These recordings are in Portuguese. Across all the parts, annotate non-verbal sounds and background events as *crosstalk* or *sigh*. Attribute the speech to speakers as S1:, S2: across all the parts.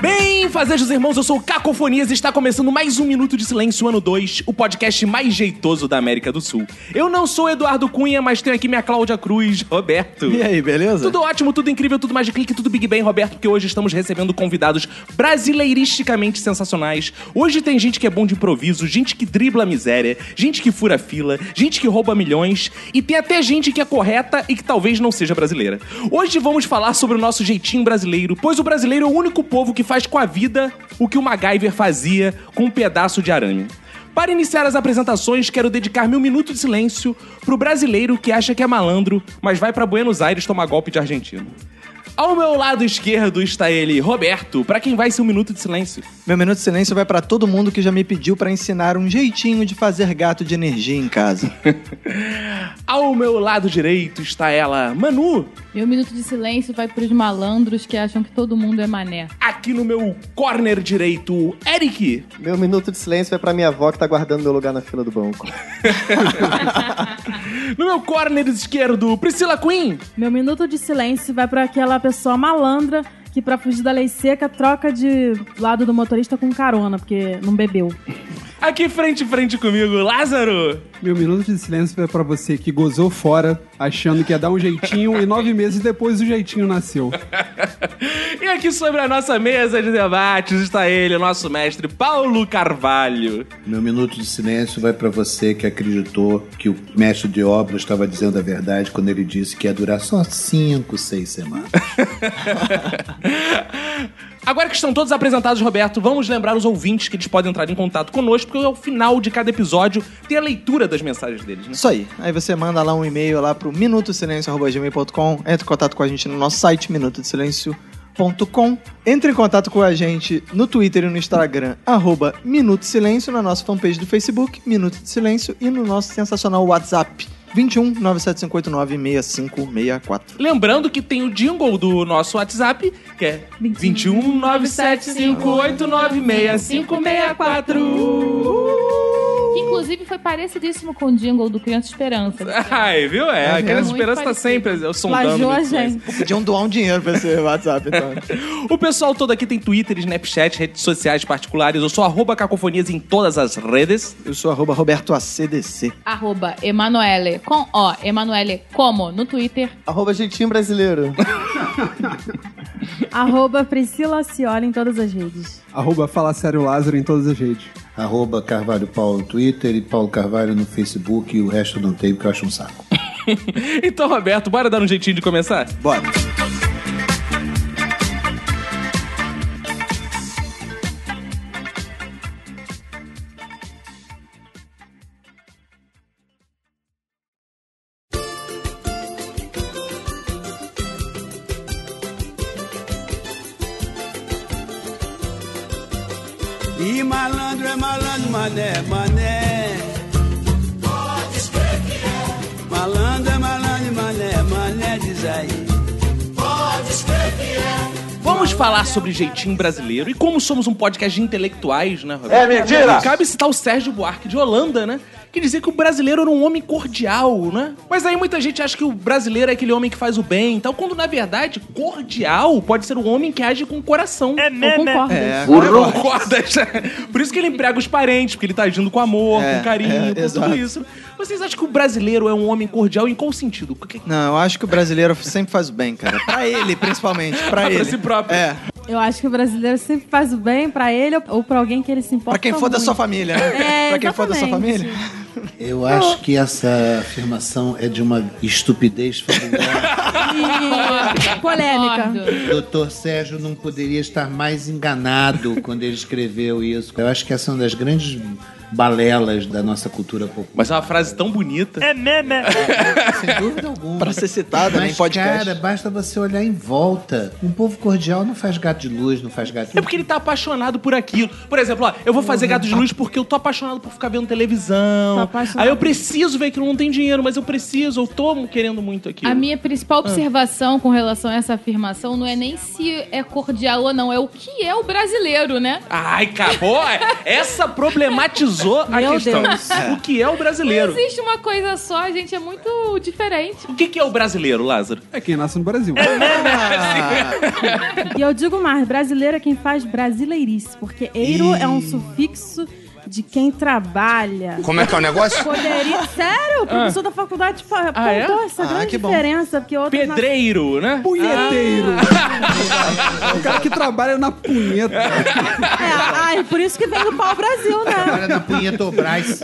S1: Bem, fazejos irmãos, eu sou o Cacofonias e está começando mais um Minuto de Silêncio, ano 2, o podcast mais jeitoso da América do Sul. Eu não sou Eduardo Cunha, mas tenho aqui minha Cláudia Cruz, Roberto.
S2: E aí, beleza?
S1: Tudo ótimo, tudo incrível, tudo mais de clique, tudo Big Bang, Roberto, porque hoje estamos recebendo convidados brasileiristicamente sensacionais. Hoje tem gente que é bom de improviso, gente que dribla a miséria, gente que fura fila, gente que rouba milhões e tem até gente que é correta e que talvez não seja brasileira. Hoje vamos falar sobre o nosso jeitinho brasileiro, pois o brasileiro é o único povo que faz com a vida o que o MacGyver fazia com um pedaço de arame. Para iniciar as apresentações, quero dedicar meu minuto de silêncio pro brasileiro que acha que é malandro, mas vai para Buenos Aires tomar golpe de argentino. Ao meu lado esquerdo está ele, Roberto, para quem vai ser um minuto de silêncio.
S2: Meu minuto de silêncio vai pra todo mundo que já me pediu pra ensinar um jeitinho de fazer gato de energia em casa.
S1: Ao meu lado direito está ela, Manu.
S3: Meu minuto de silêncio vai pros malandros que acham que todo mundo é mané.
S1: Aqui no meu corner direito, Eric.
S4: *laughs* Meu minuto de silêncio é pra minha avó que tá guardando meu lugar na fila do banco.
S1: No meu corner esquerdo, Priscila Queen.
S5: Meu minuto de silêncio vai pra aquela pessoa malandra que, pra fugir da lei seca, troca de lado do motorista com carona, porque não bebeu.
S1: Aqui frente a frente comigo, Lázaro.
S6: Meu minuto de silêncio é pra você que gozou fora, achando que ia dar um jeitinho, e nove meses depois o jeitinho nasceu.
S1: E aqui sobre a nossa mesa de debates está ele, o nosso mestre Paulo Carvalho.
S7: Meu minuto de silêncio vai para você que acreditou que o mestre de obra estava dizendo a verdade quando ele disse que ia durar só 5, 6 semanas.
S1: Agora que estão todos apresentados, Roberto, vamos lembrar os ouvintes que eles podem entrar em contato conosco, porque ao final de cada episódio tem a leitura das mensagens deles, né?
S2: Isso aí. Aí você manda lá um e-mail lá pro minutosilencio.gmail.com, entra em contato com a gente no nosso site, minutosilencio.com. Entre em contato com a gente no Twitter e no Instagram, arroba Minuto de Silêncio, na nossa fanpage do Facebook, Minuto de Silêncio, e no nosso sensacional WhatsApp, 21 97589 6564.
S1: Lembrando que tem o jingle do nosso WhatsApp, que é 21975896564.
S3: Que inclusive foi parecidíssimo com o jingle do Criança Esperança.
S1: Ai, viu? É,
S3: É
S1: aquela
S3: muito
S1: esperança tá
S3: parecido.
S1: sempre eu sondando.
S5: Plagiou a
S1: muito mais.
S5: gente.
S1: *laughs*
S2: Podiam doar um dinheiro pra esse WhatsApp, então.
S1: O pessoal todo aqui tem Twitter, Snapchat, redes sociais particulares. Eu sou arroba cacofonias em todas as redes.
S2: *laughs*
S1: *laughs*
S2: Eu sou arroba Roberto ACDC.
S3: Arroba Emanuele com O, Emanuele como no Twitter.
S4: Arroba jeitinho brasileiro.
S5: Arroba Priscila Ciola em todas as redes.
S6: Arroba Fala Sério Lázaro em todas as redes.
S7: Arroba Carvalho Paulo no Twitter e Paulo Carvalho no Facebook e o resto eu não tem porque eu acho um saco.
S1: Então, Roberto, bora dar um jeitinho de começar?
S2: Bora.
S8: E malandro é malandro, mané, mané. Pode escrever. Malandro é malandro, mané, mané, diz aí.
S1: Vamos falar sobre jeitinho brasileiro e como somos um podcast de intelectuais, né, Roberto? É mentira! Cabe citar o Sérgio Buarque de Holanda, né? Que dizia que o brasileiro era um homem cordial, né? Mas aí muita gente acha que o brasileiro é aquele homem que faz o bem e tal, quando na verdade, cordial pode ser um homem que age com o coração. É
S3: Eu concordo.
S1: Burro. Concordas? *laughs* Por isso que ele emprega os parentes, porque ele tá agindo com amor,
S2: É,
S1: com carinho,
S2: é,
S1: com
S2: exato.
S1: tudo isso. Vocês acham que o brasileiro é um homem cordial em qual sentido? Que-
S2: Não, eu acho que o brasileiro sempre faz o bem, cara. Pra ele, principalmente. Pra
S1: Ah, pra
S2: ele.
S1: si próprio.
S2: É.
S5: Eu acho que o brasileiro sempre faz o bem pra ele ou pra alguém que ele se importa
S2: Pra quem for da
S5: muito.
S2: sua família. né?
S5: É,
S2: pra quem for da sua
S5: exatamente.
S2: família.
S7: *laughs* Eu acho que essa afirmação é de uma estupidez familiar.
S3: *laughs*
S5: E... Polêmica.
S7: Doutor Sérgio não poderia estar mais enganado quando ele escreveu isso. Eu acho que essa é uma das grandes balelas da nossa cultura popular.
S1: Mas é uma frase tão bonita.
S9: É meme.
S7: Sem dúvida alguma.
S2: Pra ser citada, né,
S7: Mas,
S2: em podcast.
S7: cara, basta você olhar em volta. Um povo cordial não faz gato de luz, não faz gato de
S1: É porque ele tá apaixonado por aquilo. Por exemplo, ó, eu vou fazer gato de luz porque eu tô apaixonado por ficar vendo
S5: Tá
S1: televisão.
S5: apaixonado.
S1: Aí eu preciso ver aquilo, não tem dinheiro, mas eu preciso, eu tô querendo muito aquilo.
S3: A minha principal observação com relação a essa afirmação não é nem se é cordial ou não, é o que é o brasileiro, né?
S1: Ai, acabou! É, Essa problematizou a
S5: Meu
S1: questão.
S5: Deus.
S1: O que é o brasileiro?
S3: Não existe uma coisa só, a gente é muito diferente.
S1: O que, que é o brasileiro, Lázaro?
S6: É quem nasce no Brasil.
S5: E eu digo mais, brasileiro é quem faz brasileirice, porque eiro é um sufixo de quem trabalha.
S9: Como é que é o negócio?
S1: *laughs*
S5: Poderia... Sério, o professor da faculdade tipo, apontou
S1: Ah, é?
S5: essa
S2: Ah,
S5: grande
S2: que bom.
S5: diferença, porque outras na-
S1: Pedreiro,
S5: *laughs*
S1: né?
S6: Punheteiro. o cara que trabalha na punheta.
S5: É, ai, por isso que vem o pau-brasil,
S1: *laughs*
S5: né?
S7: Olha
S3: *laughs*
S7: na punhetobras.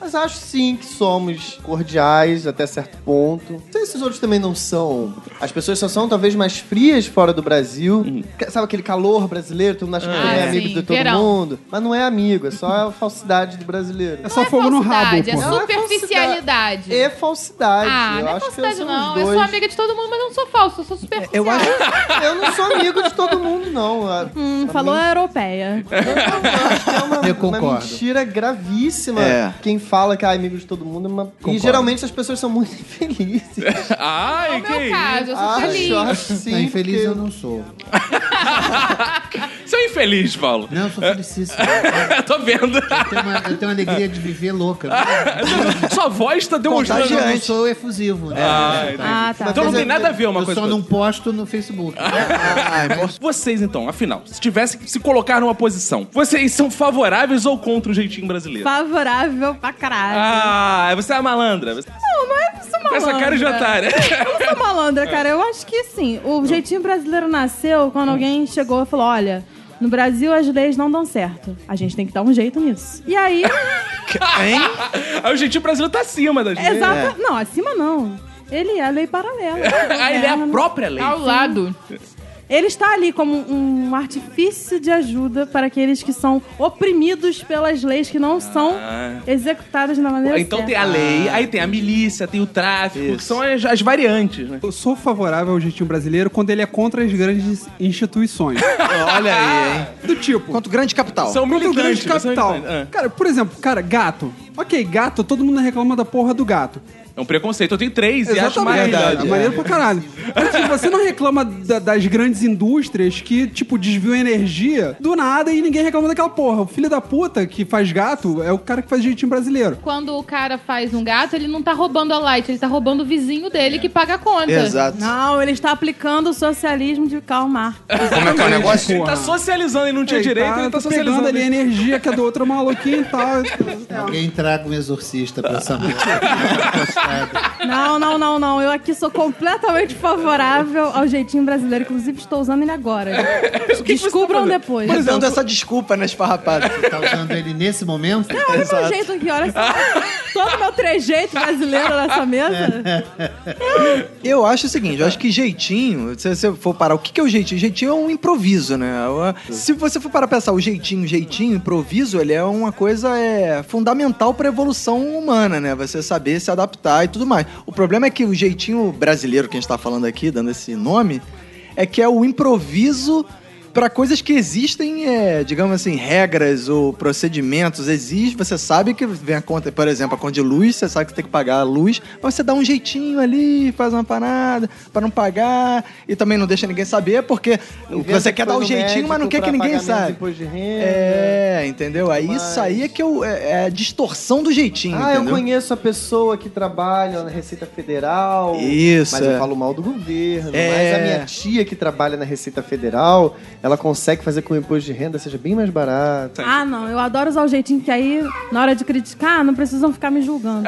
S4: Mas acho sim que somos cordiais até certo ponto. Não sei se os outros também não são. As pessoas só são talvez mais frias fora do Brasil. Que- Sabe aquele calor brasileiro? Todo mundo acha que
S3: Uhum. Ah,
S4: todo mundo é amigo
S3: sim,
S4: de todo
S3: verão.
S4: mundo. Mas não é amigo, é só a falsidade do brasileiro.
S6: É só fogo no rabo,
S3: Falsidade, é
S6: pô.
S4: Não é
S3: superficialidade.
S4: É falsidade.
S3: Ah,
S4: eu
S3: não é
S4: acho
S3: falsidade
S4: que
S3: não.
S4: Dois...
S3: Eu sou amiga de todo mundo, mas eu não sou falso, eu sou superficial.
S2: Eu acho
S4: Eu não sou amigo de todo mundo,
S3: *laughs*
S4: não.
S5: Hum, falou a europeia.
S4: Eu acho que é uma, uma
S7: Eu concordo.
S4: mentira gravíssima.
S2: É.
S4: Quem fala que é amigo de todo mundo é uma... E geralmente as pessoas são muito *laughs* infelizes.
S3: É
S1: Ai,
S3: o
S1: que
S3: meu
S1: isso.
S3: caso, eu sou feliz.
S4: acho sim.
S7: Tá infeliz
S4: porque-
S7: eu não sou.
S1: Você é infeliz, Paulo. *laughs*
S7: Não, eu sou felicíssimo.
S1: Tô vendo. *laughs*
S7: Eu tenho, uma, eu tenho uma alegria de viver louca.
S1: Sua voz tá
S7: Mas
S1: demonstrando.
S7: eu não sou efusivo, né?
S1: Ah,
S5: Ah, tá.
S1: Então não tem nada a ver uma
S7: eu
S1: coisa
S7: só
S1: com Ah,
S7: não posto no Facebook. Né?
S1: Vocês, então, afinal, se tivessem que se colocar numa posição, vocês são favoráveis ou contra o jeitinho brasileiro?
S5: Favorável pra caralho.
S1: Ah, você é uma malandra. Você...
S5: Não, não é isso
S1: Com
S5: malandra.
S1: essa cara tá. É. de otária. *laughs*
S5: Eu não sou malandra, cara. Eu acho que sim. O jeitinho brasileiro nasceu quando alguém chegou e falou: olha. No Brasil, as leis não dão certo. A gente tem que dar um jeito nisso. E aí,
S1: Aí o jeitinho brasileiro tá acima da gente.
S5: exata. Não, acima não. Ele é a lei paralela.
S1: *laughs* Ah, ele é a própria lei.
S3: Ao lado.
S5: Ele está ali como um artifício de ajuda para aqueles que são oprimidos pelas leis que não são executadas da maneira
S1: Ah. Então tem
S5: certa.
S1: a lei, aí tem a milícia, tem o tráfico, que são as, as variantes, né?
S6: Eu sou favorável ao jeitinho brasileiro quando ele é contra as grandes instituições.
S2: Olha aí, hein?
S6: Do tipo,
S2: Quanto grande capital.
S1: *laughs* São
S6: Quanto
S1: militantes.
S6: um grande capital.
S1: são
S2: é.
S1: militantes.
S6: Cara, por exemplo, cara, gato. Ok, gato, todo mundo reclama da porra do gato.
S1: Ah, É um preconceito. Eu tenho três e acho
S6: Verdade,
S1: maravilhoso.
S6: é maneiro pra caralho. Mas, tipo, você não reclama da- das grandes indústrias que, tipo, desviam energia do nada e ninguém reclama daquela porra. O filho da puta que faz gato é o cara que faz jeitinho brasileiro.
S3: Quando o cara faz um gato, ele não tá roubando a light, ele tá roubando o vizinho dele que paga a conta.
S2: Exato.
S5: Não, ele está aplicando o socialismo de Karl Marx.
S9: Como é que é o negócio?
S1: Ele tá socializando e não tinha direito, ele tá
S6: pegando
S1: socializando.
S6: ali a energia que é do outro maluquinho e tal.
S7: Alguém traga um exorcista pra essa música.
S5: Não, não, não, não. Eu aqui sou completamente favorável ao jeitinho brasileiro. Inclusive, estou usando
S1: *laughs*
S5: ele agora.
S1: tá
S5: Descubram depois.
S2: Mas
S1: é,
S2: dando essa desculpa né, nas farrapadas.
S7: Tá usando ele nesse momento?
S5: Olha o meu jeito aqui, olha só. Todo meu trejeito brasileiro nessa mesa.
S2: Eu acho o seguinte, eu acho que jeitinho, se você for parar, o que que é o jeitinho? Jeitinho é um improviso, né? Se você for parar pra pensar o jeitinho, jeitinho, improviso, ele é uma coisa é, fundamental pra evolução humana, né? Você saber se adaptar e tudo mais. O problema é que o jeitinho brasileiro que a gente tá falando aqui, dando esse nome, é que é o improviso pra coisas que existem, é, digamos assim, regras ou procedimentos, existe, você sabe que vem a conta, por exemplo, a conta de luz, você sabe que você tem que pagar a luz, mas você dá um jeitinho ali, faz uma parada pra não pagar e também não deixa ninguém saber, porque o que
S4: Inventa
S2: você quer
S4: que
S2: dar o
S4: foi no
S2: jeitinho, mas não
S4: médico
S2: quer que
S4: pra
S2: ninguém
S4: pagamento de
S2: sabe.
S4: imposto de renda.
S2: É, entendeu? Aí
S4: Mas-
S2: isso aí é que eu- é, é a distorção do jeitinho,
S4: Ah, eu
S2: entendeu?
S4: conheço a pessoa que trabalha na Receita Federal.
S2: Isso,
S4: Mas
S2: é.
S4: eu falo mal do governo.
S2: É.
S4: Mas a minha tia que trabalha na Receita Federal, ela consegue fazer com que o imposto de renda seja bem mais barato.
S5: Ah, não, eu adoro usar o jeitinho que aí, na hora de criticar, não precisam ficar me julgando.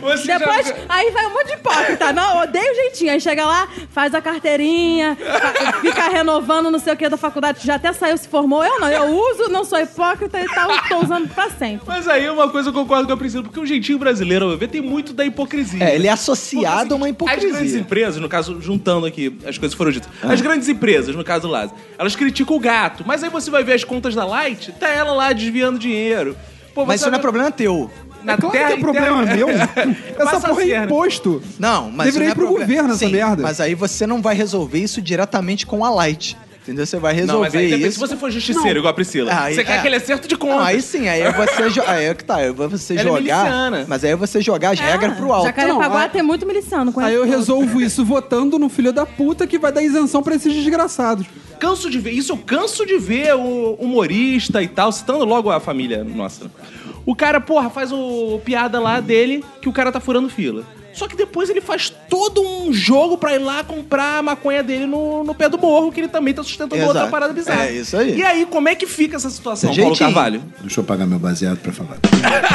S1: Você já-
S5: Depois, aí vai um monte de hipócrita. Não, eu odeio o jeitinho. Aí chega lá, faz a carteirinha, fa- fica renovando não sei o que da faculdade, já até saiu, se formou. Eu não, eu uso, não sou hipócrita e tal, tô usando pra sempre.
S1: Mas aí é uma coisa eu concordo com a princípio, porque o jeitinho brasileiro, ao meu ver, tem muito da hipocrisia.
S2: É, ele
S1: Porque,
S2: é
S1: assim,
S2: associado a uma
S1: As grandes
S2: hipocrisia. Ah.
S1: empresas, no caso, juntando aqui as coisas que foram ditas. As grandes empresas, no caso Lázaro, elas criticam o gato. Mas aí você vai ver as contas da Light, tá ela lá desviando dinheiro. Pô,
S2: Mas
S1: você
S2: isso não é
S1: vai-
S2: problema teu.
S1: Na
S6: É claro
S1: terra,
S6: que é
S1: em
S6: problema
S1: terra-
S6: meu. Essa
S1: *laughs* Passa
S6: porra
S1: a
S6: é
S1: serra.
S6: imposto.
S2: Não, mas
S6: Deveria
S2: isso não é
S6: ir pro
S2: problema-
S6: governo essa
S2: Sim,
S6: merda.
S2: Mas aí você não vai resolver isso diretamente com a Light. Entendeu? Você vai resolver
S1: Não, mas aí depende,
S2: isso.
S1: se você for justiceiro, igual a Priscila,
S2: Aí-
S1: você quer
S2: é.
S1: aquele acerto de
S2: Não,
S1: contas.
S2: aí sim, aí é você, jo... aí é que tá, aí é você
S1: Ela é
S2: jogar.
S1: miliciana.
S2: mas aí é você jogar
S5: Ah,
S2: as regras pro alto.
S5: Jacarepaguá
S6: Não,
S5: tem muito miliciano.
S6: Aí
S5: conheço
S6: eu
S5: todos.
S6: resolvo isso votando no filho da puta que vai dar isenção pra esses desgraçados.
S1: Canso de ver, isso eu canso de ver o humorista e tal, citando logo a família nossa. O cara, porra, faz o piada lá dele que o cara tá furando fila. Só que depois ele faz todo um jogo pra ir lá comprar a maconha dele no, no pé do morro, que ele também tá sustentando
S2: Exato.
S1: outra parada bizarra.
S2: É isso aí.
S1: E aí, como é que fica essa situação,
S2: Jeitinho.
S1: Paulo Carvalho?
S7: Deixa eu pagar meu baseado pra falar. *laughs*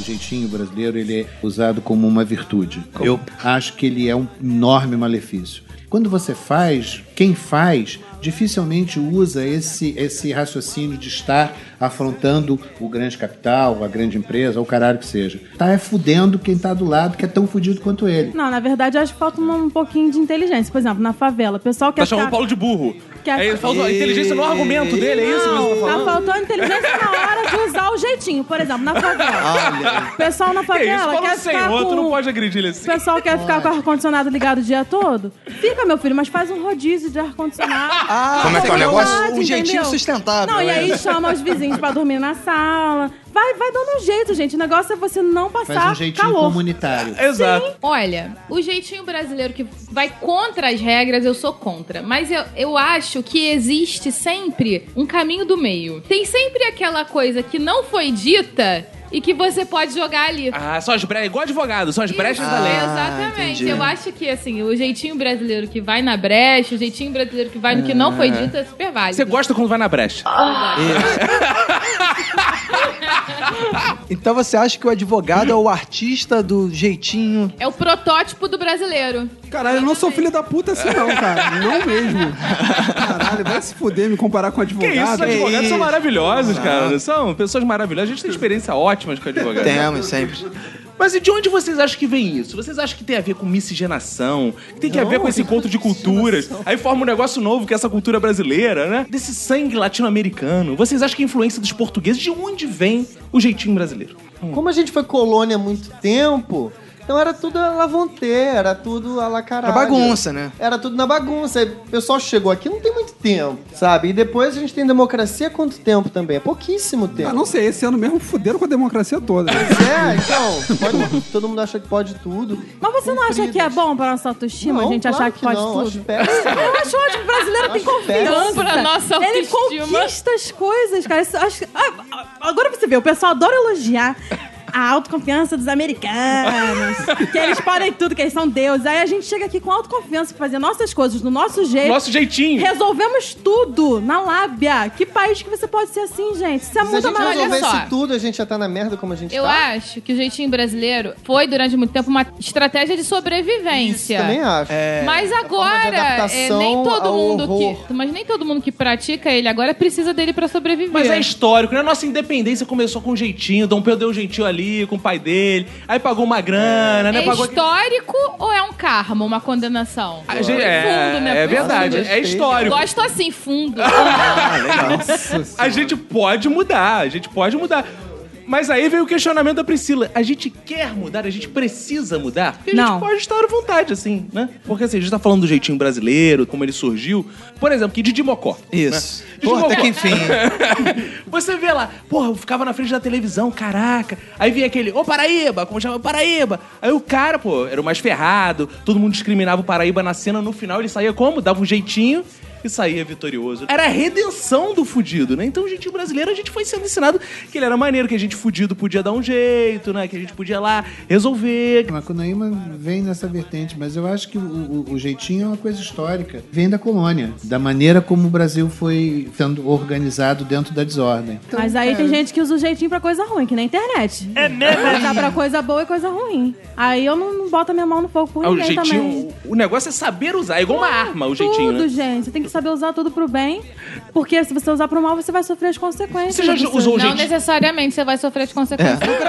S7: o jeitinho brasileiro ele é usado como uma virtude. Eu acho que ele é um enorme malefício. Quando você faz, quem faz dificilmente usa esse, esse raciocínio de estar afrontando o grande capital, a grande empresa, ou o caralho que seja. Tá é fudendo quem tá do lado que é tão fudido quanto ele.
S5: Não, na verdade, eu acho que falta um, um pouquinho de inteligência. Por exemplo, na favela, o pessoal quer
S1: Tá chamando o Paulo de burro.
S5: Que a-
S1: Aí ele falou, a inteligência no argumento dele, é isso mesmo que você tá
S5: Não,
S1: falando?
S5: tá faltando inteligência na hora de usar o jeitinho. Por exemplo, na
S2: Ah,
S5: favela. O pessoal na
S1: Que isso,
S5: favela
S1: Paulo
S5: quer
S1: um sem
S5: ficar
S1: outro,
S5: com...
S1: não pode agredir ele
S5: O
S1: assim.
S5: pessoal quer ficar com o ar-condicionado ligado o dia todo? Fica, meu filho, mas faz um rodízio de ar-condicionado.
S2: Ah,
S5: Na
S2: como é que é o
S5: comunidade,
S2: negócio? Um jeitinho
S5: entendeu?
S2: sustentável,
S5: Não, e
S2: é.
S5: aí chama os vizinhos pra dormir na sala. Vai, vai dando um jeito, gente. O negócio é você não
S7: Faz
S4: Tá
S7: um
S5: passar
S7: jeitinho
S5: calor.
S7: comunitário.
S4: É,
S1: Exato.
S3: Olha, o jeitinho brasileiro que vai contra as regras, eu sou contra. Mas eu, eu acho que existe sempre um caminho do meio. Tem sempre aquela coisa que não foi dita e que você pode jogar ali. Ah,
S1: Ah, são as brechas, igual advogado, são as brechas da
S5: Ah,
S1: lei. assim.
S3: Exatamente.
S2: entendi.
S3: eu acho que, assim, o jeitinho brasileiro que vai na brecha, o jeitinho brasileiro que vai no que
S2: Ah.
S3: não foi dito é super válido.
S1: Você gosta quando vai na brecha.
S2: Então você acha que o advogado é o artista do jeitinho?
S3: É o protótipo do brasileiro.
S6: Caralho, eu não sou filho da puta assim não, cara. Não mesmo. Caralho, vai se fuder me comparar com um
S1: Que
S6: advogado.
S1: isso, Ah. os
S6: Ei,
S1: advogados são maravilhosos, cara. não São pessoas maravilhosas. A gente tem experiência ótimas com advogados.
S2: Temos sempre.
S1: Mas e de onde vocês acham que vem isso? Vocês acham que tem a ver com miscigenação? Que tem que a ver com esse encontro de culturas? Aí forma um negócio novo que é essa cultura brasileira, né? Desse sangue latino-americano. Vocês acham que a influência dos portugueses, de onde vem o jeitinho brasileiro?
S4: Como a gente foi colônia há muito tempo, então era tudo a lavonté, era tudo a la
S2: É
S4: caralho.
S2: bagunça, né?
S4: Era tudo na bagunça. Aí o pessoal chegou aqui não tem muito tempo, sabe? E depois a gente tem democracia há quanto tempo também? É pouquíssimo tempo.
S6: Ah, não sei, esse ano mesmo fuderam com a democracia toda.
S4: É, então, pode- todo mundo acha que pode tudo.
S5: Mas você não acha que é bom pra nossa autoestima a
S4: Não,
S5: gente
S4: claro
S5: achar que,
S4: que
S5: pode
S4: não,
S5: tudo?
S4: acho péssimo.
S5: Eu acho ótimo, o brasileiro tem
S4: Acho
S5: confiança.
S3: péssimo. Então, Pra nossa
S5: Ele
S3: autoestima.
S5: conquista as coisas, cara. Isso- acho- ah, ah, agora você vê, o pessoal adora elogiar a autoconfiança dos americanos. que eles podem tudo, que eles são deuses. Aí a gente chega aqui com autoconfiança pra fazer nossas coisas do nosso jeito.
S1: Nosso jeitinho.
S5: Resolvemos tudo na lábia. Que país que você pode ser assim, gente? Isso é
S4: Se a
S5: muito
S4: gente
S3: mas olha
S5: maravilhoso.
S4: resolvesse
S3: só.
S4: tudo, a gente já tá na merda como a gente
S3: Eu
S4: tá.
S3: acho que o jeitinho brasileiro foi, durante muito tempo, uma estratégia de
S4: Eu
S3: sobrevivência.
S4: Também acho.
S2: É,
S3: Mas
S4: forma de
S3: agora, é,
S4: adaptação
S3: nem todo
S4: ao
S3: mundo
S4: horror.
S3: que, mas nem todo mundo que pratica ele agora precisa dele pra sobreviver.
S1: Mas é histórico, né? Nossa independência começou com um jeitinho. Dom Pedro deu um jeitinho ali com o pai dele. Aí pagou uma grana, né?
S3: É
S1: Pagou...
S3: histórico ou é um karma, uma condenação?
S1: A gente- é,
S3: Fundo, né?
S1: é verdade,
S3: Fundo.
S1: é histórico.
S3: Gosto
S1: *laughs*
S3: assim, fundo.
S1: A gente pode mudar, a gente pode mudar. Mas aí veio o questionamento da Priscila. A gente quer mudar, a gente precisa mudar. Porque a
S5: Não.
S1: gente pode estar à vontade, assim, né? Porque assim, a gente tá falando do jeitinho brasileiro, como ele surgiu. Por exemplo, que Didi Mocó.
S2: Isso.
S1: De
S2: Porra, até
S1: novo.
S2: que enfim.
S3: *laughs*
S1: *laughs* Você vê lá, porra, eu ficava na frente da televisão, caraca. Aí vinha aquele, ô Paraíba, como chama? Paraíba. Aí o cara, pô, era o mais ferrado, todo mundo discriminava o Paraíba na cena, no final ele saía como? Dava um jeitinho. e saía vitorioso. Era a redenção do fudido, né? Então, gente brasileiro, a gente foi sendo ensinado que ele era maneiro, que a gente fudido podia dar um jeito, né? Que a gente podia lá resolver.
S7: O Macunaíma vem nessa vertente, mas eu acho que o, o- o jeitinho é uma coisa histórica. Vem da colônia, da maneira como o Brasil foi sendo organizado dentro da desordem.
S5: Mas aí tem gente que usa o jeitinho pra coisa ruim, que na internet. É mesmo? Dá pra coisa boa e coisa ruim. Aí eu não, não boto a minha mão no fogo por
S1: Ah, o
S5: ninguém
S1: jeitinho,
S5: também.
S1: o o negócio é saber usar, é igual uma arma, o jeitinho,
S5: Tudo,
S1: né?
S5: gente. Você tem que saber usar tudo pro bem, porque se você usar pro mal, você vai sofrer as consequências. né,
S1: Você já
S5: disso.
S1: usou o
S3: Não
S1: jeitinho?
S3: necessariamente você vai sofrer de consequências. No Brasil,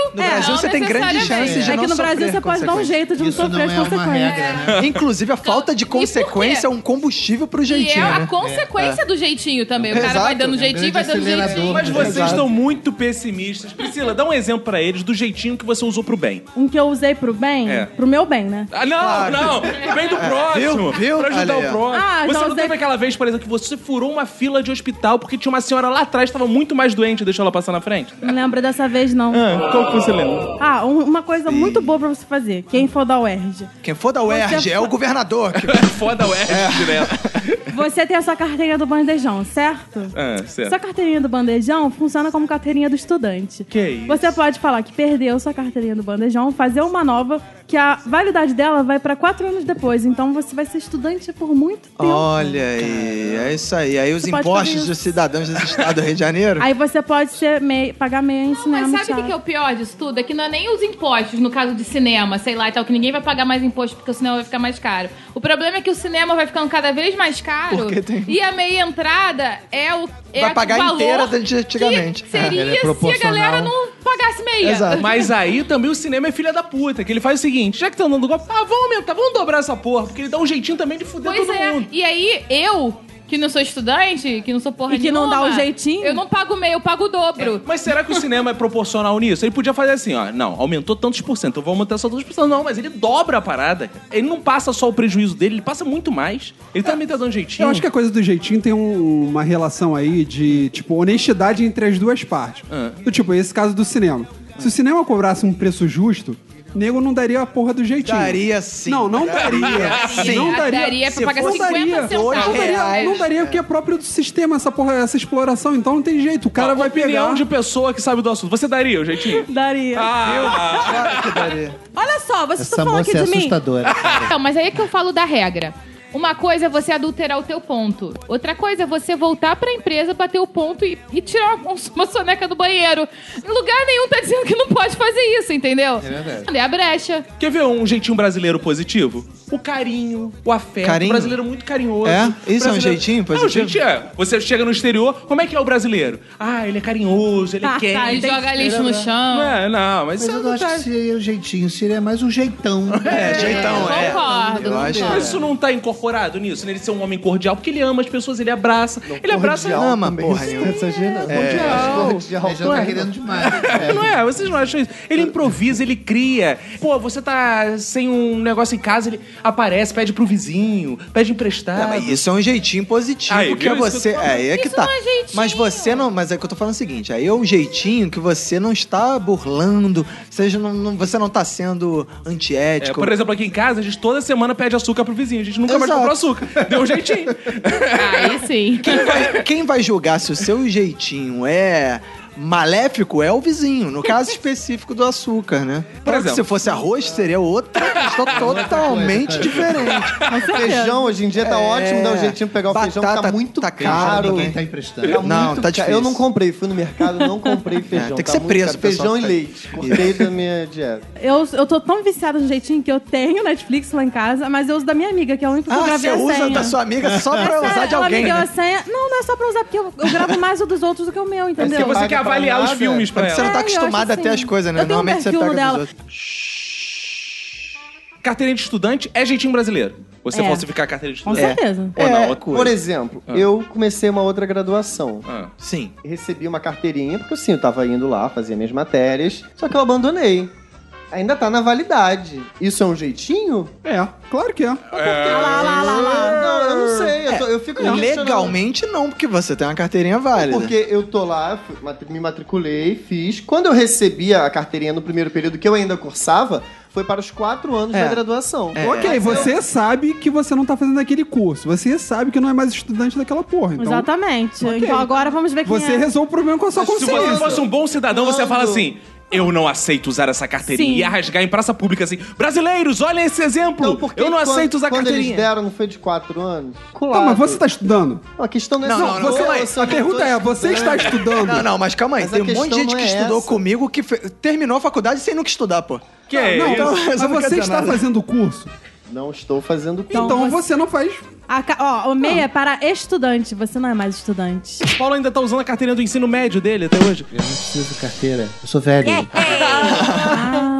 S2: É. No Brasil,
S3: não
S2: você tem grande
S3: necessariamente.
S2: chance de
S5: É
S2: não
S5: que no Brasil
S2: sofrer
S5: você pode dar um
S2: consequências.
S5: jeito de não
S7: Isso não
S5: sofrer as
S7: é
S3: tá
S7: uma
S5: consequências.
S7: regra, né?
S2: Inclusive, a falta de
S3: Então, E por quê?
S2: consequência é um combustível pro
S3: E é
S2: jeitinho,
S3: a
S2: né?
S3: consequência do jeitinho também. O cara
S2: Exato.
S3: vai dando
S2: É um
S3: jeitinho,
S7: grande
S3: vai dando
S7: acelerador.
S3: jeitinho.
S1: Mas vocês
S2: Exato.
S1: estão muito pessimistas. Priscila, dá um exemplo pra eles do jeitinho que você usou pro bem.
S5: Um que eu usei pro bem,
S1: É.
S5: pro meu bem, né?
S1: Ah, não, não! Pro bem do próximo!
S2: Viu? Viu?
S1: Pra ajudar
S2: Olha aí,
S1: o
S2: ó.
S1: próximo.
S5: Ah,
S1: você
S5: já
S1: não
S5: usei-
S1: teve aquela vez, por exemplo, que você furou uma fila de hospital porque tinha uma senhora lá atrás que estava muito mais doente e deixou ela passar na frente?
S5: Não lembro dessa vez, não.
S1: Ah, qual que você lembra?
S5: Ah, um- uma coisa muito boa pra você fazer, quem for da UERJ.
S2: Quem for da UERJ é o governador. que-
S1: *laughs* Foda o Ed direto.
S5: Você tem a sua carteirinha do bandejão, certo?
S1: Ah, certo.
S5: Sua carteirinha do bandejão funciona como carteirinha do estudante.
S1: Que isso?
S5: Você pode falar que perdeu sua carteirinha do bandejão, fazer uma nova, que a validade dela vai pra quatro anos depois. Então você vai ser estudante por muito
S3: um
S5: tempo.
S2: Olha aí, é isso aí. Aí os
S5: Você pode fazer
S2: impostos
S5: isso.
S2: dos cidadãos desse estado do Rio de Janeiro.
S5: Aí você pode ser mei- pagar meia em
S3: Não,
S5: cinema.
S3: mas sabe o que
S5: teatro.
S3: que é o pior disso tudo? É que não é nem os impostos, no caso de cinema, sei lá e tal, que ninguém vai pagar mais imposto porque o cinema vai ficar mais caro. O problema é que o cinema vai ficando cada vez mais caro
S2: Porque tem-
S3: e a meia entrada é o. É
S2: Vai
S3: o
S2: pagar
S3: valor
S2: inteira da de antigamente.
S3: Que
S7: Ela
S3: seria
S7: é
S3: se a
S7: proporcional.
S3: galera não pagasse meia.
S2: Exato.
S1: Mas aí também o cinema é filha da puta, que ele faz o seguinte: já que estão dando golpe, ah, vamos aumentar, vamos dobrar essa porra, porque ele dá um jeitinho também de fuder
S3: Pois
S1: todo
S3: é.
S1: mundo.
S3: E aí, eu, que não sou estudante, que não sou porra
S5: E que não
S3: nenhuma,
S5: dá o jeitinho?
S3: Eu não pago meia, eu pago o dobro.
S1: Mas será que o cinema é proporcional nisso? Ele podia fazer assim, ó. Não, aumentou tantos por cento, eu vou aumentar só tantos por cento. Não, mas ele dobra a parada. cara. Ele não passa só o prejuízo dele, ele passa muito mais. Ele também tá dando jeitinho.
S6: Eu acho que a coisa do jeitinho tem um- uma relação aí de, tipo, honestidade entre as duas partes.
S1: Ah.
S6: Do tipo, esse caso do cinema. Se o cinema cobrasse um preço justo, nego não daria a porra do jeitinho.
S2: Daria sim.
S6: Não, não daria.
S2: Sim.
S6: Não daria.
S3: É, Daria pra
S6: Se
S3: pagar
S6: for-
S3: 50
S6: daria.
S3: É centavos. É,
S6: Não daria, não daria porque é próprio do sistema essa porra, essa exploração, então não tem jeito. O cara
S1: a
S6: vai
S1: opinião
S6: pegar.
S1: de pessoa que sabe do assunto. Você daria o jeitinho?
S5: Daria.
S1: Ah,
S2: Claro que daria.
S5: Olha só, vocês
S7: Essa
S5: estão falando
S7: moça
S5: aqui
S7: é
S5: de mim.
S7: assustadora.
S3: *laughs*
S7: cara.
S3: Então, mas aí é que eu falo da regra. Uma coisa é você adulterar o teu ponto. Outra coisa é você voltar pra empresa, bater o ponto e, e tirar uma, *laughs* uma soneca do banheiro. Em lugar nenhum tá dizendo que não pode fazer isso, entendeu? É verdade. É a brecha.
S1: Quer ver um jeitinho brasileiro positivo? O carinho, o afeto.
S2: Carinho?
S1: O brasileiro é muito carinhoso.
S2: É? Isso é um
S1: Brasileiro-
S2: jeitinho
S1: É um
S2: positivo?
S1: jeitinho, é. Você chega no exterior, como é que é o brasileiro? Ah, ele é carinhoso, ele é
S5: Ah,
S1: quente.
S5: tá,
S3: Aí
S5: Tem
S3: joga lixo no chão.
S1: Não, é, não, mas,
S7: Mas
S1: isso
S7: eu
S1: não
S7: não acho
S1: tá-
S7: que seria o jeitinho, seria mais um jeitão.
S2: É, jeitão, é.
S3: Concordo,
S2: Eu acho.
S3: concordo.
S1: Mas isso não tá incorporado nisso, né? Ele ser um homem cordial, porque ele ama as pessoas, ele abraça. ele abraça.
S2: cordial. Ama, porra
S4: Isso tá
S2: nenhuma.
S3: é.
S4: exagerando.
S7: Aí já tá querendo demais.
S4: *laughs*
S7: É.
S1: Não é? Vocês não acham isso? Ele improvisa, ele cria. Pô, você tá sem um negócio em casa, ele aparece, pede pro vizinho, pede
S4: Ah,
S1: emprestado.
S2: Não, mas isso é um jeitinho positivo
S1: Aí,
S2: que é
S1: viu? Isso
S2: você.
S1: que eu tô
S2: Aí é que
S3: Isso
S2: tá.
S3: não é jeitinho.
S2: mas você não. Mas é que eu tô falando o seguinte: aí é um jeitinho que você não está burlando, seja, não, não- você não tá sendo
S1: É,
S2: antiético.
S1: por exemplo, aqui em casa, a gente toda semana pede açúcar pro vizinho. A gente nunca mais
S2: tipo Exato.
S1: comprou açúcar. Deu um jeitinho.
S3: Aí sim.
S2: Quem vai, quem vai julgar se o seu jeitinho é maléfico é o vizinho, no caso específico do açúcar, né? Por
S1: exemplo.
S2: exemplo, se fosse arroz, seria outra
S4: *laughs* É
S2: questão totalmente diferente. É,
S4: Feijão hoje em dia tá ótimo, dá um jeitinho de pegar o feijão, que tá
S2: Batata
S4: muito
S2: tá
S7: Caro.
S4: caro.
S7: Ninguém tá emprestando.
S4: Tá
S2: Não,
S4: muito
S2: tá
S4: caro.
S2: difícil. É,
S4: Eu não comprei, fui no mercado, não
S2: *laughs*
S4: comprei feijão.
S2: tem que
S4: tá
S2: ser
S4: muito
S2: preso,
S4: caro. Feijão
S2: pessoal,
S4: e
S2: tá-
S4: leite. Cortei da minha dieta.
S5: Eu, eu tô tão viciada no jeitinho que eu tenho Netflix lá em casa, mas eu uso da minha amiga, que é a única que eu
S2: Ah,
S5: gravei
S2: você
S5: a
S2: usa
S5: senha. É
S2: da sua amiga só
S5: *laughs*
S2: pra usar de
S5: Ela
S2: alguém.
S5: me deu
S2: né?
S5: a senha. Não, não é só pra usar, porque eu, eu gravo mais o dos outros do que o meu, entendeu?
S1: Porque você
S4: Paga
S1: quer
S4: pra
S1: avaliar os
S4: nada.
S1: filmes pra
S2: Você
S1: ela.
S2: não tá
S5: É, eu acho
S2: acostumada a ter
S5: assim.
S2: as coisas, né?
S5: Eu tenho um
S2: Normalmente você
S5: perfil
S2: pega dos
S5: dela.
S2: outros.
S1: Carteirinha de estudante é jeitinho brasileiro. Você
S5: É.
S1: falsificar a carteira de
S5: Com
S1: estudante.
S5: certeza.
S1: Ou não,
S4: É,
S1: outra coisa.
S4: por exemplo,
S7: Ah.
S4: eu comecei uma outra graduação.
S1: Ah.
S2: Sim.
S4: Recebi uma carteirinha, porque assim, eu tava indo lá, fazia minhas matérias, só que eu abandonei. Ainda tá na validade. Isso é um jeitinho?
S6: É, claro que é.
S5: Olha lá, olha lá, olha lá.
S4: Não, eu não sei. Eu, tô- eu fico me questionando.
S2: É, Legalmente não, porque você tem uma carteirinha válida.
S4: Porque eu tô lá, fui- matri- me matriculei, fiz. Quando eu recebi a carteirinha no primeiro período que eu ainda cursava, foi para os quatro anos
S2: É.
S4: da graduação.
S6: ok, você sabe que você não tá fazendo aquele curso. Você sabe que não é mais estudante daquela porra. Então,
S5: É. Exatamente.
S6: Ok.
S5: Então agora vamos ver quem
S6: Você
S5: é.
S6: resolve o problema com a sua
S4: Mas
S1: Se você
S6: consciência.
S1: fosse um bom cidadão, você ia falar
S4: Quando?
S1: assim. Eu não aceito usar essa carteirinha.
S5: Sim.
S1: Ia rasgar em praça pública assim. Brasileiros, olhem esse exemplo.
S4: Então, por que
S1: eu não
S4: quando-
S1: aceito usar
S4: quando
S1: carteirinha.
S4: eles deram, não foi de quatro anos?
S6: Tá, mas você tá estudando?
S4: A questão não é
S2: Não,
S4: se
S2: não,
S4: eu
S2: não,
S4: vou
S2: calma aí.
S4: ou se eu *laughs*
S6: A
S4: não
S6: pergunta
S4: tô
S6: é, você está estudando?
S2: Não, não, mas calma aí.
S4: Mas a
S2: Tem um monte
S4: questão
S2: de gente
S4: não
S2: que
S4: é
S2: estudou
S4: essa.
S2: comigo que fe- terminou a faculdade sem nunca estudar, pô.
S1: Que é
S6: Não,
S1: isso?
S2: então-
S6: mas
S2: eu não quero
S6: você
S2: dizer
S6: está
S2: nada.
S6: fazendo curso?
S4: Não estou fazendo
S6: Então,
S5: Então,
S6: você... não faz.
S5: A ca- Ó, o
S2: Ah.
S5: MEI é para estudante. Você não é mais estudante.
S1: O Paulo ainda tá usando a carteirinha do ensino médio dele até hoje.
S7: Eu não preciso de carteira. Eu sou velho.
S5: ah,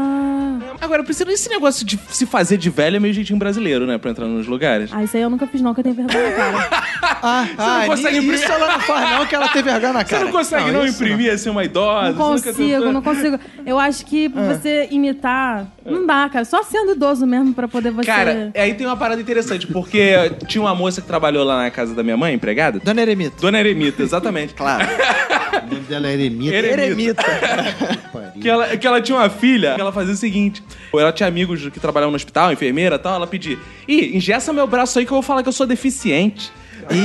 S1: Agora, Priscila, esse negócio de se fazer de velho é meio jeitinho brasileiro, né? Pra entrar nos lugares.
S5: ah, isso aí eu nunca fiz, não, que eu tenho vergonha,
S2: *laughs*
S5: cara.
S2: Ah, ah,
S1: consegue
S2: ni-
S1: imprimir-
S2: isso ela não faz não, que ela tem vergonha na
S1: Você
S2: cara.
S1: não consegue não,
S2: isso
S1: imprimir assim uma idosa?
S5: Não
S1: nunca tentou?
S5: consigo, não consigo. Eu acho que
S2: Ah.
S5: você imitar. Não dá, cara. Só sendo idoso mesmo pra poder você.
S1: Cara, aí tem uma parada interessante, porque tinha uma moça que trabalhou lá na casa da minha mãe, empregada.
S2: Dona Eremita.
S1: Dona Eremita, exatamente.
S2: Claro.
S7: O nome dela é Eremita.
S1: Eremita.
S7: Pariu.
S2: é
S1: Que ela, que ela tinha uma filha, que ela fazia o seguinte: ela tinha amigos que trabalhavam no hospital, enfermeira e tal, ela pedia: Ih, engessa meu braço aí que eu vou falar que eu sou deficiente.
S2: Ih,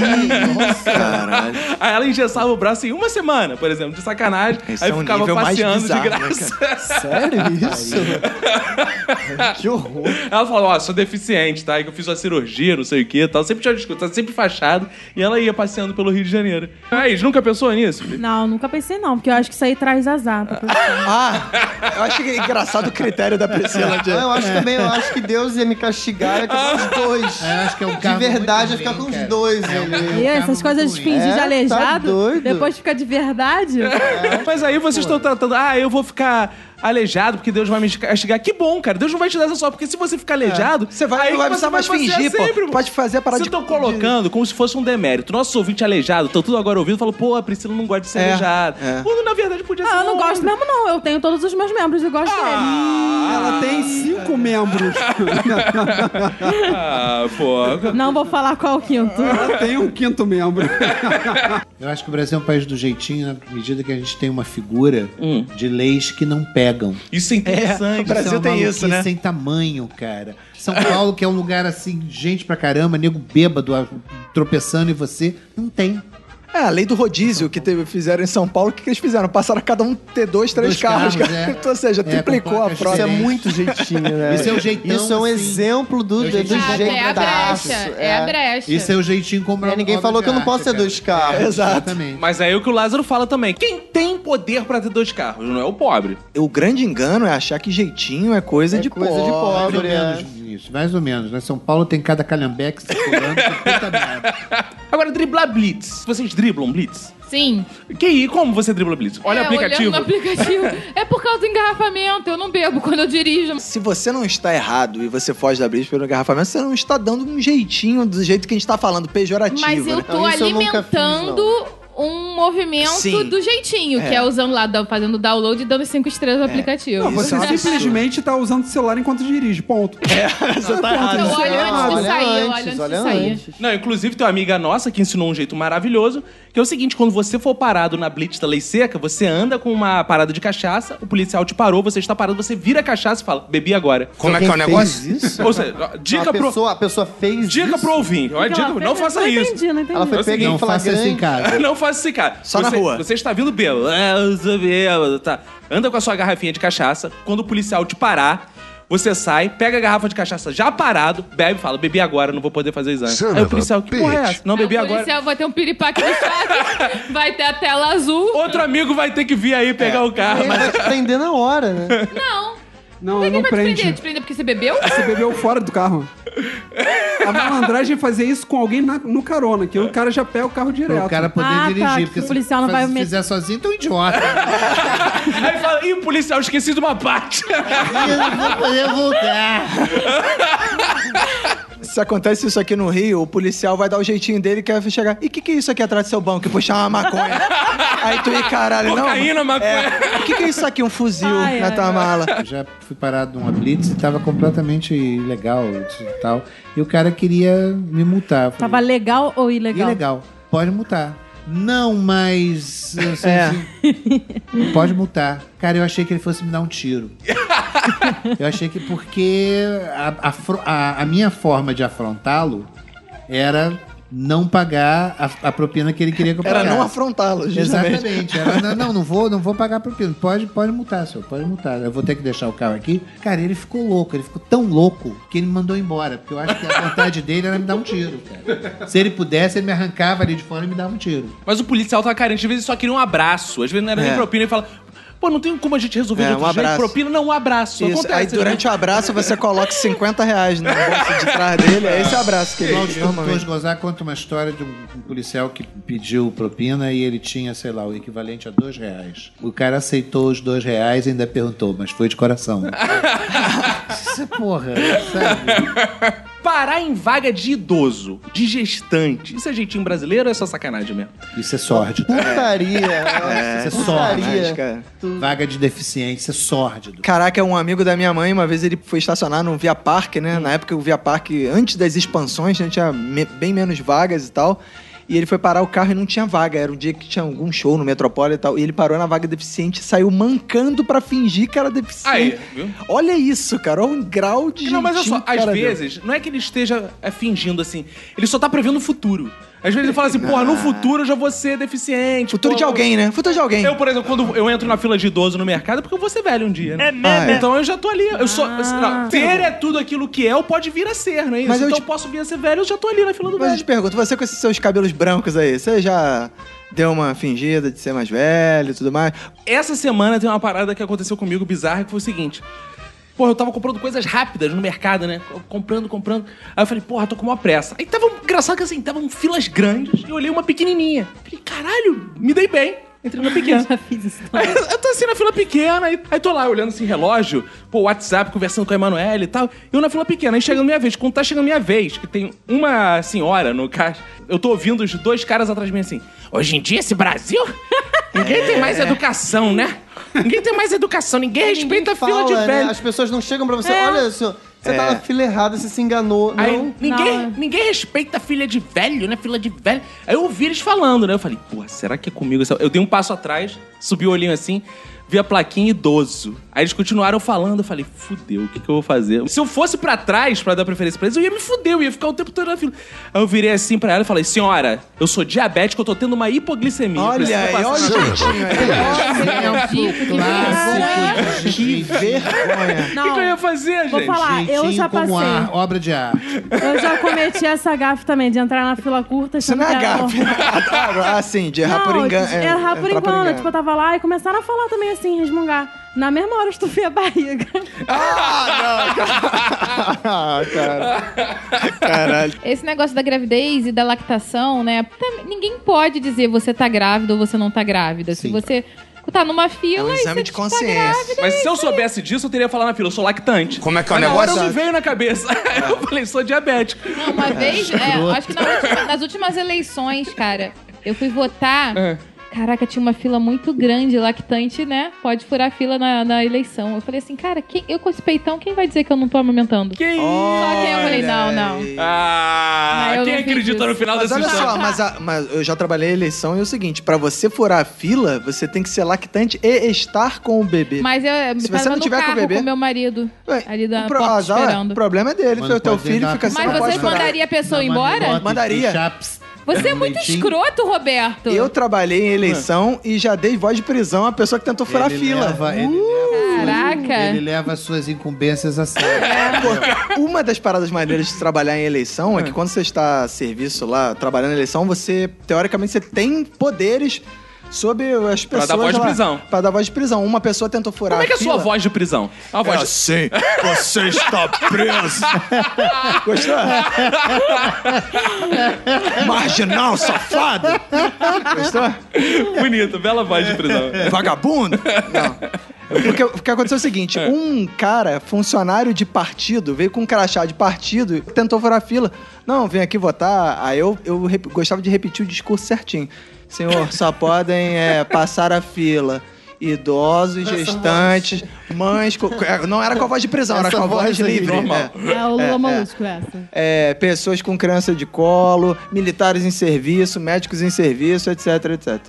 S2: nossa, caralho.
S1: *laughs* Aí ela engessava o braço em uma semana, por exemplo, de sacanagem.
S2: Esse
S1: aí
S2: é um
S1: ficava
S2: nível mais
S1: passeando
S2: bizarro,
S1: de
S2: né,
S1: graça.
S4: Sério isso? que horror.
S1: *laughs* Ela falou, ó, sou deficiente, tá? Que eu fiz uma cirurgia, não sei o que tal. Sempre tinha discutido, tá sempre fachado. E ela ia passeando pelo Rio de Janeiro. Mas nunca pensou nisso?
S5: Não, nunca pensei, não, porque eu acho que isso aí traz azar. pra pessoa.
S2: Ah, eu acho que é engraçado o critério da Priscila. De...
S4: Ah, Eu acho também, eu acho que Deus ia me castigar ia ficar com os dois.
S7: Eu acho que é um
S4: de
S7: cargo
S4: verdade, ia
S7: muito
S4: ficar
S7: ruim,
S4: com os
S7: cara.
S4: dois
S7: É.
S4: ali.
S5: E essas
S7: carro
S5: coisas
S7: muito
S5: de
S7: ruim.
S5: fingir
S4: É,
S5: de
S4: tá
S5: aleijado,
S4: doido.
S5: depois fica de
S2: *laughs*
S5: verdade.
S1: Mas É, aí vocês estão tratando, ah, eu vou ficar aleijado porque Deus vai me castigar. Que bom, cara. Deus não vai te dar essa só, porque se você ficar aleijado,
S2: É. Você vai,
S1: aí
S2: não vai precisar mais fingir, pô. Pode fazer a parada
S1: um- Vocês
S2: de...
S1: estão colocando como se fosse um demérito. Nosso ouvinte aleijado, estão tudo agora ouvindo, falou, pô, a Priscila não gosta de ser
S2: É,
S1: aleijada.
S2: é.
S1: Quando na verdade podia ser.
S5: Ah, eu não
S1: um
S5: gosto mesmo, não. Eu tenho todos os meus membros e
S2: Ah.
S5: gosto
S6: Ela tem cinco membros.
S1: Ah, pô.
S5: dele. Não vou falar qual o quinto.
S6: Ela tem um
S2: *laughs*
S6: quinto membro.
S7: Eu acho que o Brasil é um país do jeitinho na medida que a gente tem uma figura
S4: Hum.
S7: de leis que não
S2: *laughs*
S7: pegam.
S1: Isso é
S2: É, o
S1: interessante.
S7: é
S2: Brasil
S7: uma
S2: tem isso,
S7: maluquice
S2: né?
S7: sem tamanho, cara. São Paulo, que é um lugar assim, gente pra caramba, nego bêbado, a- tropeçando e você, não tem.
S2: É, a lei do rodízio que teve- fizeram em São Paulo, o que, que eles fizeram? Passaram cada um ter dois, três
S7: Dois
S2: carros. *laughs*
S7: carros,
S2: cara.
S7: é.
S2: Então, Ou seja,
S7: É, com
S2: triplicou a
S7: placas
S2: prova.
S4: Isso é
S7: diferentes.
S4: muito jeitinho, né?
S7: Isso é o jeitão,
S4: Isso é um
S7: assim.
S4: exemplo do,
S7: É o
S4: do, do
S7: jeitinho.
S3: Cara, é a
S4: jeitaço,
S3: brecha. É a brecha.
S7: Isso é o jeitinho como
S4: É, ninguém falou que eu não posso ter dois carros.
S2: Ah, Exato.
S7: Exatamente.
S1: Mas aí é o que o Lázaro fala também. Quem tem poder pra ter dois carros? Não é o pobre. *laughs*
S2: O grande engano é achar que jeitinho é coisa
S4: É
S2: de
S4: coisa
S2: pobre.
S4: de
S7: Mais ou
S4: pobre, é.
S7: menos isso, mais ou menos. Né? São Paulo tem cada calhambeque circulando, que puta merda.
S1: Agora, driblar blitz. Vocês driblam blitz?
S3: Sim.
S1: Que e como você dribla blitz? Olha
S3: é,
S1: o aplicativo.
S3: olhando no aplicativo. é por causa do engarrafamento. Eu não bebo quando eu dirijo.
S2: Se você não está errado e você foge da briga pelo engarrafamento, você não está dando um jeitinho do jeito que a gente está falando, pejorativo.
S3: Mas eu
S2: né?
S3: tô
S4: Não, isso eu nunca fiz,
S3: alimentando um movimento
S2: Sim.
S3: do jeitinho,
S2: É.
S3: que é usando lá, dando- fazendo download e dando cinco estrelas no aplicativo.
S6: Não, você
S2: Isso é um absurdo.
S6: simplesmente tá usando o celular enquanto dirige. Ponto.
S2: Você tá
S3: Eu
S2: errado.
S3: olho antes de
S4: Olha
S3: sair, eu olho
S4: antes,
S3: antes
S4: olha
S3: de sair.
S4: antes.
S1: Não, inclusive tem uma amiga nossa que ensinou um jeito maravilhoso, que é o seguinte, quando você for parado na blitz da lei seca, você anda com uma parada de cachaça, o policial te parou, você está parado, você vira a cachaça e fala, bebi agora.
S4: Como é que é o
S2: um
S4: negócio? Isso?
S1: Ou seja, ó, dica
S4: a
S1: pro...
S4: pessoa, a pessoa fez
S1: Dica
S4: isso?
S1: pro ouvinte. Olha, dica, não faça
S5: não
S1: isso.
S5: Entendi, não entendi.
S4: Ela foi
S1: É o
S4: pega
S1: seguinte,
S4: em
S7: Não faça isso em
S4: flagrante.
S1: *laughs*
S7: casa.
S1: Não faça esse cara.
S2: Só na
S1: Você-
S2: rua.
S1: Você está vindo bêbado. Ah, bêbado, tá. Anda com a sua garrafinha de cachaça. Quando o policial te parar, você sai, pega a garrafa de cachaça já parado, bebe e fala: bebi agora, não vou poder fazer exame.
S10: Son
S1: Aí o
S10: of a
S1: policial, que porra é
S10: bitch."
S1: essa? Não, bebi
S3: o
S1: agora.
S3: policial vai ter um piripaque no chat, vai ter a tela azul.
S1: Outro amigo vai ter que vir aí pegar o carro.
S4: Ele vai te prender na hora, né?
S3: Não.
S6: Não,
S3: Por que
S6: não
S3: vai te prender?
S6: prende.
S3: Te prender porque você bebeu?
S6: Você bebeu fora do carro. A malandragem é fazer isso com alguém na- no carona, que o cara já pega o carro direto.
S7: Pra o cara poder
S5: Ah, tá, que
S7: dirigir.
S5: o
S7: porque
S5: policial não
S7: se
S5: vai
S7: faz-
S5: me-
S7: fizer sozinho, então é
S5: *laughs*
S7: um idiota.
S1: Aí fala, ih, o policial, esqueci de uma parte.
S7: Eu não vou poder voltar.
S2: Se acontece isso aqui no Rio, o policial vai dar o jeitinho dele que vai chegar. E o que, que é isso aqui atrás do seu banco? E puxar uma maconha.
S1: *laughs*
S2: Aí tu, e caralho, não.
S1: Cocaína, maconha.
S2: O que, que é isso aqui? Um fuzil
S5: Ai,
S2: na
S5: ai,
S2: tua
S5: ai.
S2: mala.
S7: Eu já fui parado numa blitz e tava completamente ilegal e tal. E o cara queria me multar. Eu falei,
S5: Tava legal ou ilegal?
S7: Ilegal. Pode multar. Não, mas. eu sei
S2: É.
S7: *laughs* que- Pode multar. Cara, eu achei que ele fosse me dar um tiro. Eu achei que porque a, a fro- a- a minha forma de afrontá-lo era não pagar a, a propina que ele queria que eu
S2: Era
S7: pagasse.
S2: não
S7: *laughs*
S2: afrontá-lo, justamente.
S7: Exatamente. Era, não, não, não vou, não vou pagar a propina. Pode, pode multar, senhor. Pode multar. Eu vou ter que deixar o carro aqui. Cara, ele ficou louco. Ele ficou tão louco que ele me mandou embora. Porque eu acho que a vontade dele era me dar um tiro, cara. Se ele pudesse, ele me arrancava ali de fora e me dava um tiro.
S1: Mas o policial tá carente, às vezes só queria um abraço, às vezes não era nem
S2: É.
S1: propina, ele fala. Pô, não tem como a gente resolver
S2: É,
S1: de outro
S2: um
S1: jeito.
S2: abraço.
S1: Propina não, um abraço.
S2: Isso.
S1: Acontece, né?
S2: aí durante o abraço você coloca 50 reais no bolso de trás dele, é esse abraço que ele
S7: Cláudio
S2: usa
S7: Torres
S2: normalmente.
S7: Gozar conta uma história de um um policial que pediu propina e ele tinha, sei lá, o equivalente a dois reais. O cara aceitou os dois reais e ainda perguntou, mas foi de coração. Isso é porra, sabe?
S1: né? Parar em vaga de idoso, de gestante. Isso é jeitinho brasileiro ou é só sacanagem mesmo?
S7: Isso é sórdido.
S4: Putaria.
S7: Isso é
S4: É,
S7: sórdido.
S2: Mas, cara.
S7: Vaga de deficiência, isso é sórdido.
S2: Caraca, um amigo da minha mãe, uma vez ele foi estacionar no Via Parque, né?
S1: Hum.
S2: Na época o Via Parque, antes das expansões, né? tinha me- bem menos vagas e tal. E ele foi parar o carro e não tinha vaga. Era um dia que tinha algum show no Metropolitan e tal. E ele parou na vaga deficiente e saiu mancando pra fingir que era deficiente.
S1: Aí, viu?
S2: Olha isso, cara. Olha um grau de.
S1: Não, mas olha só,
S2: gentil que o
S1: às
S2: cara deu.
S1: vezes, não é que ele esteja é, fingindo assim, ele só tá prevendo o futuro. Às vezes ele fala assim, *laughs* porra, no futuro eu já vou ser deficiente.
S2: Futuro
S1: pô,
S2: de alguém, né? Futuro de alguém.
S1: tipo, Eu, por exemplo, quando eu entro na fila de idoso no mercado, é porque eu vou ser velho um dia, né? É
S2: mesmo?
S1: Então eu já tô ali. Eu sou. não, ter é tudo aquilo que é ou pode vir a ser, não é isso?
S2: Mas eu
S1: então eu
S2: te-
S1: posso vir a ser velho, eu já tô ali na fila do
S2: Mas eu te
S1: velho.
S2: pergunto, você com esses seus cabelos brancos aí, você já deu uma fingida de ser mais velho e tudo mais?
S1: Essa semana tem uma parada que aconteceu comigo bizarra que foi o seguinte. Porra, eu tava comprando coisas rápidas no mercado, né? Comprando, comprando. Aí eu falei, porra, tô com uma pressa. Aí tava engraçado que assim, estavam filas grandes e eu olhei uma pequenininha. Falei, caralho, me dei bem. Entrei na pequena.
S5: Já fiz isso.
S1: Aí eu tô assim na fila pequena, aí, aí tô lá olhando assim relógio, pô, WhatsApp, conversando com a Emanuele e tal. Eu na fila pequena, aí chegando minha vez. Quando tá chegando minha vez, que tem uma senhora no caixa, eu tô ouvindo os dois caras atrás de mim assim: hoje em dia esse Brasil, ninguém tem mais educação, né? Ninguém tem mais educação, ninguém respeita a fila de
S4: Fala, né?
S1: velho.
S4: As pessoas não chegam pra você.
S5: É.
S4: Olha, senhor, você tá na fila errada, você se enganou.
S1: Aí
S4: não.
S1: ninguém,
S5: Não.
S1: ninguém respeita a filha de velho, né? Fila de velho. Aí eu ouvi eles falando, né? Eu falei, porra, será que é comigo? essa- Eu dei um passo atrás, subi o olhinho assim, vi a plaquinha idoso. Aí eles continuaram falando, eu falei, fudeu, o que, que eu vou fazer? Se eu fosse pra trás pra dar preferência pra eles, eu ia me fuder, eu ia ficar o tempo todo na fila. Aí eu virei assim pra ela e falei, senhora, eu sou diabético, eu tô tendo uma hipoglicemia. preciso
S2: Olha aí,
S1: passar
S2: olha o
S1: na-
S2: jeitinho aí.
S7: Clássico
S2: Que
S7: de
S2: vergonha.
S1: O que, que eu
S5: Não,
S1: ia fazer, gente?
S5: vou falar, eu já
S7: jeitinho como
S5: passei.
S7: a obra de arte.
S5: Eu já cometi essa gafe também, de entrar na fila curta.
S2: Isso
S5: achando
S2: não é
S5: que era
S2: gafe.
S5: normal.
S2: Adoro, ah, sim, de errar
S5: Não,
S2: por engano. é,
S5: Era errar por
S2: entrar
S5: engano.
S2: engano.
S5: Tipo, eu tava lá e começaram a falar também assim, resmungar. Na mesma hora eu estufei a barriga.
S7: *laughs*
S2: Ah, cara. Caralho.
S3: Esse negócio da gravidez e da lactação, né? tam- Ninguém pode dizer você tá grávida ou você não tá grávida. Se
S7: Sim.
S3: você tá numa
S2: É
S3: fila
S2: um
S3: e você
S2: exame de consciência.
S1: Mas se eu soubesse disso, eu teria falado na fila, eu sou lactante.
S11: Como é que é o
S1: Mas na hora
S11: negócio?
S1: não veio na cabeça. *laughs* Eu falei, sou diabético.
S3: Não, uma vez, é, acho que na última- nas últimas eleições, cara, eu fui votar.
S1: É.
S3: Caraca, tinha uma fila muito grande, lactante, né? Pode furar a fila na, na eleição. Eu falei assim, cara, quem, eu com esse peitão, quem vai dizer que eu não tô amamentando?
S1: Que isso?
S3: Só que aí eu falei, não,
S2: Olha
S3: não.
S2: aí.
S1: Ah,
S3: Ah, eu
S1: quem
S3: não fiz
S1: acredita
S3: isso.
S1: no final
S2: Mas
S1: dessa
S2: olha
S1: história?
S2: só, mas, a- mas eu já trabalhei a eleição e é o seguinte: pra você furar a fila, você tem que ser lactante e estar com o bebê.
S3: Mas eu eu
S2: Se
S3: tava
S2: você não
S3: no
S2: tiver com o
S3: carro
S2: bebê-
S3: com meu marido.
S2: Ué,
S3: ali da
S2: o pro-
S3: porta
S2: azar é-
S3: esperando.
S2: O problema é dele,
S7: Mas
S2: foi o teu
S7: pode
S2: filho
S7: dar-
S2: fica assim,
S3: Mas
S2: não
S3: vocês
S2: pode furar.
S3: mandaria a pessoa
S7: Não, mas
S3: embora?
S7: bota
S2: Mandaria.
S7: um chaps,
S3: Você é
S7: um
S3: muito
S7: leitinho.
S3: escroto, Roberto.
S2: Eu trabalhei em
S1: Hum.
S2: eleição e já dei voz de prisão à pessoa que tentou furar a
S7: Ele
S2: fila. Hum.
S7: leva- ele leva-
S3: Uh! Caraca. É.
S7: Ele leva as suas incumbências a sério.
S2: Pô, uma das paradas maneiras de trabalhar em eleição
S1: Hum.
S2: é que quando você está a serviço lá, trabalhando em eleição, você, teoricamente, você tem poderes sobre as pessoas.
S1: Pra dar voz de
S2: lá.
S1: prisão.
S2: Pra dar voz de prisão. Uma pessoa tentou furar
S1: Como é que é
S2: a
S1: a sua
S2: fila.
S1: voz de prisão? É uma voz de-
S11: assim, você está
S1: *laughs*
S11: preso.
S2: Gostou? Marginal, safado! Gostou?
S1: Bonito, bela voz de prisão.
S2: Vagabundo! *laughs* Não. Porque, porque aconteceu o seguinte: um cara, funcionário de partido, veio com um crachá de partido e tentou furar a fila. Não, vem aqui votar. Aí eu, eu rep- gostava de repetir o discurso certinho. Senhor, só podem é, passar a fila. Idosos, gestantes, mães. co- é, Não era com a voz de prisão, era
S4: Essa
S2: com a voz,
S4: voz aí,
S2: livre.
S4: normal.
S2: é.
S5: É o Lula Molusco essa.
S2: É, pessoas com criança de colo, militares em serviço, médicos em serviço, etc, etc.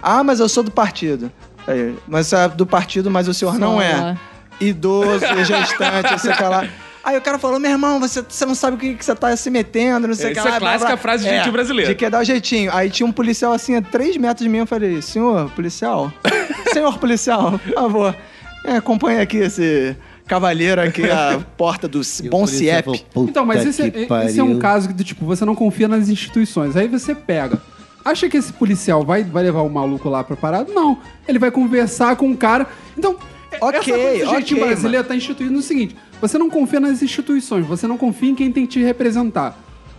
S2: Ah, mas eu sou do partido. Aí, mas você é do partido, mas o senhor não é.
S3: Sola.
S2: idoso, *laughs* gestante, não sei o que lá. Aí o cara falou, meu irmão, você, você não sabe o que, que você tá se metendo, não sei o que
S1: Essa
S2: lá.
S1: é a
S2: blá,
S1: clássica
S2: blá.
S1: frase de
S2: É,
S1: gentil brasileiro.
S2: De que dar o jeitinho. Aí tinha um policial assim, a três metros de mim, eu falei, senhor
S1: *laughs*
S2: policial, senhor policial, por favor, é, acompanha aqui esse cavalheiro aqui,
S1: *laughs*
S2: a porta do
S7: E o
S2: Bom
S7: polícia
S2: CIEP.
S7: falou,
S2: *laughs*
S7: "Puta
S6: Então, mas esse,
S7: que
S6: é- esse é
S7: pariu."
S6: um caso que, do tipo, você não confia nas instituições. Aí você pega. Acha que esse policial vai, vai levar o maluco lá pra parada? Não. Ele vai conversar com o cara. Então, é-
S2: Ok,
S6: essa coisa do jeitinho
S2: ok,
S6: brasileiro tá instituído no seguinte. Você não confia nas instituições. Você não confia em quem tem que te representar.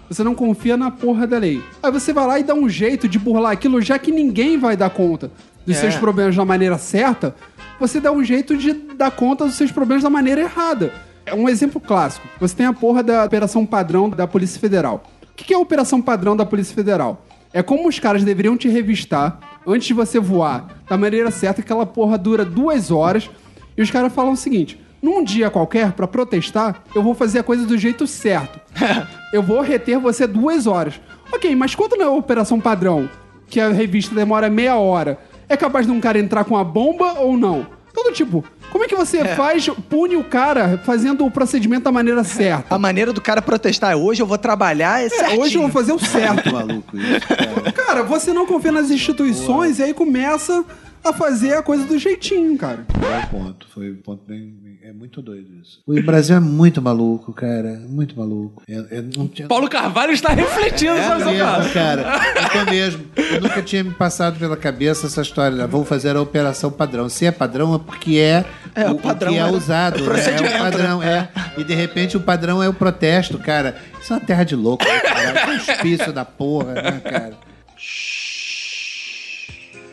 S6: Você não confia na porra da lei. Aí você vai lá e dá um jeito de burlar aquilo, já que ninguém vai dar conta dos
S2: É.
S6: seus problemas da maneira certa, você dá um jeito de dar conta dos seus problemas da maneira errada. É um exemplo clássico. Você tem a porra da operação padrão da Polícia Federal. O que que é a operação padrão da Polícia Federal? É como os caras deveriam te revistar antes de você voar da maneira certa, que aquela porra dura duas horas. E os caras falam o seguinte: num dia qualquer, pra protestar, eu vou fazer a coisa do jeito certo. *laughs* eu vou reter você duas horas. Ok, mas quanto não é a operação padrão? Que a revista demora meia hora. É capaz de um cara entrar com a bomba ou não? Todo tipo, como é que você faz, pune o cara fazendo o procedimento da maneira certa?
S2: A maneira do cara protestar é hoje eu vou trabalhar é,
S6: É,
S2: certinho.
S6: hoje eu vou fazer o
S7: *laughs*
S6: certo.
S7: Maluco isso, cara.
S6: cara, você não confia nas instituições e aí começa a fazer a coisa do jeitinho, cara.
S7: Foi um ponto. Foi um ponto bem. É muito doido isso. O Brasil é muito maluco, cara. Muito maluco. É, é, não tinha...
S1: Paulo Carvalho está refletindo
S7: É
S1: sobre essa
S7: mesmo, cara. É mesmo. Eu nunca tinha me passado pela cabeça essa história. né? Vamos fazer a operação padrão. Se é padrão, é porque é,
S2: É,
S7: o, o
S2: padrão
S7: que é
S2: é o-
S7: usado. né? É o padrão, é. E de repente o padrão é o protesto, cara. Isso é uma terra de louco, né, cara? É um hospício da porra, né, cara?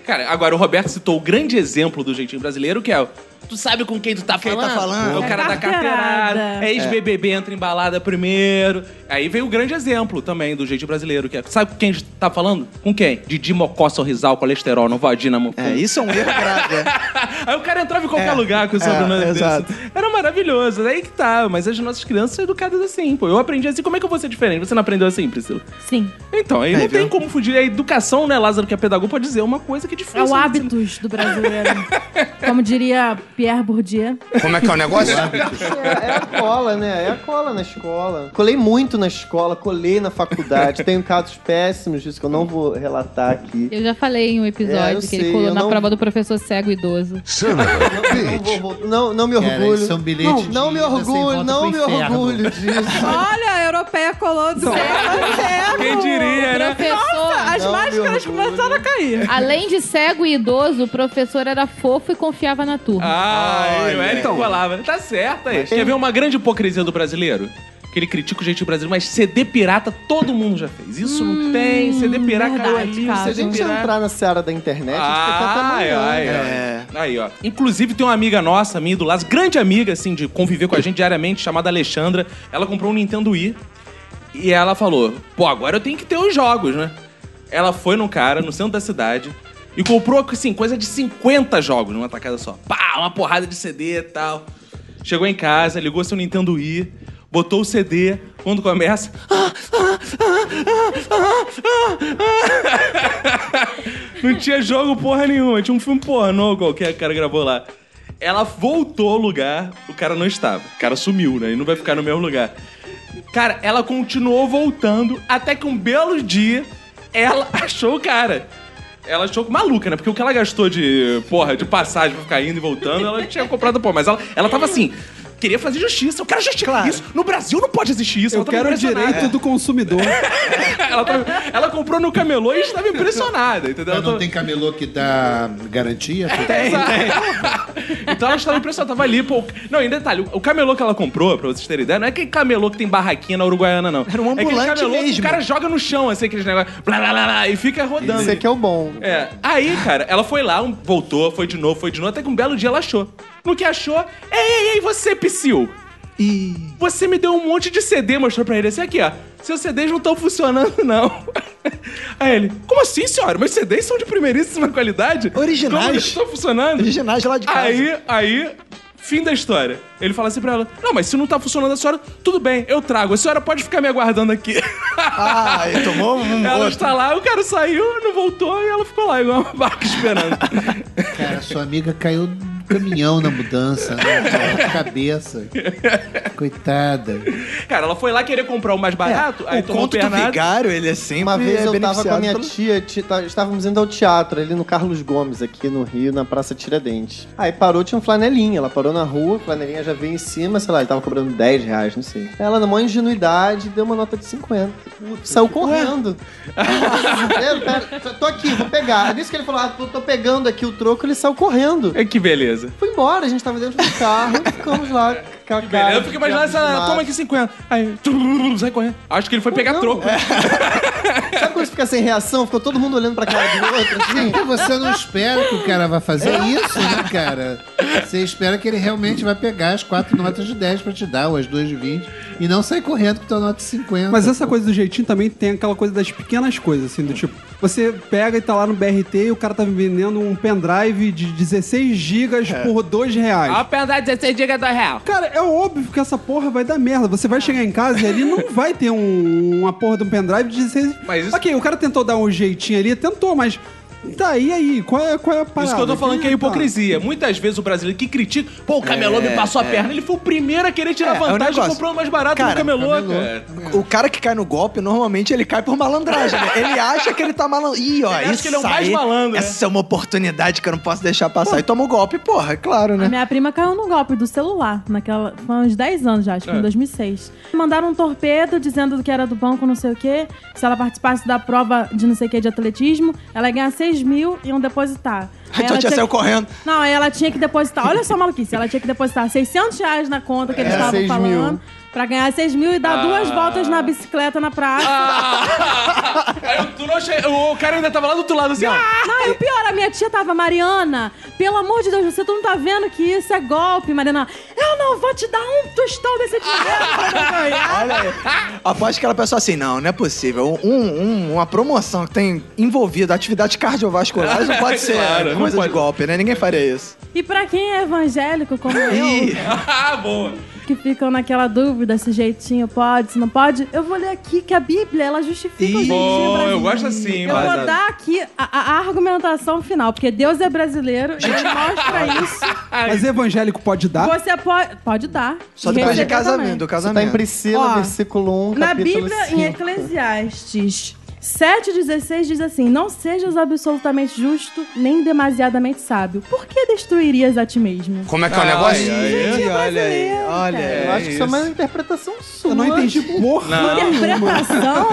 S1: Cara, agora o Roberto citou o grande exemplo do jeitinho brasileiro, que é. Tu sabe com quem tu tá
S2: Quem tá
S1: falando?
S2: falando.
S1: É o cara da
S5: Carteirada.
S1: carteirada. É ex-BBB, entra em balada primeiro. Aí veio o grande exemplo também do jeitinho brasileiro, que é... Sabe com quem tá falando? Com quem? Didi Mocó, Sorrisal, Colesterol, Nova Dínamo.
S2: É, isso é um erro grave. é.
S1: Aí o cara entrava em qualquer
S2: É,
S1: lugar com o
S2: é,
S1: sobrenome desse.
S2: exato.
S1: Era maravilhoso. Aí que tá. Mas as nossas crianças são educadas assim, pô. Eu aprendi assim. Como é que eu vou ser diferente? Você não aprendeu assim, Priscila?
S5: Sim.
S1: Então, aí
S2: É,
S1: não tem
S2: viu?
S1: como fugir. A educação, né, Lázaro, que é pedagogo, pode dizer uma coisa que é difícil.
S5: É o
S1: né?
S5: hábitos do brasileiro. Como diria Pierre Bourdieu.
S11: Como é que é o negócio?
S4: É, é a cola, né? É a cola na escola. Colei muito na escola, colei na faculdade. Tenho casos péssimos disso que eu não vou relatar aqui.
S3: Eu já falei em um
S4: É,
S3: episódio
S4: eu
S3: que ele
S4: sei,
S3: colou
S4: eu
S3: na
S4: não-
S3: prova do professor cego idoso.
S4: Não, vou voltar- não, não me
S7: É, Cara,
S4: orgulho.
S7: isso é um bilhete
S4: não,
S7: de
S4: não me
S7: ida sem volta
S4: orgulho, não me
S7: pro inferno.
S4: orgulho disso.
S5: Olha, a europeia colou do céu.
S1: Quem diria, né?
S5: Nossa,
S3: Professor.
S5: as
S4: Não,
S5: máscaras
S4: meu orgulho.
S5: começaram a cair.
S3: Além de cego e idoso, o professor era fofo e confiava na turma.
S1: Ah,
S4: Olha.
S1: o Eric colava. Tá certo aí. Quer ver uma grande hipocrisia do brasileiro? Que ele critica o jeitinho brasileiro, mas CD pirata todo mundo já fez. Isso não tem. CD pirata caiu
S5: Hum, verdade,
S1: ali,
S5: cara.
S4: Se a
S1: CD
S4: gente
S1: pirata.
S4: entrar na seara da
S2: né?
S4: internet, a
S1: Ai,
S4: gente fica até
S1: Ah, ai,
S4: amanhã.
S2: É.
S1: ai. Aí, ó. Inclusive, tem uma amiga nossa, minha do Lázaro, grande amiga, assim, de conviver com a gente diariamente, chamada Alexandra. Ela comprou um Nintendo Wii e ela falou: pô, agora eu tenho que ter os jogos, né? Ela foi num cara, no centro da cidade, e comprou, assim, coisa de 50 jogos numa tacada só. Pá, uma porrada de CD e tal. Chegou em casa, ligou seu Nintendo Wii, botou o CD. Quando começa. Não tinha jogo porra nenhuma, tinha um filme pornô qualquer que o cara gravou lá. Ela voltou ao lugar, o cara não estava. O cara sumiu, né? E não vai ficar no mesmo lugar. Cara, ela continuou voltando até que um belo dia ela *laughs* achou o cara. Ela achou maluca, né? Porque o que ela gastou de, porra, de passagem pra ficar indo e voltando, ela tinha comprado, pô. Mas ela, ela tava assim, queria fazer justiça. Eu quero justiça. Isso, no Brasil não pode existir isso.
S6: Eu
S1: Ela tava
S6: quero o
S1: impressionada. *laughs*
S6: direito
S4: É.
S6: do consumidor.
S1: ela, tava- ela comprou no camelô e estava impressionada, entendeu?
S7: Mas
S1: Ela
S7: não
S1: tava-
S7: tem camelô que dá garantia?
S1: É, né? Então ela estava impressionada, tava ali, pô. Não, em detalhe, o camelô que ela comprou, pra vocês terem ideia, não é aquele camelô que tem barraquinha na Uruguaiana, não.
S2: Era um
S1: É aquele
S2: ambulante
S1: camelô que
S2: mesmo.
S1: o cara joga no chão, assim, aqueles negócios, blá, blá, blá, blá, e fica rodando.
S4: Esse aqui é o bom.
S1: É. Aí, cara, ela foi lá, um- voltou, foi de novo, foi de novo, até que um belo dia ela achou. No que achou, ei, ei, ei, você, Psyu! Você me deu um monte de CD, mostrou pra ele. Esse aqui, ó. Seus CDs não estão funcionando, não. *laughs* Aí ele, como assim, senhora? Meus CDs são de primeiríssima qualidade?
S2: Originais.
S1: Como eles estão funcionando?
S2: Originais lá de casa.
S1: Aí, aí, fim da história. Ele fala assim pra ela: Não, mas se não tá funcionando a senhora, tudo bem, eu trago. A senhora pode ficar me aguardando aqui. *laughs*
S2: Ah, e tomou um
S1: ela
S2: outro.
S1: está lá, o cara saiu, não voltou e ela ficou lá, igual uma vaca esperando.
S7: Cara, sua amiga caiu caminhão na mudança, né? cabeça. Coitada.
S1: *laughs* Cara, ela foi lá querer comprar É, o mais barato, Ah, aí
S2: É. o
S1: tomou um
S2: conto do
S1: pernada.
S2: vigário, ele é sempre
S4: Uma vez
S2: é
S4: eu tava com a minha
S2: beneficiado
S4: tia, ti- tá- estávamos indo ao teatro, ali no Carlos Gomes, aqui no Rio, na Praça Tiradentes. Aí parou, tinha um flanelinha, ela parou na rua, a flanelinha já veio em cima, sei lá, ele tava cobrando 10 reais, não sei. Ela, na maior ingenuidade, deu uma nota de 50. Saiu correndo. Pera, pera, tô- tô aqui, vou pegar. Aí Nisso que ele falou, ah, tô, tô pegando aqui o troco, ele saiu correndo.
S1: É que beleza.
S4: Foi embora, a gente tava dentro do
S1: *laughs*
S4: carro, ficamos lá com a cara.
S1: eu fico imaginando essa. é Toma aqui 50. Aí. *laughs* tru- Sai correndo. Acho que ele foi pegar
S4: não.
S1: troco.
S4: Sabe quando você fica sem reação? Ficou todo mundo olhando pra cara do outro, assim?
S7: Porque você não espera que o cara vá fazer isso, né, cara? Você espera que ele realmente vai pegar as quatro notas de 10 pra te dar, ou as duas de 20, e não sair correndo com tua nota de 50.
S6: Mas essa coisa do jeitinho também tem aquela coisa das pequenas coisas, assim, do tipo, você pega e tá lá no BRT e o cara tá vendendo um pendrive de 16 gigas
S1: É.
S6: por 2 reais.
S1: Ó, perdão, 16 dias é 2 real.
S6: Cara, é óbvio que essa porra vai dar merda. Você vai chegar em casa e
S1: *laughs*
S6: ali não vai ter um- uma porra de um pendrive de 16.
S1: Mas isso-
S6: Ok, o cara tentou dar um jeitinho ali, tentou, mas. Tá, e aí? Qual é, qual é a parada?
S1: Isso que eu tô falando que é
S6: tá.
S1: hipocrisia. Muitas vezes o brasileiro que critica. Pô, o camelô me passou a perna. Ele foi o primeiro a querer tirar
S2: É, é um
S1: vantagem
S2: negócio.
S1: comprando mais barato
S2: Cara,
S1: no camelô. cara. *laughs*
S2: O cara que cai no golpe, normalmente ele cai por malandragem, né? Ele acha que ele tá malandro. Ih, ó,
S1: Ele acha
S2: isso
S1: que ele é o mais
S2: aí-
S1: malandro, né?
S2: Essa é uma oportunidade que eu não posso deixar passar. E toma o golpe, porra, é claro,
S5: A
S2: né?
S5: minha prima caiu no golpe do celular, naquela. Foi há uns 10 anos já, acho que
S1: É.
S5: em 2006. Mandaram um torpedo dizendo que era do banco, não sei o quê. Se ela participasse da prova de não sei o quê de atletismo, ela ia ganhar 6 mil e iam depositar.
S2: *laughs*
S5: Aí
S2: Então
S5: ela
S2: já
S5: tinha
S2: saiu
S5: que-
S2: correndo.
S5: Não, aí ela tinha que depositar. Olha só, maluquice. Ela tinha que depositar 600 reais na conta que eles
S4: É,
S5: estavam
S4: 6 mil.
S5: falando. Pra ganhar 6 mil e dar duas voltas na bicicleta na praça.
S1: Aí o trouxa, o cara ainda tava lá do outro lado assim. ah!
S5: Não, e o pior, a minha tia tava, Mariana, pelo amor de Deus, você tu não tá vendo que isso é golpe, Mariana. Eu não vou te dar um tostão desse dinheiro pra eu ganhar.
S2: Olha aí. Aposto que ela pensou assim: não, não é possível. Um- um- uma promoção que tem envolvido atividade cardiovascular
S1: *laughs*
S2: não pode ser
S1: Claro, não
S2: coisa
S1: pode.
S2: de golpe, né? Ninguém faria isso.
S5: E pra quem é evangélico como eu,
S2: Ih,
S1: Ah, *laughs* boa.
S5: que ficam naquela dúvida se jeitinho pode, se não pode, eu vou ler aqui que a Bíblia, ela justifica o
S2: Ih,
S5: jeitinho
S1: Bom, eu
S5: brasileiro.
S1: gosto assim,
S5: Eu
S1: mas-
S5: vou dar aqui a, a- a argumentação final, porque Deus é brasileiro, ele mostra isso.
S6: Mas evangélico pode dar?
S5: Você pode, pode dar.
S2: só
S5: e
S2: depois de
S5: receber
S2: casamento,
S5: também.
S2: do
S4: Você tá em
S7: É.
S2: casamento.
S4: Priscila,
S5: Ó,
S4: versículo 1,
S5: Na
S4: capítulo
S5: Bíblia, em
S4: 5.
S5: Eclesiastes 7,16 diz assim: Não sejas absolutamente justo, nem demasiadamente sábio. Por que destruirias a ti mesmo?
S11: Como é que é o negócio?
S2: Ih, olha aí,
S5: brasileiro,
S2: olha aí.
S4: Eu acho que isso é uma interpretação sua.
S6: Eu não entendi porra.
S1: é? *laughs*
S5: Interpretação?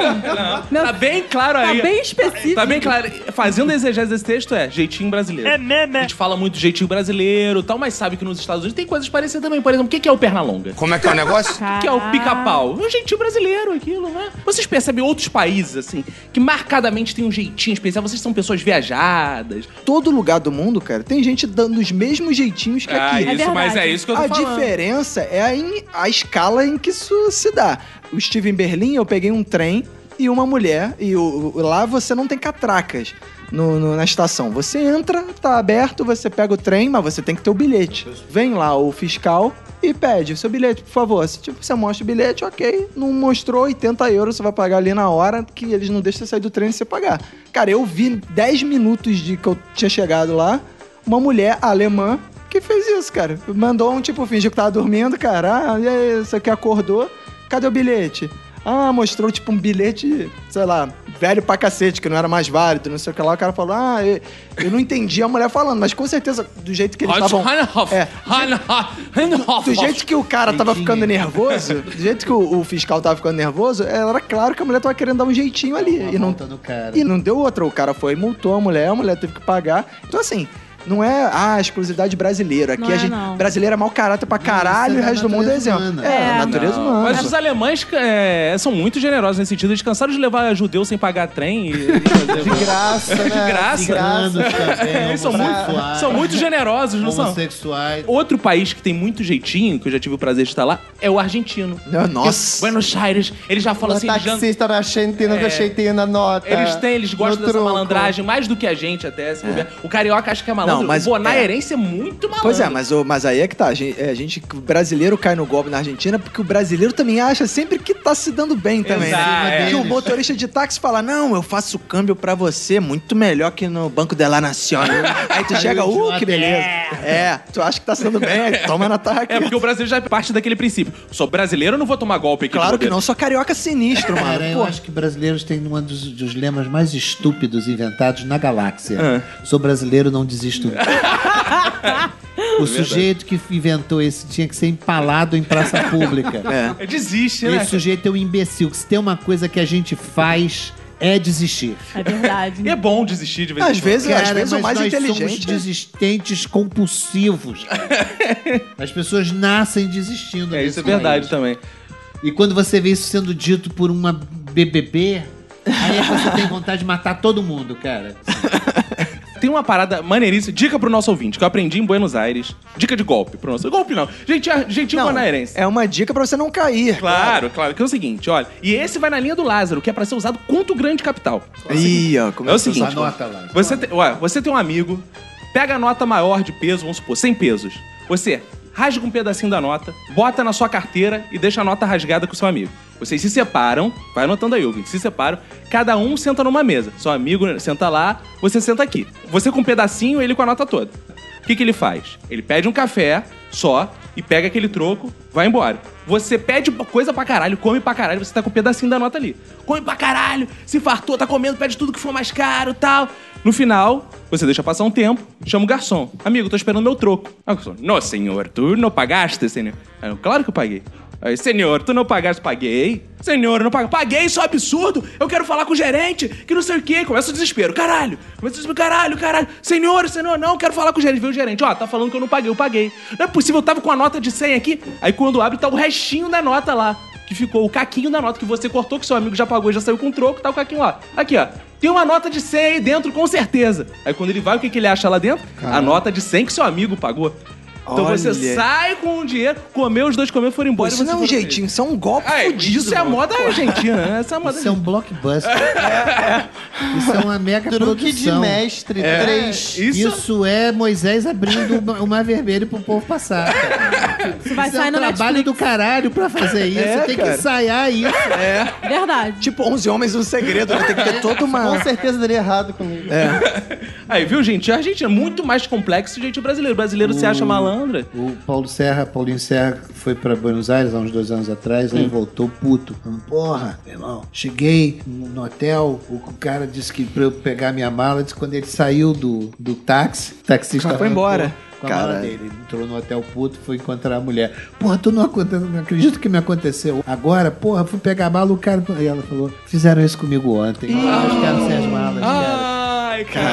S5: Meu,
S1: Tá bem claro
S5: tá
S1: aí.
S5: bem específico.
S1: Tá bem claro. Fazendo exegese desse texto é jeitinho brasileiro. É
S5: né,
S1: meme. A gente fala muito de jeitinho brasileiro e tal, mas sabe que nos Estados Unidos tem coisas parecidas também. Por exemplo, o que que é o Pernalonga?
S11: Como é que é o negócio?
S1: O que é
S2: Ah.
S1: o pica-pau? É um jeitinho brasileiro aquilo, né? Vocês percebem outros países, assim, que marcadamente tem um jeitinho especial. Vocês são pessoas viajadas.
S2: Todo lugar do mundo, cara, tem gente dando os mesmos jeitinhos que aqui.
S5: É verdade.
S1: Ah, isso que
S2: a diferença é a, em- a escala em que isso se dá. Eu estive em Berlim, eu peguei um trem e uma mulher, e o- o- lá você não tem catracas no- no- na estação. Você entra, tá aberto, você pega o trem, mas você tem que ter o bilhete. Vem lá o fiscal e pede o seu bilhete, por favor. Se, tipo, você mostra o bilhete, ok. Não mostrou, 80 euros você vai pagar ali na hora, que eles não deixam você sair do trem se você pagar. Cara, eu vi 10 minutos de que eu tinha chegado lá, uma mulher alemã que fez isso, cara. Mandou um tipo, fingiu que tava dormindo, cara. Ah, e aí, você que acordou, cadê o bilhete? Ah, mostrou tipo um bilhete, sei lá, velho pra cacete, que não era mais válido, não sei o que lá. O cara falou, ah, eu, eu não entendi a mulher falando, mas com certeza, do jeito que eles estavam. É, do jeito que o cara tava ficando nervoso, do jeito que o, o fiscal tava ficando nervoso, era claro que a mulher tava querendo dar um jeitinho ali.
S7: Uma
S2: E não,
S7: volta no cara.
S2: e não deu outra. O cara foi e multou a mulher, a mulher teve que pagar. Então, assim, não é ah, a exclusividade brasileira. Aqui
S5: Não
S2: a
S5: é,
S2: gente.
S5: não.
S2: Brasileiro é mau caráter pra caralho
S7: isso é
S2: e o
S7: da
S2: resto do mundo é
S7: natureza
S2: exemplo.
S7: humana.
S2: É,
S5: É.
S2: da natureza humana.
S1: Mas os alemães é, são muito generosos nesse sentido. Eles cansaram de levar judeu sem pagar
S2: *laughs*
S1: trem. E, e fazer-
S4: *laughs* De graça, né?
S1: De graça.
S7: Ciganos também,
S1: É, eles são, muito,
S7: homossexuais.
S1: são muito generosos, não são?
S7: Homossexuais.
S1: Outro país que tem muito jeitinho, que eu já tive o prazer de estar lá, é o argentino.
S2: Ah, Nossa.
S1: Buenos Aires, eles já falam
S4: O
S1: assim... eles já-
S4: taxista na Argentina, da Argentina, nota.
S2: É,
S1: Eles têm, eles
S4: No
S1: gostam dessa
S4: tronco.
S1: malandragem mais do que a gente até. Se bobear. O carioca acha que é malandro.
S2: Não, mas-
S1: o bonaerense é. muito malandro.
S2: Pois é, mas, o- mas aí é que tá. A gente, é, a gente- o brasileiro cai no golpe na Argentina porque o brasileiro também acha sempre que tá se dando bem também.
S1: Exato,
S2: né?
S1: é.
S2: Que o motorista de táxi fala: Não, eu faço o câmbio pra você muito melhor que no Banco de la Nación. aí tu chega, uh, que beleza. É, tu acha que tá se dando bem, aí toma na tarra aqui.
S1: É porque o brasileiro já parte daquele princípio. Sou brasileiro, eu não vou tomar golpe aqui. de
S2: Claro que
S1: bobeira.
S2: não, sou carioca sinistro, mano.
S7: Cara, eu
S2: Pô.
S7: acho que brasileiros têm um dos, dos lemas mais estúpidos inventados na
S2: É,
S7: galáxia.
S1: Ah.
S7: Sou brasileiro,
S1: *laughs*
S7: não desisto. nunca. o sujeito que inventou esse tinha que ser empalado em praça pública.
S1: *laughs* É, Desiste, né?
S7: Esse sujeito é um imbecil, que se tem uma coisa que a gente faz é desistir.
S5: É verdade.
S1: E é bom desistir de vez em
S2: Às
S1: quando.
S2: vezes, às
S7: Cara,
S2: vezes o
S7: mas
S2: mais
S7: nós
S2: inteligente.
S7: somos
S1: né?
S7: desistentes
S1: *laughs*
S7: compulsivos. cara. As pessoas nascem desistindo.
S1: É, isso é
S7: desse
S1: verdade
S7: país.
S1: também.
S7: E quando você vê isso sendo dito por uma BBB, aí é que você tem vontade de matar todo mundo, cara.
S1: Tem uma parada maneiríssima. Dica pro nosso ouvinte, que eu aprendi em Buenos Aires. Dica de golpe pro nosso... Golpe não. Gente, gentil
S2: Não,
S1: bonaerense.
S2: é uma dica pra você não cair.
S1: Claro, claro. Que é o seguinte, olha. E esse vai na linha do Lázaro, que é pra ser usado contra o grande capital.
S2: Ih, ó,
S1: É o
S2: começou.
S1: seguinte,
S7: Anota lá.
S1: Você tem, ué, você tem um amigo, pega a nota maior de peso, vamos supor, 100 pesos. Você rasga um pedacinho da nota, bota na sua carteira e deixa a nota rasgada com o seu amigo. Vocês se separam, vai anotando aí, ouvinte, se separam, cada um senta numa mesa. Seu amigo senta lá, você senta aqui. Você com um pedacinho, ele com a nota toda. O que, que ele faz? Ele pede um café só e pega aquele troco, vai embora. Você pede coisa pra caralho, come pra caralho, você tá com um pedacinho da nota ali. Come pra caralho, se fartou, tá comendo, pede tudo que for mais caro tal. No final, você deixa passar um tempo, chama o garçom. Amigo, tô esperando meu troco. Aí o garçom, não, senhor, tu não pagaste, senhor. Aí eu, claro que eu paguei. Aí, senhor, tu não pagaste, paguei. Senhor, eu não paguei. Paguei, isso é um absurdo. Eu quero falar com o gerente, que não sei o quê. Começa o desespero, caralho. Começa o desespero, caralho, caralho. Senhor, senhor, não, eu quero falar com o gerente. Vê o gerente, ó, tá falando que eu não paguei, eu paguei. Não é possível, eu tava com a nota de 100 aqui. Aí quando abre, tá o restinho da nota lá. Que ficou o caquinho da nota que você cortou, que seu amigo já pagou, já saiu com troco, tá o caquinho lá. Aqui, ó. Tem uma nota de 100 aí dentro, com certeza. Aí quando ele vai, o que, que ele acha lá dentro? A nota de 100 que seu amigo pagou. Então você
S2: Olha.
S1: sai com o dinheiro, comeu os dois, comeu, foram
S2: Pô,
S1: embora. e
S2: isso
S1: você
S2: não é um
S1: foram
S2: jeitinho, isso é um golpe
S1: ah, é,
S2: fudido.
S1: isso é a
S2: mano.
S1: moda argentina, né? Essa é a moda
S7: Isso é um blockbuster. Isso é uma mega
S4: Truque de
S7: produção.
S4: mestre
S1: É.
S4: 3.
S1: Isso,
S7: Isso é Moisés abrindo o ma- o mar vermelho pro povo passar. cara.
S5: Isso vai
S7: Isso é
S5: sair
S7: um
S5: no
S7: trabalho
S5: Netflix.
S7: do caralho pra fazer isso.
S2: É,
S7: Tem
S2: cara.
S7: que ensaiar isso.
S4: É.
S5: Verdade.
S2: Tipo, 11 homens e um segredo, né? Tem que ter toda uma.
S4: Com certeza daria errado comigo.
S1: Aí, viu, gente? A Argentina é muito mais complexo que o jeito brasileiro. O brasileiro se acha malandra.
S7: O Paulo Serra, Paulinho Serra, foi pra Buenos Aires há uns dois anos atrás,
S2: Hum.
S7: aí voltou puto. Falando, Porra, meu irmão, cheguei no no hotel, o cara disse que pra eu pegar minha mala, disse que quando ele saiu do, do táxi, o taxista
S2: Foi embora.
S7: Com a mala
S2: Caralho.
S7: dele, Ele entrou no hotel puto, foi encontrar a mulher. Porra, tu não, acon- não acredito que me aconteceu. Agora, porra, fui pegar a mala, o cara. E ela falou: fizeram isso comigo ontem. Ah, os caras sem as malas,
S2: Ah.
S7: cara.
S1: Ai,
S7: Os
S1: cara.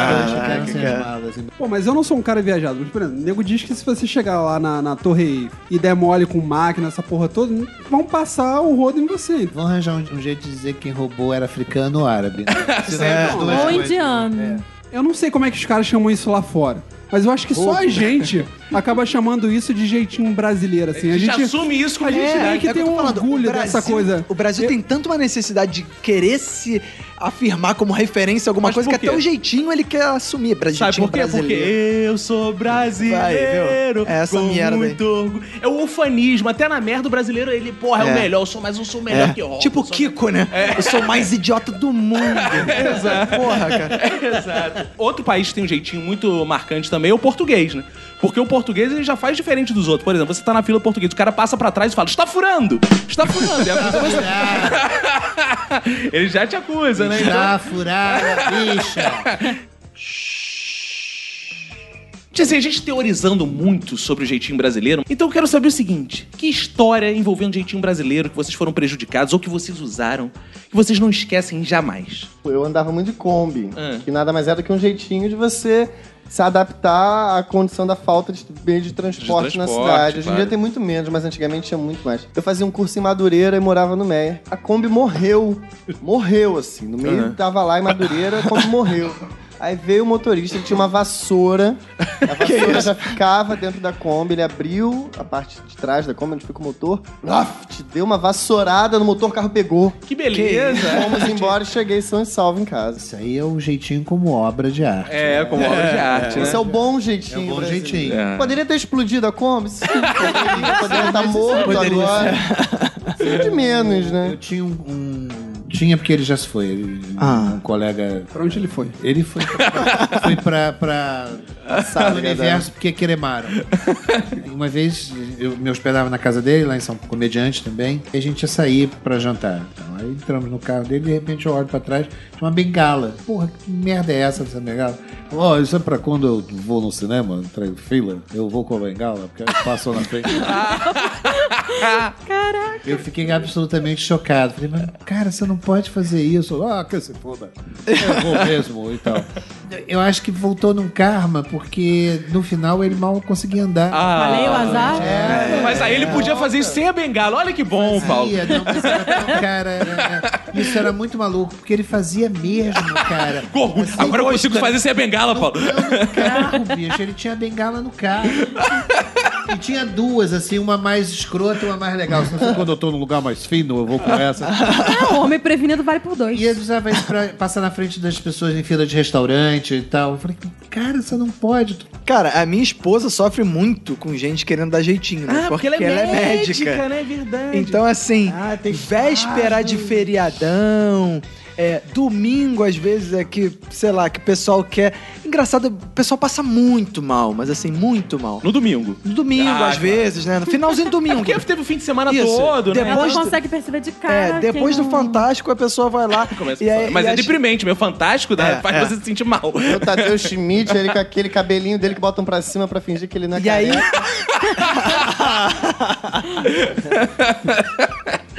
S7: caras sem as malas.
S6: Pô, mas eu não sou um cara viajado. Mas, por exemplo, o nego diz que se você chegar lá na, na torre e der mole com máquina, essa porra toda, vão passar o rodo em você.
S7: Vão arranjar um, um jeito de dizer que quem roubou era africano ou árabe. né? Se não é as duas
S5: Ou
S7: coisas.
S5: indiano.
S6: Eu não sei como é que os caras chamam isso lá fora. Mas eu acho que só
S1: *laughs*
S6: a gente acaba chamando isso de jeitinho brasileiro, assim. A
S1: A gente,
S6: gente,
S1: assume isso como
S6: a gente meio que
S2: é
S6: tem
S2: eu tô
S6: um
S2: falando,
S6: orgulho
S2: o Brasil-
S6: dessa coisa.
S2: O Brasil tem tanto uma necessidade de querer se afirmar como referência a alguma
S1: Mas
S2: coisa que
S1: por quê?
S2: até o jeitinho ele quer assumir. Bra-
S1: Sabe
S2: jeitinho
S1: por quê? Porque
S2: brasileiro.
S1: eu sou brasileiro.
S2: Vai, viu? É essa
S1: com
S2: merda aí.
S1: muito orgulho. É o ufanismo. Até na merda, o brasileiro, ele, porra, é,
S2: É.
S1: o melhor. Eu sou mais um, sou melhor
S2: É.
S1: que o
S2: Tipo o Kiko, né? Eu sou o mais idiota do mundo. Exato. Porra, cara.
S1: *laughs* Exato. Outro país que tem um jeitinho muito marcante também é o português, né? Porque o português ele já faz diferente dos outros. Por exemplo, você tá na fila portuguesa, o cara passa pra trás e fala: está furando! Está furando! E a pessoa *laughs* vai- ele já te acusa, né? Então,
S7: Tá furada, bicha.
S1: Tipo assim, a gente teorizando muito sobre o jeitinho brasileiro, então eu quero saber o seguinte: que história envolvendo o jeitinho brasileiro que vocês foram prejudicados ou que vocês usaram, que vocês não esquecem jamais?
S4: Eu andava muito de Kombi,
S1: Ah.
S4: que nada mais era do que um jeitinho de você se adaptar à condição da falta de meio de transporte,
S1: De
S4: na
S1: transporte,
S4: cidade. Hoje em dia
S1: claro.
S4: tem muito menos, mas antigamente tinha muito mais. Eu fazia um curso em Madureira e morava no Meia.
S1: Uhum.
S4: A Kombi morreu. Morreu, assim. No meio, tava lá em Madureira, a Kombi morreu. Aí veio o motorista, ele tinha uma vassoura.
S1: *laughs*
S4: A vassoura já ficava dentro da Kombi, ele abriu a parte de trás da Kombi, onde fica o motor. Nof, te deu uma vassourada no motor, o carro pegou.
S1: Que beleza.
S4: Fomos
S1: *laughs*
S4: embora e cheguei são e salvo em casa.
S7: Isso aí é um jeitinho como obra de arte.
S1: É, como obra de arte, né?
S4: Esse é o bom jeitinho.
S7: É um bom
S4: brasileiro.
S7: jeitinho.
S1: É.
S4: Poderia ter explodido a Kombi? Sim, poderia, poderia estar
S2: é
S4: morto agora. Sim, de menos, né?
S7: Eu tinha um, um- Tinha porque ele já se foi. ele-
S2: Ah.
S7: Um colega.
S6: Pra onde ele foi?
S7: Ele foi pra, foi pra, *laughs* pra
S4: Sabe,
S7: o universo porque cremaram. Uma vez eu me hospedava na casa dele, lá em São Comediante também, e a gente ia sair pra jantar. Então, aí entramos no carro dele e de repente eu olho pra trás, tinha uma bengala. Porra, que merda é essa dessa bengala? Ó, isso é pra quando eu vou no cinema, entrar em fila, eu vou com a bengala, porque ela passou na frente.
S5: Caraca.
S7: Eu fiquei absolutamente chocado. Falei, mas, cara, você não pode fazer isso. Ah, que se foda. "É, Eu vou mesmo e tal. Eu acho que voltou num karma, porque no final ele mal conseguia andar.
S1: Ah,
S5: Falei o azar.
S1: Mas aí ele podia fazer isso sem a bengala. Olha que bom, Paulo.
S7: Fazia, não, mas era
S1: *laughs*
S7: tão- cara, era- né? isso era muito maluco, porque ele fazia mesmo, cara.
S1: Que orgulho.
S7: Assim,
S1: Agora eu consigo fazer sem a bengala, Paulo.
S7: no carro, bicho. Ele tinha a bengala no carro. E tinha duas, assim, uma mais escrota e uma mais legal. Se não for quando eu tô num lugar mais fino, eu vou com essa.
S5: É, o homem prevenido vale por dois.
S7: E é eu usava isso pra passar na frente das pessoas em fila de restaurante e tal. Eu falei, cara, você não pode. Tu-
S2: Cara, a minha esposa sofre muito com gente querendo dar jeitinho,
S1: Ah,
S2: né?
S1: é né? É verdade.
S2: Então, assim,
S7: Ah, tem
S2: véspera de feriadão. é, domingo, às vezes, é que, sei lá, que o pessoal quer. Engraçado, o pessoal passa muito mal, mas assim, muito mal.
S1: No domingo.
S2: No domingo,
S1: Ah,
S2: às
S1: claro.
S2: vezes, né? No finalzinho do domingo.
S1: É *laughs* Porque teve o fim de semana
S2: Isso.
S1: todo, né?
S5: Ela não
S2: depois do-
S5: consegue perceber de cara.
S2: É, depois
S5: quem
S2: do
S5: não-
S2: Fantástico, a pessoa vai lá.
S1: "Ah, Começa
S2: e
S1: a
S2: aí,
S1: falar. Mas é
S2: e acha-
S1: deprimente, meu fantástico, né?
S2: É,
S1: faz
S2: é.
S1: você se sentir mal.
S4: O Tadeu Schmidt, ele com aquele cabelinho dele que botam pra cima pra fingir que ele
S7: Tá
S4: não é
S2: E aí,
S4: careca.
S2: *laughs*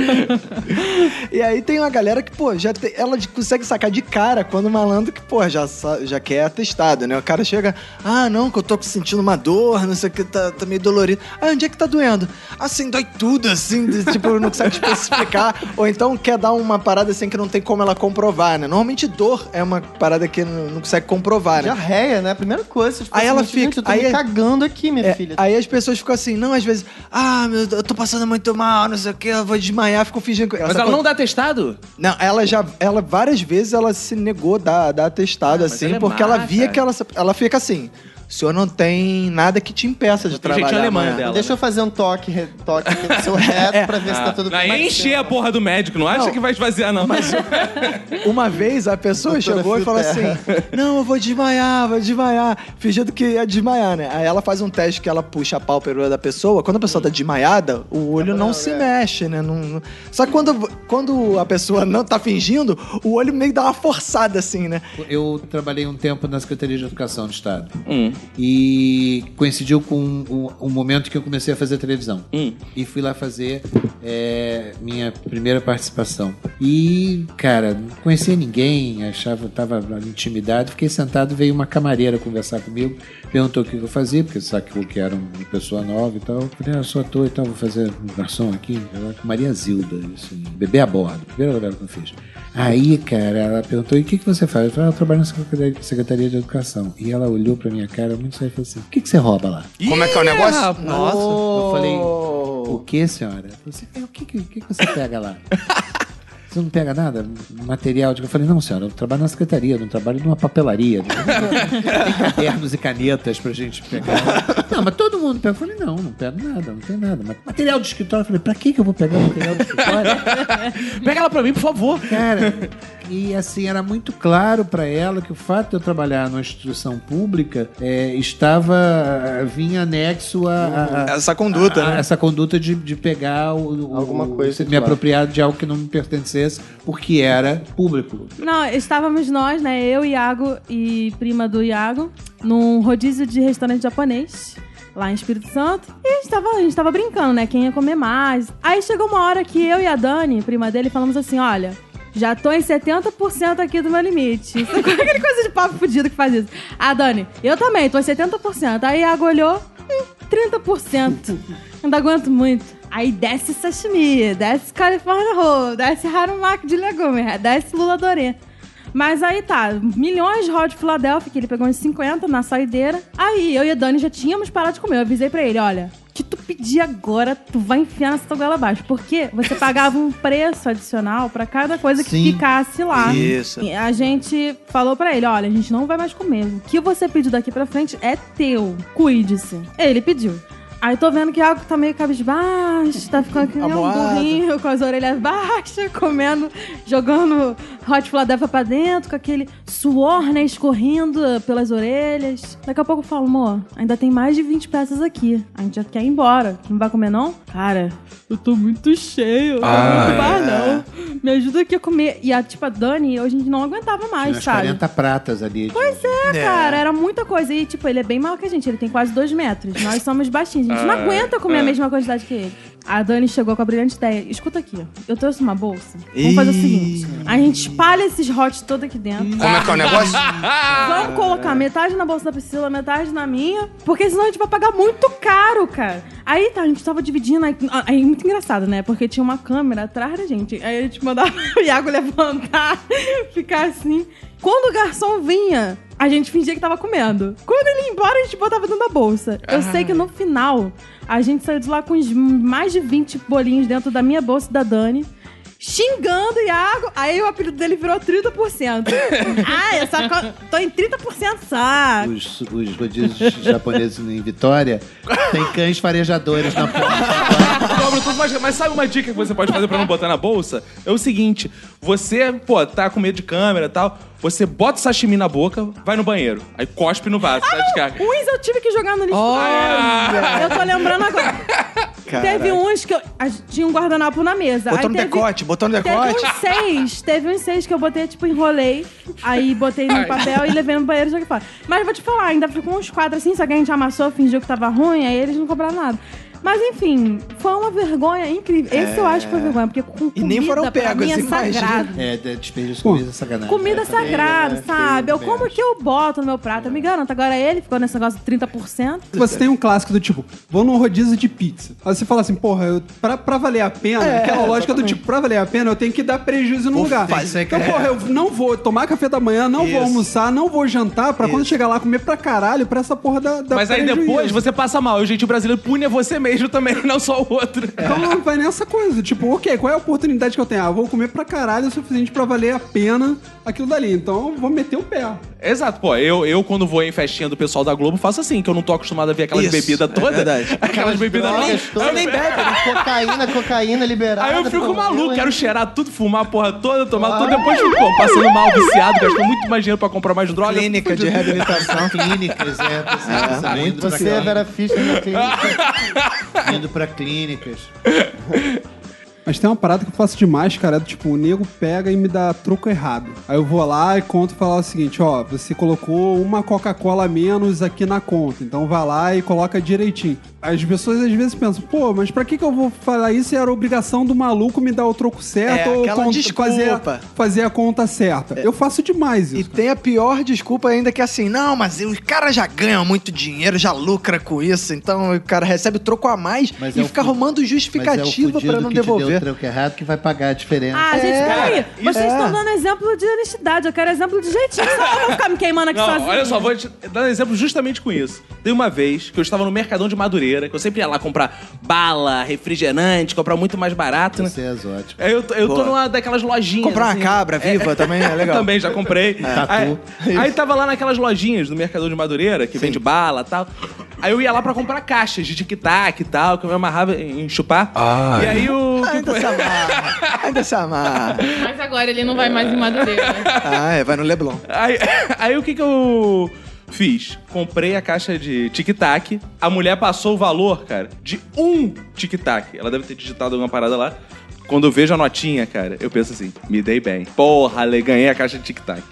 S2: e aí tem uma galera que, pô, já te- ela de- consegue sacar de cara quando o malandro que, pô, já, sa- já quer atestado, né? O cara chega, ah, não, que eu tô sentindo uma dor, não sei o que, tá, tá meio dolorido. Ah, onde é que tá doendo? Assim, dói tudo, assim, de- tipo, não consegue especificar. *laughs* Ou então quer dar uma parada assim que não tem como ela comprovar, né? Normalmente dor é uma parada que não não consegue comprovar, né?
S4: Diarreia, né? A primeira coisa. Tipo,
S2: Aí ela
S4: assim, gente,
S2: fica-
S4: Eu tô
S2: aí
S4: me
S2: é-
S4: cagando aqui, minha
S2: É,
S4: filha.
S2: Aí as pessoas ficam assim, não, às vezes, ah, meu, Deus, eu tô passando muito mal, não sei o que, eu vou desmaiar, ficam fingindo que.
S1: Mas ela não dá testado?
S2: Não, ela já. Ela várias vezes ela se negou a dar, dar atestado,
S1: mas
S2: assim,
S1: ela é
S2: porque ela
S1: má,
S2: via
S1: cara.
S2: que ela. Ela fica assim. O senhor não tem nada que te impeça de
S1: Tem jeitinho
S2: trabalhar.
S1: alemão
S2: amanhã.
S1: dela. né?
S4: Deixa eu fazer um toque, re-
S2: *laughs*
S4: toque aqui no seu reto pra ver se tá tudo
S1: Não, aí
S4: bem.
S1: encher a porra do médico, não acha
S2: Não.
S1: que vai esvaziar, não.
S2: Uma vez a pessoa
S4: Doutora
S2: chegou e falou assim:
S4: Filterra.
S2: Não, eu vou desmaiar, vou desmaiar. Fingindo que ia desmaiar, né? Aí ela faz um teste que ela puxa a pálpebra da pessoa. Quando a pessoa tá desmaiada, o olho não se mexe, né? Não, não- Só que quando, quando a pessoa não tá fingindo, o olho meio dá uma forçada, assim, né?
S7: Eu trabalhei um tempo na Secretaria de Educação do Estado. E coincidiu com um, um momento que eu comecei a fazer televisão. E fui lá fazer é, minha primeira participação. E, cara, não conhecia ninguém, achava, tava intimidado. Fiquei sentado, veio uma camareira conversar comigo, perguntou o que eu fazia, porque sacou que era uma pessoa nova e tal. Eu falei, ah, eu sou ator e tal, vou fazer um garçom aqui. Ela, Maria Zilda, isso, bebê a bordo, primeira novela que eu fiz. Aí, cara, ela perguntou: e o que, que você faz? Eu falei: ah, eu trabalho na Secretaria, Secretaria de Educação. E ela olhou pra minha cara muito séria e falou assim: o que, que você rouba lá?
S11: Como é que é o negócio?
S7: Ah, Nossa. Eu falei: o que, senhora? Ela falou assim, "É, o que, que, o que que você pega lá? Você não pega nada? Material? de- Eu falei: não, senhora, eu trabalho na Secretaria, eu não trabalho numa papelaria. Tem cadernos e canetas pra gente pegar. Não, mas todo mundo pega. Eu falei: não, não pego nada, não tem nada. Mas Material de escritório. Eu falei: pra que, que eu vou pegar material de escritório?
S1: Pega ela pra mim, por favor.
S7: Cara, e assim, era muito claro pra ela que o fato de eu trabalhar numa instituição pública é, estava. vinha anexo a. a- a-
S2: Essa conduta,
S7: a-
S2: né?
S7: Ah, Essa conduta de, de pegar o, o-
S4: Alguma
S7: o-
S4: coisa,
S7: me
S4: claro.
S7: apropriar de algo que não me pertencesse, porque era público.
S5: Não, estávamos nós, né? Eu, Iago e prima do Iago, num rodízio de restaurante japonês. Lá em Espírito Santo. E a gente, tava, a gente tava brincando, né? Quem ia comer mais. Aí chegou uma hora que eu e a Dani, prima dele, falamos assim: olha, já tô em 70% aqui do meu limite. *laughs* Isso é aquele coisa de papo fudido que faz isso. Ah, Dani, eu também, tô em 70%. Aí Iago olhou, hum, 30%. Ainda aguento muito. Aí desce sashimi, desce California Roll, desce harumaki de legume, desce lula dorê. Mas aí tá, milhões de Hot Philadelphia, que ele pegou uns 50 na saideira. Aí eu e a Dani já tínhamos parado de comer. Eu avisei pra ele: olha, o que tu pedir agora, tu vai enfiar nessa tua goela abaixo. Porque você pagava um preço adicional pra cada coisa que
S7: Sim.
S5: ficasse lá.
S2: Isso.
S5: E a gente falou pra ele: olha, a gente não vai mais comer. O que você pediu daqui pra frente é teu. Cuide-se. Ele pediu. Aí tô vendo que algo tá meio cabisbaixo, tá ficando que nem um
S2: Amuado.
S5: burrinho com as orelhas *laughs* baixas, comendo, jogando Hot Philadelphia pra dentro, com aquele suor, né, escorrendo pelas orelhas. Daqui a pouco eu falo, amor, ainda tem mais de 20 peças aqui. A gente já quer ir embora. Não vai comer, não? Cara, eu tô muito cheio. Eu
S1: Ah,
S5: não vou bar, não. Me ajuda aqui a comer. E a, tipo, a Dani, hoje a gente não aguentava mais,
S7: Tinha umas
S5: sabe?
S7: 40 pratas ali. Pois
S5: É, cara, era muita coisa. E, tipo, ele é bem maior que a gente, ele tem quase dois metros. Nós somos baixinhos, a gente não aguenta comer a mesma quantidade que ele. A Dani chegou com a brilhante ideia. Escuta aqui, eu trouxe uma bolsa. Vamos fazer o seguinte: a gente espalha esses hot todo aqui dentro.
S9: Como é que é o negócio?
S5: Vamos colocar metade na bolsa da Priscila, metade na minha, porque senão a gente vai pagar muito caro, cara. Aí tá, a gente tava dividindo, aí, ah, aí muito engraçado, né? Porque tinha uma câmera atrás da gente. Aí a gente mandava *laughs* o Iago levantar, *laughs* ficar assim. Quando o garçom vinha, a gente fingia que tava comendo. Quando ele ia embora, a gente botava dentro da bolsa. Eu sei que no final, a gente saiu de lá com uns mais de 20 bolinhos dentro da minha bolsa e da Dani xingando o Iago. Aí o apelido dele virou 30%. ah, eu só co- tô em 30% só.
S7: Os, os rodízios *laughs* japoneses em Vitória tem cães farejadores na porta.
S1: *laughs* Cobra tudo mais caro. Mas sabe uma dica que você pode fazer pra não botar na bolsa? É o seguinte: você, pô, tá com medo de câmera e tal. Você bota o sashimi na boca, vai no banheiro. Aí cospe no vaso, tá descarga.
S5: Uns eu tive que jogar no lixo. Eu tô lembrando agora.
S2: um,
S5: Teve uns que eu. a- Tinha um guardanapo na mesa.
S2: Botou
S5: Aí
S2: no
S5: teve-
S2: decote, botou no
S5: Teve
S2: decote.
S5: uns seis, teve uns seis que eu botei, tipo, enrolei, aí botei num papel e levei no banheiro e joguei fora. Mas vou te falar, ainda ficou uns quatro assim, só que a gente amassou, fingiu que tava ruim, aí eles não compraram nada. Mas enfim, foi uma vergonha incrível. Esse eu acho que foi vergonha, porque com comida
S2: É. E nem foram
S5: pra
S2: pegos,
S5: mim é
S2: assim, imagina.
S5: sagrado.
S7: É, de- desperdício de comida é sacanagem.
S5: Comida
S7: É, também,
S5: sagrada,
S7: né?
S5: sabe? Eu
S7: Feio,
S5: como o que eu boto no meu prato, eu me garanto. Agora ele ficou nesse negócio de 30%.
S6: Você tem um clássico do tipo, vou num rodízio de pizza. Aí você fala assim, porra, eu, pra, pra valer a pena, aquela lógica do tipo, pra valer a pena, eu tenho que dar prejuízo no lugar.
S2: faz isso aí,
S6: então,
S2: cara.
S6: porra, eu não vou tomar café da manhã, não vou almoçar, não vou jantar, pra quando chegar lá comer pra caralho, pra essa porra da, da
S1: Mas aí
S6: tá prejuízo.
S1: depois você passa mal. E o jeitinho brasileiro pune é você mesmo também, *laughs* não só o outro.
S6: Então vai nessa coisa, tipo, ok, qual é a oportunidade que eu tenho? Ah, eu vou comer pra caralho o suficiente pra valer a pena aquilo dali. Então eu vou meter o pé.
S1: Exato, pô. Eu, eu, quando vou em festinha do pessoal da Globo, faço assim, que eu não tô acostumado a ver aquelas
S2: Isso,
S1: bebidas
S2: é
S1: todas.
S2: verdade.
S1: *laughs*
S7: *laughs*
S1: aquelas bebidas lá.
S4: Drogas todas,
S1: Aí eu-
S7: né?
S4: cocaína, cocaína liberada.
S1: Aí eu fico
S4: pô,
S1: maluco,
S4: hein?
S1: quero cheirar tudo, fumar a porra toda, tomar tudo. Depois fico pô, passando mal, viciado, gastou muito mais dinheiro pra comprar mais droga.
S2: Clínica de reabilitação.
S7: São *laughs* clínicas, é. Você, você vai indo pra
S4: Você é
S7: clínica,
S4: Vera Fischer na clínica.
S7: indo pra clínicas.
S6: Mas tem uma parada que eu faço demais, cara. É do tipo, o nego pega e me dá troco errado. Aí eu vou lá e conto e falar o seguinte: ó, você colocou uma Coca-Cola a menos aqui na conta. Então vai lá e coloca direitinho. As pessoas às vezes pensam, pô, mas pra que, que eu vou falar isso? Era obrigação do maluco me dar o troco certo
S2: É,
S6: ou
S2: aquela
S6: cont-
S2: desculpa.
S6: fazer, fazer a conta certa. Eu faço demais
S2: E
S6: isso.
S2: tem a pior desculpa ainda que é assim, não, mas o cara já ganha muito dinheiro, já lucra com isso, então o cara recebe troco a mais
S7: Mas
S2: e
S7: é o
S2: fica
S7: fu-
S2: arrumando
S7: Mas é o
S2: justificativa
S7: fudido
S2: pra não
S7: que te deu o
S2: devolver.
S7: tranco errado que vai pagar a diferença. É,
S5: Ah, gente, peraí. Vocês
S2: isso-
S5: estão
S2: é.
S5: dando exemplo de honestidade. Eu quero exemplo de jeitinho. Só eu vou ficar me queimando aqui
S1: Não,
S5: sozinha.
S1: olha só, vou te dar um exemplo justamente com isso. Tem uma vez que eu estava no Mercadão de Madureira, que eu sempre ia lá comprar bala, refrigerante, comprar muito mais barato, né?
S7: Você é exótico.
S1: Aí eu, tô- eu tô
S2: Boa.
S1: numa daquelas lojinhas. assim.
S2: Comprar
S7: assim.
S2: uma cabra viva também é legal.
S1: Também já comprei. Aí,
S7: Tatu.
S1: aí tava lá naquelas lojinhas do Mercador de Madureira, que vende bala e tal. Aí eu ia lá pra comprar caixas de tic-tac e tal, que eu me amarrava em chupar. Ah, e aí o.
S7: é tipo
S2: Ainda se amarra, ainda se amarra.
S3: Mas agora ele não vai mais em Madureira. né?
S2: Ah, é, vai no Leblon.
S1: Aí, *laughs* aí o que que eu fiz? Comprei a caixa de tic-tac. A mulher passou o valor, cara, de um tic-tac. Ela deve ter digitado alguma parada lá. Quando eu vejo a notinha, cara, eu penso assim, me dei bem. Porra, le- ganhei a caixa de tic-tac.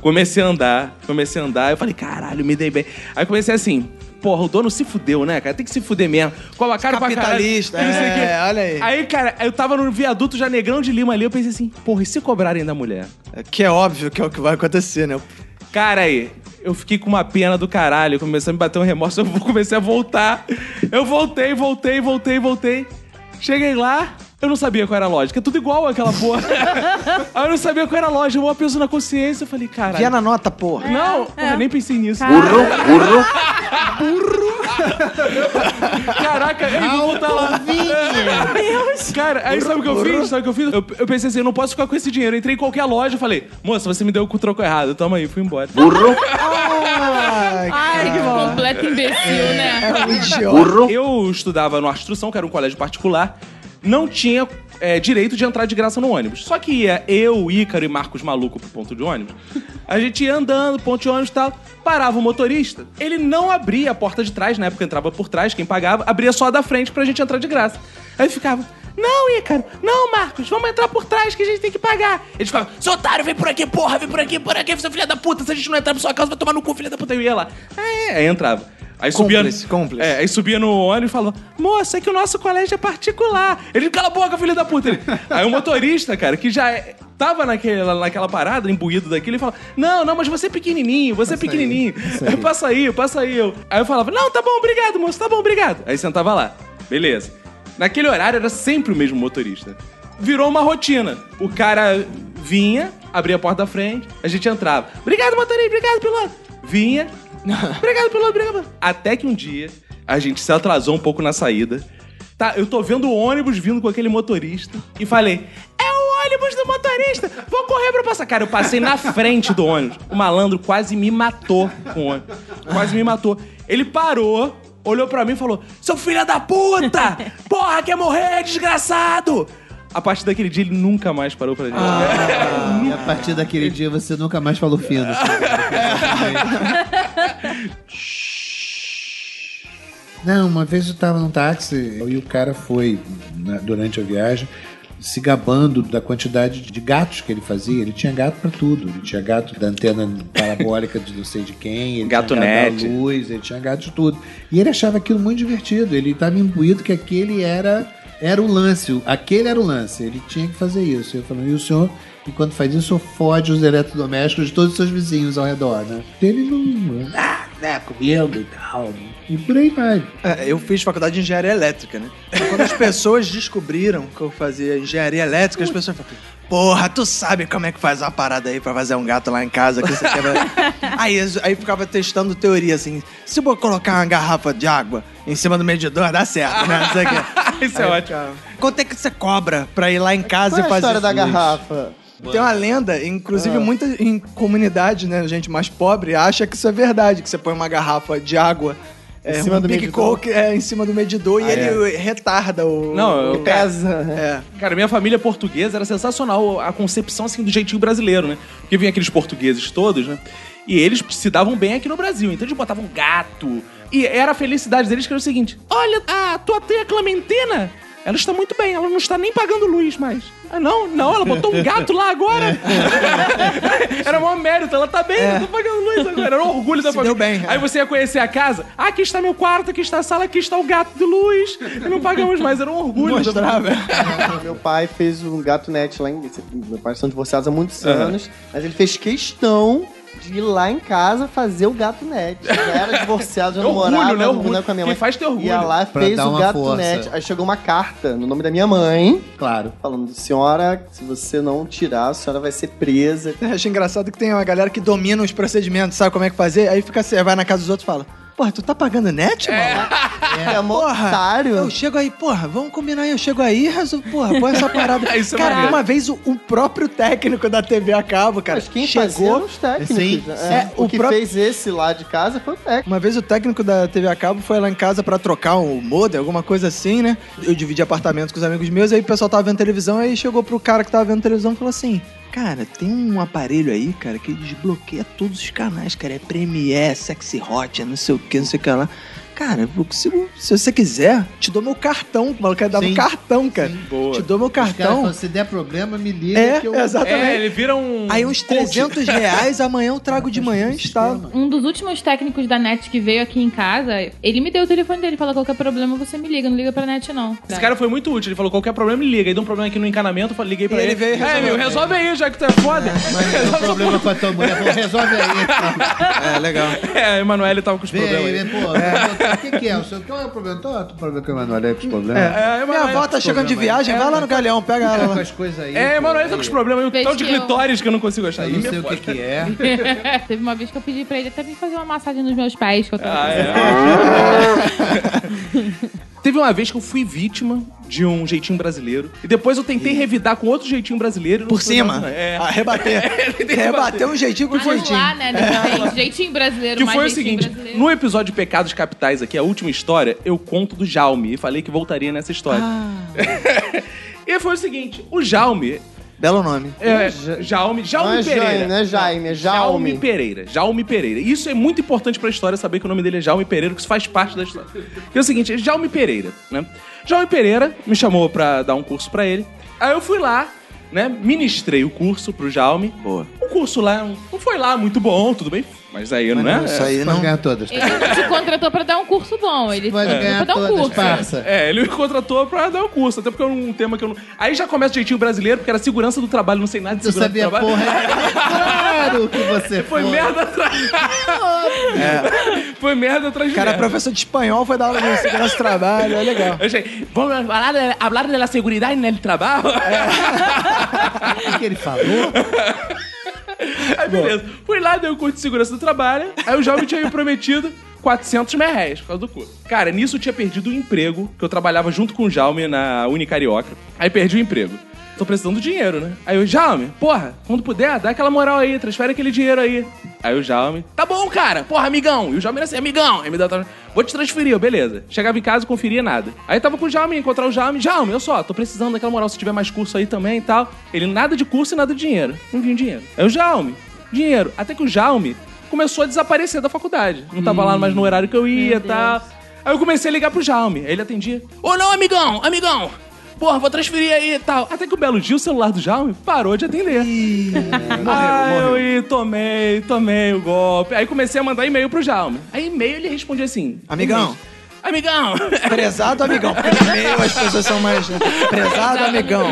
S1: Comecei a andar, comecei a andar. Eu falei, caralho, me dei bem. Aí comecei assim... Porra, o dono se fudeu, né, cara? Tem que se fuder mesmo. Cola a cara
S2: Capitalista,
S1: pra caralho. Isso
S2: é,
S1: aqui.
S2: olha aí.
S1: Aí, cara, eu tava no viaduto já Negrão de Lima ali. Eu pensei assim, porra, e se cobrarem da mulher?
S2: Que é óbvio que é o que vai acontecer, né?
S1: Cara, aí, eu fiquei com uma pena do caralho. Começou a me bater um remorso, eu comecei a voltar. Eu voltei, voltei, voltei, voltei. Cheguei lá, Eu não sabia qual era a lógica. É tudo igual aquela
S2: *laughs*
S1: porra. Aí eu não sabia qual era a lógica. Eu peso na consciência. Eu falei, cara.
S2: Via na nota, porra.
S1: Não, porra, nem pensei nisso. *laughs* Caraca, eu vou voltar lá. Cara, aí sabe o que eu fiz? Sabe o que eu fiz? Eu, eu pensei assim, eu não posso ficar com esse dinheiro. Eu entrei em qualquer loja e falei, moça, você me deu com o troco errado. Toma aí, fui embora.
S3: Ai, que completo imbecil, né?
S2: Um idiota.
S1: Eu estudava no Arstrução, que era um colégio particular, não tinha é, direito de entrar de graça no ônibus. Só que ia eu, Ícaro e Marcos Maluco pro ponto de ônibus. A gente ia andando, ponto de ônibus e tal. Parava o motorista. Ele não abria a porta de trás, na época entrava por trás, quem pagava, abria só a da frente pra gente entrar de graça. Aí ficava. Não, Ícaro, não, Marcos, vamos entrar por trás que a gente tem que pagar. Eles ficavam, seu otário, vem por aqui, porra, vem por aqui, por aqui, seu filho da puta, se a gente não entrar por sua casa, vai tomar no cu, filha da puta. Eu ia lá. Ah, é, aí entrava. Aí subia,
S2: Cúmplice, cúmplice.
S1: É, aí subia no ônibus e falava: Moça, é que o nosso colégio é particular. Ele, cala a boca, filho da puta. Ele- aí o motorista, cara, que já é- tava naquela, naquela parada, imbuído daquilo, ele fala: Não, não, mas você é pequenininho, você é pequenininho.
S7: aí.
S1: Passa aí, passa aí. Eu. Aí eu falava: Não, tá bom, obrigado, moço, tá bom, obrigado. Aí sentava lá. Beleza. Naquele horário era sempre o mesmo motorista. Virou uma rotina. O cara vinha, abria a porta da frente, a gente entrava. Obrigado, motorista, obrigado, piloto. Vinha. *laughs* Obrigado, piloto, obrigado. piloto. Até que um dia a gente se atrasou um pouco na saída. Tá, eu tô vendo o ônibus vindo com aquele motorista e falei: "É o ônibus do motorista. Vou correr pra passar. Cara, eu passei na frente do ônibus. O malandro quase me matou com o ônibus. Quase me matou. Ele parou, olhou pra mim e falou: Seu filho da puta! Porra, quer morrer, desgraçado! A partir daquele dia, ele nunca mais parou pra gente.
S7: E a partir daquele dia você nunca mais falou
S2: É,
S7: fino. Não, uma vez eu tava num táxi e o cara foi, na- durante a viagem, se gabando da quantidade de gatos que ele fazia. Ele tinha gato pra tudo. Ele tinha gato da antena parabólica de não sei de quem, ele
S1: Gato
S7: tinha
S1: net.
S7: da luz, ele tinha gato de tudo. E ele achava aquilo muito divertido. Ele tava imbuído que aquele era era o lance, o- aquele era o lance. Ele tinha que fazer isso. Eu falei, e o senhor, enquanto faz isso, o senhor fode os eletrodomésticos de todos os seus vizinhos ao redor, né? Ele não. Ah, né, comendo e tal. E por aí vai.
S2: É, eu fiz faculdade de engenharia elétrica, né? Quando as pessoas descobriram que eu fazia engenharia elétrica, as pessoas falaram: Porra, tu sabe como é que faz uma parada aí pra fazer um gato lá em casa que você quebra. aí, as- aí ficava testando teoria assim: se eu vou colocar uma garrafa de água em cima do medidor, dá certo, né? Não sei o quê.
S1: *laughs* Isso é ótimo.
S2: Quanto é que você cobra pra ir lá em casa
S4: Qual é
S2: e
S4: a
S2: fazer
S4: história da
S2: isso?
S4: garrafa? Ah.
S2: Tem uma lenda, inclusive muita em comunidade, né, gente mais pobre, acha que isso é verdade, que você põe uma garrafa de água é,
S4: Em cima
S2: um
S4: do
S2: Big
S4: medidor. Ah, é.
S2: Coke, é, em cima do medidor e ele retarda o...
S1: Não,
S2: o
S1: eu-
S2: pesa. É.
S1: Cara, minha família portuguesa era sensacional a concepção assim do jeitinho brasileiro, né? Porque vinha aqueles portugueses todos, né? E eles se davam bem aqui no Brasil, então eles botavam gato. E era a felicidade deles que era o seguinte: olha, a tua tia Clementina, ela está muito bem, ela não está nem pagando luz mais. Ah, não, não, ela botou um gato lá
S2: *laughs*
S1: agora. era um mérito, ela tá bem, não tá pagando luz agora. Era um orgulho da
S2: É. Se
S1: família.
S2: deu bem, é.
S1: Aí você ia conhecer a casa, ah, aqui está meu quarto, aqui está a sala, aqui está o gato de luz. E não pagamos mais, era um orgulho. da
S2: Mostrava.
S4: Meu pai fez um gato net lá em. Meu pai são divorciados há muitos anos, mas ele fez questão de ir lá em casa fazer o gato net. Já era divorciado, já
S1: *laughs* É orgulho,
S4: namorava,
S1: né?
S4: não
S1: Orgulho.
S4: morava com a minha
S1: Quem
S4: mãe.
S1: faz tem orgulho.
S4: Ia lá,
S7: Pra
S4: fez
S7: dar
S4: o
S7: uma
S4: gato
S7: força.
S4: net. Aí chegou uma carta no nome da minha mãe,
S7: Claro.
S4: falando: senhora, se você não tirar, a senhora vai ser presa.
S2: *laughs* Eu acho engraçado que tem uma galera que domina os procedimentos, sabe como é que fazer? Aí fica assim, vai na casa dos outros e fala, porra, tu tá pagando net, mano?
S4: *laughs* É, é mó
S2: Porra,
S4: otário.
S2: Eu chego aí, porra, vamos combinar aí. Eu chego aí, rezo, porra, põe essa
S4: *laughs*
S2: parada.
S1: Isso é
S2: cara,
S1: maneiro.
S2: uma vez o, o próprio técnico da TV a cabo, cara,
S4: Mas quem fazia
S2: chegou.
S4: eram os técnicos.
S7: Sim,
S4: né?
S2: sim.
S4: É, o,
S2: O
S4: que
S2: próprio-
S4: fez esse lá de casa foi o técnico.
S2: Uma vez o técnico da TV a cabo foi lá em casa pra trocar um modem, alguma coisa assim, né? Eu dividi apartamento com os amigos meus, aí o pessoal tava vendo televisão, aí chegou pro cara que tava vendo televisão e falou assim: Cara, tem um aparelho aí, cara, que desbloqueia todos os canais, cara. É Premiere, Sexy Hot, é não sei o que, não sei o que lá. Cara, eu consigo- se você quiser, te dou meu cartão. O maluco cara dava um
S7: Sim.
S2: cartão, cara.
S1: boa.
S2: Te dou meu
S7: Os caras
S2: cartão.
S7: falam, se der problema, me liga
S2: É,
S7: que eu.
S2: exatamente.
S1: É, ele vira um.
S2: Aí uns 300 reais, amanhã eu trago de manhã e instalo.
S1: É.
S3: Um dos últimos técnicos da NET que veio aqui em casa, ele me deu o telefone dele, falou qualquer problema você me liga, não liga pra NET não.
S1: Esse cara foi muito útil. Ele falou: qualquer problema, me liga. Aí deu um problema aqui no encanamento, eu falei, liguei pra
S2: E
S1: ele.
S2: ele veio e
S1: é,
S2: resolveu.
S1: meu, resolve aí, já que tu é foda. *laughs*
S7: Tem um problema com a tua mulher. Pô, resolve aí.
S2: É, legal.
S1: é, a Emanuele tava com os
S7: Vem
S1: problemas.
S7: aí, vem, pô. O que, que é? O seu, qual é o problema? Tô, tô problema com o Emanuel aí com os problemas.
S1: É,
S2: Minha avó tá chegando de viagem, vai lá no galeão, pega ela
S7: Com
S2: lá.
S7: as coisas aí.
S1: É,
S7: pô,
S1: Emanuel tá com os problemas. E o
S3: Fez
S1: tal de
S3: que eu-
S1: clitóris que eu não consigo achar.
S7: Eu
S1: Ih,
S7: não
S1: me
S7: sei o
S1: foda.
S7: que, que
S1: *laughs*
S7: é.
S3: Teve uma vez que eu pedi pra ele até vir fazer uma massagem nos meus pés. Que eu tava...
S1: Ah, é. *laughs* Teve uma vez que eu fui vítima de um jeitinho brasileiro. E depois eu tentei revidar com outro jeitinho brasileiro. e não
S2: *laughs* Por
S1: foi
S2: cima.
S1: nada. *laughs* É.
S2: Ah, *laughs* rebater.
S1: Tem que
S2: Rebater um jeitinho com um jeitinho.
S3: Anular, né? Não tem jeitinho brasileiro,
S1: Que
S3: mais
S1: foi o
S3: jeitinho
S1: seguinte,
S3: brasileiro.
S1: no episódio Pecados Capitais aqui, a última história, eu conto do Jaume e falei que voltaria nessa história.
S2: Ah.
S1: *laughs* e foi o seguinte, o Jaume,
S2: Belo nome.
S1: é, Jaume,
S4: Não
S1: Jaume
S4: é
S1: Pereira.
S4: Jaime, não é Jaime, é
S1: Jaume
S4: Jaume.
S1: Pereira, Jaume Pereira. Isso é muito importante pra história saber que o nome dele é Jaume Pereira, que isso faz parte da história. Que é o seguinte, é Jaume Pereira, né? Jaume Pereira me chamou pra dar um curso pra ele. Aí eu fui lá, né? Ministrei o curso pro Jaume. Boa. O curso lá não não foi lá muito bom, tudo bem? Mas aí não é.
S2: Isso aí
S7: Pode
S2: não.
S7: ganhar todas.
S3: Ele não te contratou pra dar um curso bom. Ele te
S7: Pode
S3: contratou pra
S7: ganhar
S3: dar um
S7: todas,
S3: curso.
S7: parça.
S1: É, ele me contratou pra dar o curso, até porque era um tema que eu não. Aí já começa o jeitinho brasileiro, porque era segurança do trabalho, não sei nada de
S7: Eu
S1: segurança
S7: sabia,
S1: do trabalho.
S7: porra.
S1: *laughs*
S7: é Claro que você
S1: Foi merda atrás. *laughs* Foi merda atrás de
S2: O cara é
S1: merda.
S2: professor de espanhol, foi dar aula de segurança do trabalho, é legal.
S1: Eu achei, vamos falar, de- falar da segurança no trabalho?
S7: O que ele falou?
S1: Aí beleza. Fui lá, dei o curso de segurança do trabalho, aí o jovem tinha me prometido 400 mil reais por causa do curso. Cara, nisso eu tinha perdido o emprego, que eu trabalhava junto com o Jaume na Unicarioca. Aí perdi o emprego. Tô precisando do dinheiro, né? Aí o Jaume, porra, quando puder, dá aquela moral aí, transfere aquele dinheiro aí. Aí o Jaume, tá bom, cara, porra, amigão. E o Jaume era assim, amigão. Aí me dava, vou te transferir, eu, beleza. Chegava em casa, conferia nada. Aí tava com o Jaume, ia encontrar o Jaume. Jaume, eu só, tô precisando daquela moral, se tiver mais curso aí também e tal. Ele, nada de curso e nada de dinheiro. Não vinha dinheiro. Aí o Jaume, dinheiro. Até que o Jaume começou a desaparecer da faculdade. Não tava lá mais no horário que eu ia e tal. Aí eu comecei a ligar pro Jaume. Aí ele atendia. Ô não, amigão, amigão! Porra, vou transferir aí e tal. Até que o belo dia o celular do Jaume parou de atender. *laughs* ah, eu ih, tomei, tomei o golpe. Aí comecei a mandar e-mail pro Jaume. Aí e-mail ele respondia assim:
S2: Amigão.
S1: Amigão!
S2: Prezado amigão. Porque meio as pessoas são mais. né? Prezado amigão.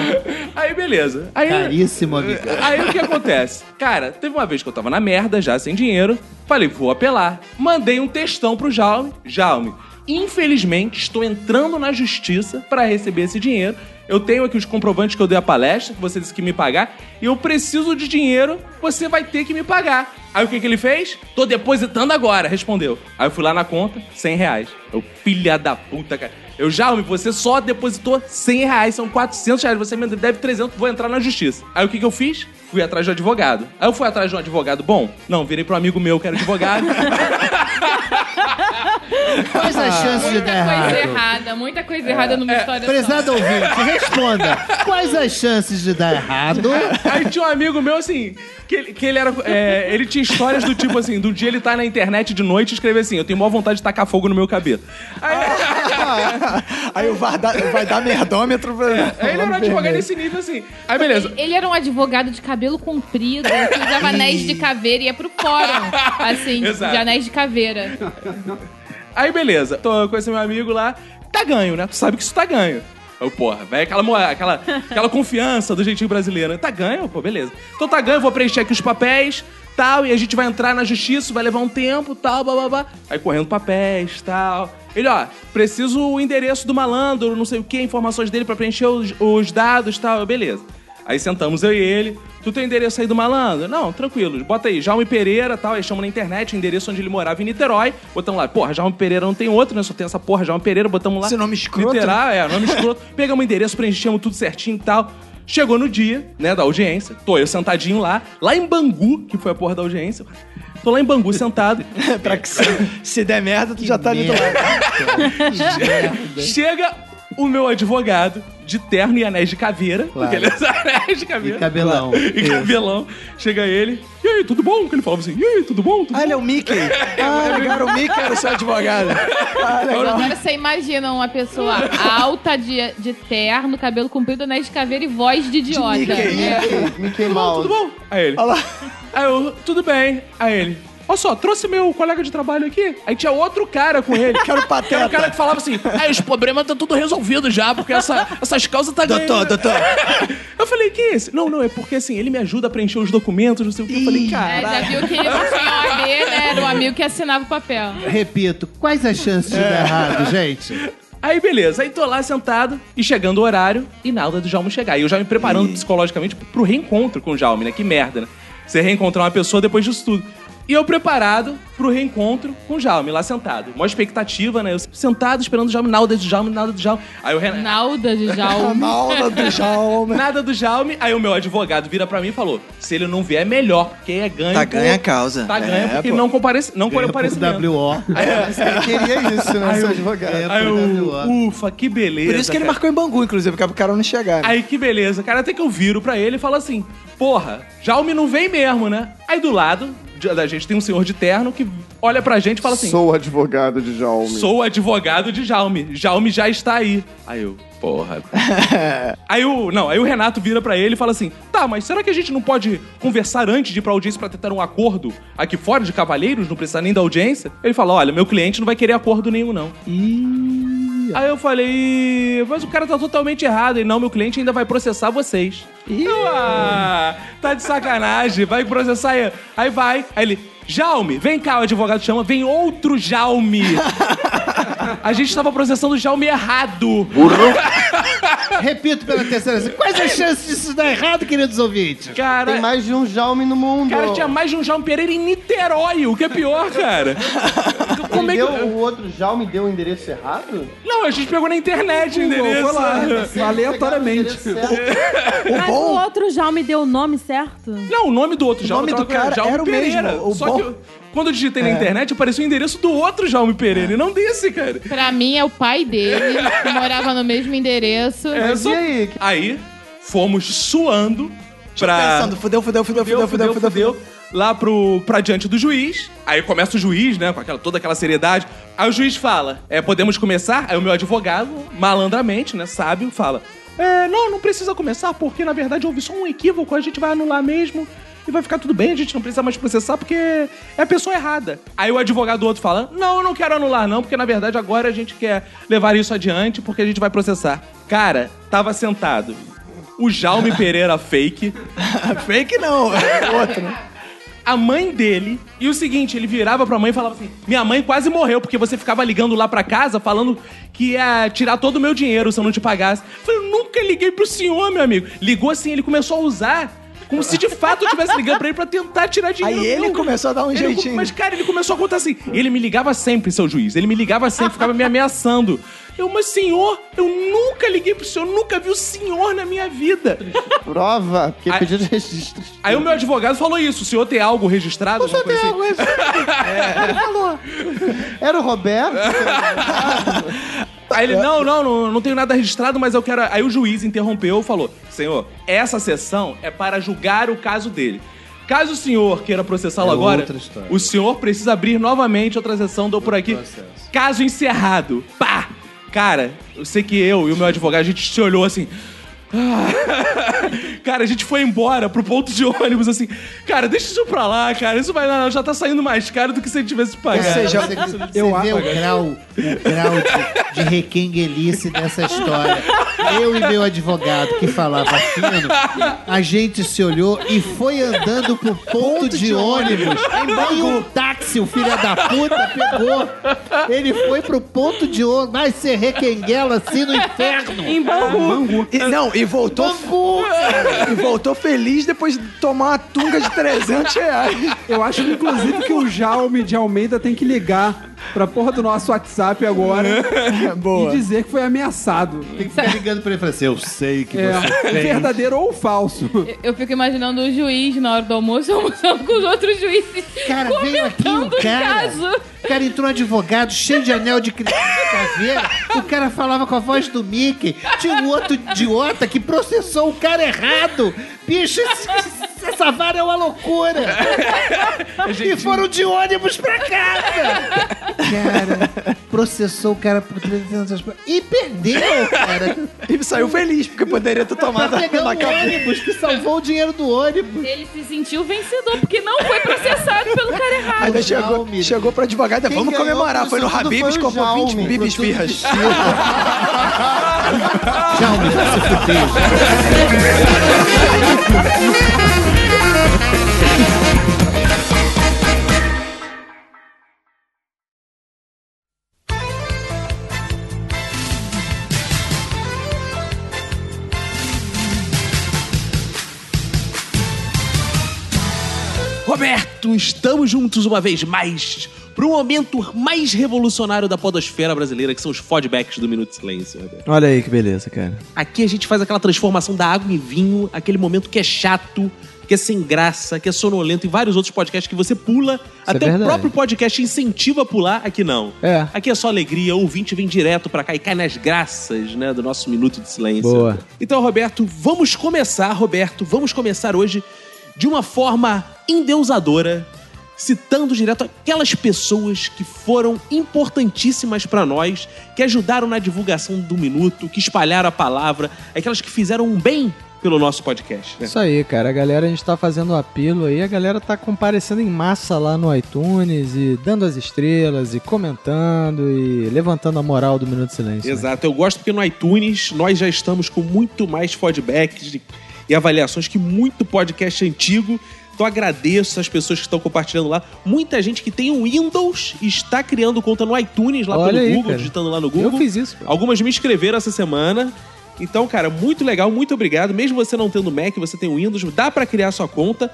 S1: Aí beleza. Aí
S7: Caríssimo, amigão.
S1: Aí o que acontece? Cara, teve uma vez que eu tava na merda, já sem dinheiro. Falei, vou apelar. Mandei um textão pro Jaume. Jaume, infelizmente, estou entrando na justiça pra receber esse dinheiro. Eu tenho aqui os comprovantes que eu dei a palestra, que você disse que ia me pagar. E eu preciso de dinheiro, você vai ter que me pagar. Aí o que, que ele fez? Tô depositando agora, respondeu. Aí eu fui lá na conta, 100 reais. Eu, filha da puta, cara. Eu, Jaume, você só depositou 100 reais, são 400 reais, você me deve 300, vou entrar na justiça. Aí o que, que eu fiz? Fui atrás de um advogado. Aí eu fui atrás de um advogado bom? Não, virei pro amigo meu que era advogado.
S7: Quais as chances de
S3: Muita
S7: dar
S1: Ah.
S3: coisa
S7: errado?
S3: errada, muita coisa
S1: É.
S3: errada numa história só.
S7: Prezado ouvinte, responda. Quais as chances de dar errado?
S1: Aí tinha um amigo meu, assim, que ele, que ele era. é, ele tinha histórias do tipo assim: do dia ele tá na internet de noite e escreve assim, eu tenho maior vontade de tacar fogo no meu cabelo. Aí,
S2: Aí o vai dar, vai dar merdômetro pra.
S1: *laughs* aí ele era um advogado nesse nível assim. Aí beleza.
S3: Ele era um advogado de cabelo comprido, que usava anéis de caveira e ia pro fórum, assim,
S1: Exato.
S3: de anéis de caveira.
S1: Aí beleza, tô com esse meu amigo lá, tá ganho, né? Tu sabe que isso tá ganho. Eu, porra, velho, aquela, mo- aquela, aquela confiança do jeitinho brasileiro. né? Tá ganho, pô, beleza. Então tá ganho, vou preencher aqui os papéis, tal, e a gente vai entrar na justiça, vai levar um tempo, tal, blá, blá, blá. Aí correndo papéis, tal. Ele, ó, preciso o endereço do malandro, não sei o que, informações dele pra preencher os, os dados, tal, Eu, beleza. Aí sentamos eu e ele. Tu tem o endereço aí do malandro? Não, tranquilo. Bota aí, Jaume Pereira tal. Aí chamam na internet o endereço onde ele morava em Niterói. Botamos lá, porra, Jaume Pereira não tem outro, né? Só tem essa porra, Jaume Pereira. Botamos lá.
S2: Esse nome escroto.
S1: Niterói, é, nome
S2: *laughs*
S1: escroto. Pegamos o endereço, preenchemos tudo certinho e tal. Chegou no dia, né, da audiência. Tô eu sentadinho lá, lá em Bangu, que foi a porra da audiência. Tô lá em Bangu sentado.
S2: pra que se, se der merda, tu já tá ali do lado.
S1: Chega o meu advogado de terno e anéis de caveira. Porque ele usa *laughs* anéis de
S7: E
S1: caveira.
S7: cabelão.
S1: E cabelão. Chega ele. E aí, tudo bom? Que ele falava assim, e aí, tudo bom? Tudo
S2: Ah, ele é o Mickey. Ah, ele era o Mickey, era o seu advogado. Ah, legal.
S3: Agora você imagina uma pessoa alta de, de terno, cabelo comprido, anéis de caveira e voz de idiota. É.
S4: Mickey
S1: bom?
S4: Mouse.
S1: Tudo bom? Aí ele.
S2: Olha lá.
S1: Aí eu, tudo bem. Aí ele. Olha só, trouxe meu colega de trabalho aqui. Aí tinha outro cara com ele.
S2: Quero
S1: Que era o cara
S2: pateta.
S1: que falava assim, aí os problemas estão tudo resolvido já, porque essa, essas causas tá ganhando.
S2: Doutor, doutor.
S1: *laughs* Eu falei, que é esse? Não, não, é porque assim, ele me ajuda a preencher os documentos, não sei o que. Eu falei, cara.
S3: É, já viu que ele não tinha OAB, né? Era um amigo o que assinava o papel.
S7: Repito, quais as chances de
S1: É.
S7: dar errado, gente?
S1: Aí beleza, aí tô lá sentado e chegando o horário e na aula do Jaume chegar. E eu já me preparando psicologicamente pro reencontro com o Jaume, né? Que merda, né? Você reencontrar uma pessoa depois disso tudo. E eu preparado pro reencontro com o Jaume, lá sentado. Mó expectativa, né? Eu sentado esperando o Jaume, na aula do Jaume, na aula do Jaume. Aí o Renan.
S3: Nalda de
S2: A
S3: Jaume.
S2: malda do Jaume.
S1: Nada do Jaume. Aí o meu advogado vira pra mim e falou: se ele não vier, é melhor, porque é ganho.
S2: Tá
S1: por-
S2: ganha a causa.
S1: Tá ganha,
S2: É,
S1: porque
S2: pô.
S1: não comparece. Não comparece.
S7: W.O.
S4: Ele queria isso, né? Seu advogado.
S2: é
S1: Aí eu, ufa, que beleza.
S2: Ah, Por isso que ele é
S1: cara.
S2: marcou em Bangu, inclusive, porque o cara não chegar. né?
S1: Aí que beleza, cara. Até que eu viro pra ele e falo assim: Porra, Jaume não vem mesmo, né? Aí do lado de- da gente tem um senhor de terno que olha pra gente e fala assim: Sou,
S4: Sou advogado de Jaume.
S1: o advogado de Jaume. Jaume já está aí. Aí eu, porra. aí o. Não, aí o Renato vira pra ele e fala assim: Tá, mas será que a gente não pode conversar antes de ir pra audiência pra tentar um acordo aqui fora de Cavalheiros? Não precisa nem da audiência? Ele fala: Olha, meu cliente não vai querer acordo nenhum, não. Aí eu falei, "Ih, mas o cara tá totalmente errado. E não, meu cliente ainda vai processar vocês. Eu, ah, tá de sacanagem, vai processar aí. Aí vai, aí ele, Jaume, vem cá, o advogado chama, vem outro Jaume. A gente tava processando o Jaume errado.
S7: Repito pela terceira vez. Quais as chances disso dar errado, queridos ouvintes?
S1: Cara,
S4: Tem mais de um Jaume no mundo.
S1: cara tinha mais de um Jaume Pereira em Niterói, o que é pior, cara. Como é
S4: Ele
S1: que...
S4: deu, o outro Jaume deu o endereço errado?
S1: Não, a gente pegou na internet o endereço.
S6: Foi lá,
S2: né?
S6: aleatoriamente.
S4: Pegaram o endereço certo.
S5: Mas o outro já me deu o nome certo?
S1: Não, o nome do outro Jaume
S2: nome
S1: tava
S2: do cara
S1: Jaume
S2: era o
S1: Pereira.
S2: mesmo, o
S1: Só
S2: bom- É.
S1: que eu- quando eu digitei na internet, apareceu o endereço do outro Jaume Pereira, e não desse, cara.
S3: Pra mim é o pai dele, que morava no mesmo endereço.
S1: É, só-
S4: E aí?
S1: Aí, fomos suando pra...
S2: Pensando, fudeu, fudeu, fudeu, fudeu, fudeu, fudeu, fudeu.
S1: Lá pro, pra diante do juiz. Aí começa o juiz, né? Com aquela, toda aquela seriedade. Aí o juiz fala: é, podemos começar? Aí o meu advogado, malandramente, né? Sábio, fala: é, não, não precisa começar, porque na verdade houve só um equívoco, a gente vai anular mesmo. E vai ficar tudo bem, a gente não precisa mais processar porque é a pessoa errada. Aí o advogado do outro fala: Não, eu não quero anular, não, porque na verdade agora a gente quer levar isso adiante porque a gente vai processar. Cara, tava sentado. O
S2: *laughs*
S1: Jaume Pereira fake, *laughs*
S2: Fake não, é outro, né?
S1: a mãe dele. E o seguinte, ele virava pra mãe e falava assim: Minha mãe quase morreu, porque você ficava ligando lá pra casa falando que ia tirar todo o meu dinheiro se eu não te pagasse. Eu falei, eu nunca liguei pro senhor, meu amigo. Ligou assim, ele começou a usar. Como se de fato eu estivesse ligando pra ele pra tentar tirar dinheiro.
S2: Aí ele
S1: meu.
S2: começou a dar um
S1: Ele-
S2: jeitinho.
S1: Mas, cara, ele começou a contar assim. Ele me ligava sempre, seu juiz. Ele me ligava sempre, ficava me ameaçando. Eu, mas senhor, eu nunca liguei pro senhor, nunca vi o senhor na minha vida.
S4: Prova, porque
S1: Aí-
S4: pedido de registro.
S1: Aí o meu advogado falou isso. O senhor tem algo registrado? alguma coisa assim?
S4: Era o Roberto?
S1: Aí
S7: É.
S1: ele, não, não, não, não tenho nada registrado, mas eu quero. Aí o juiz interrompeu e falou: Senhor, essa sessão é para julgar o caso dele. Caso o senhor queira processá-lo
S7: É
S1: agora,
S7: outra história.
S1: o senhor precisa abrir novamente outra sessão do por aqui. Caso encerrado. Pá! Cara, eu sei que eu e o meu advogado, a gente se olhou assim. *laughs* cara, a gente foi embora pro ponto de ônibus assim. Cara, deixa isso pra lá, cara. Isso vai lá, já tá saindo mais caro do que se ele tivesse
S7: Ou
S1: pagado.
S7: seja, você,
S6: eu
S7: você vê
S6: acho-
S7: o grau, o grau de, de requenguelice dessa história. Eu e meu advogado que falava fino, a gente se olhou e foi andando pro ponto, de, ônibus. Aí um táxi, o filho da puta, pegou. Ele foi pro ponto de ônibus. Vai ser requenguela assim no inferno.
S5: Em Bangu.
S2: E, não, e voltou. E voltou feliz depois de tomar uma tunga de 300 reais.
S6: Eu acho, inclusive, que o Jaume de Almeida tem que ligar pra porra do nosso WhatsApp agora e dizer que foi ameaçado.
S7: Tem que ficar ligando pra ele e falar assim, eu sei que
S6: É,
S7: você fez.
S6: verdadeiro ou falso.
S3: Eu fico imaginando o juiz na hora do almoço *laughs* almoçando com os outros juízes.
S7: Cara, veio aqui
S3: comentando
S7: um
S3: o
S7: cara.
S3: caso.
S7: O cara entrou um advogado cheio de anel de criança de caveira. O cara falava com a voz do Mickey. Tinha um outro idiota que processou o cara errado. Bicho, esse- esse- essa vara é uma loucura. E foram de ônibus pra casa. Cara, processou o cara por 300 E perdeu, cara.
S2: E saiu feliz, porque poderia ter tomado
S7: Pra pegar
S2: na
S7: um
S2: cabeça.
S7: ônibus que salvou o dinheiro do ônibus.
S3: Ele se sentiu vencedor, porque não foi processado pelo cara errado.
S2: Ainda chegou,
S7: Jaume.
S2: chegou pra advogado,
S4: Quem
S2: É, vamos
S4: ganhou
S2: comemorar.
S4: isso
S2: Foi no
S4: tudo
S2: Habib's,
S4: foi o
S2: comprou 20
S4: Jaume,
S2: bibis
S4: foi tudo
S2: birras.
S7: *laughs* Jaume, vai se fuder.
S1: Roberto, estamos juntos uma vez mais para o momento mais revolucionário da podosfera brasileira, que são os fodbacks do Minuto de Silêncio, Roberto.
S2: Olha aí que beleza, cara.
S1: Aqui a gente faz aquela transformação da água em vinho, aquele momento que é chato, que é sem graça, que é sonolento e vários outros podcasts que você pula. até o
S2: verdade.
S1: próprio podcast incentiva a pular, aqui não.
S2: É.
S1: Aqui é só alegria, o ouvinte vem direto pra cá e cai nas graças, né, do nosso Minuto de Silêncio.
S2: Boa.
S1: Então, Roberto, vamos começar, Roberto, vamos começar hoje de uma forma endeusadora, citando direto aquelas pessoas que foram importantíssimas pra nós, que ajudaram na divulgação do Minuto, que espalharam a palavra, aquelas que fizeram um bem pelo nosso podcast. né?
S2: Isso aí, cara. A galera, a gente tá fazendo o apelo aí. A galera tá comparecendo em massa lá no iTunes e dando as estrelas e comentando e levantando a moral do Minuto de Silêncio. né?
S1: Exato, eu gosto porque no iTunes nós já estamos com muito mais feedbacks e- e avaliações que muito podcast antigo. Então agradeço as pessoas que estão compartilhando lá. Muita gente que tem um Windows e está criando conta no iTunes lá
S2: Olha
S1: pelo
S2: aí,
S1: Google,
S2: cara.
S1: digitando lá no Google.
S2: Eu fiz isso. cara.
S1: Algumas me escreveram essa semana. Então, cara, muito legal, muito obrigado. Mesmo você não tendo Mac, você tem Windows, dá pra criar sua conta.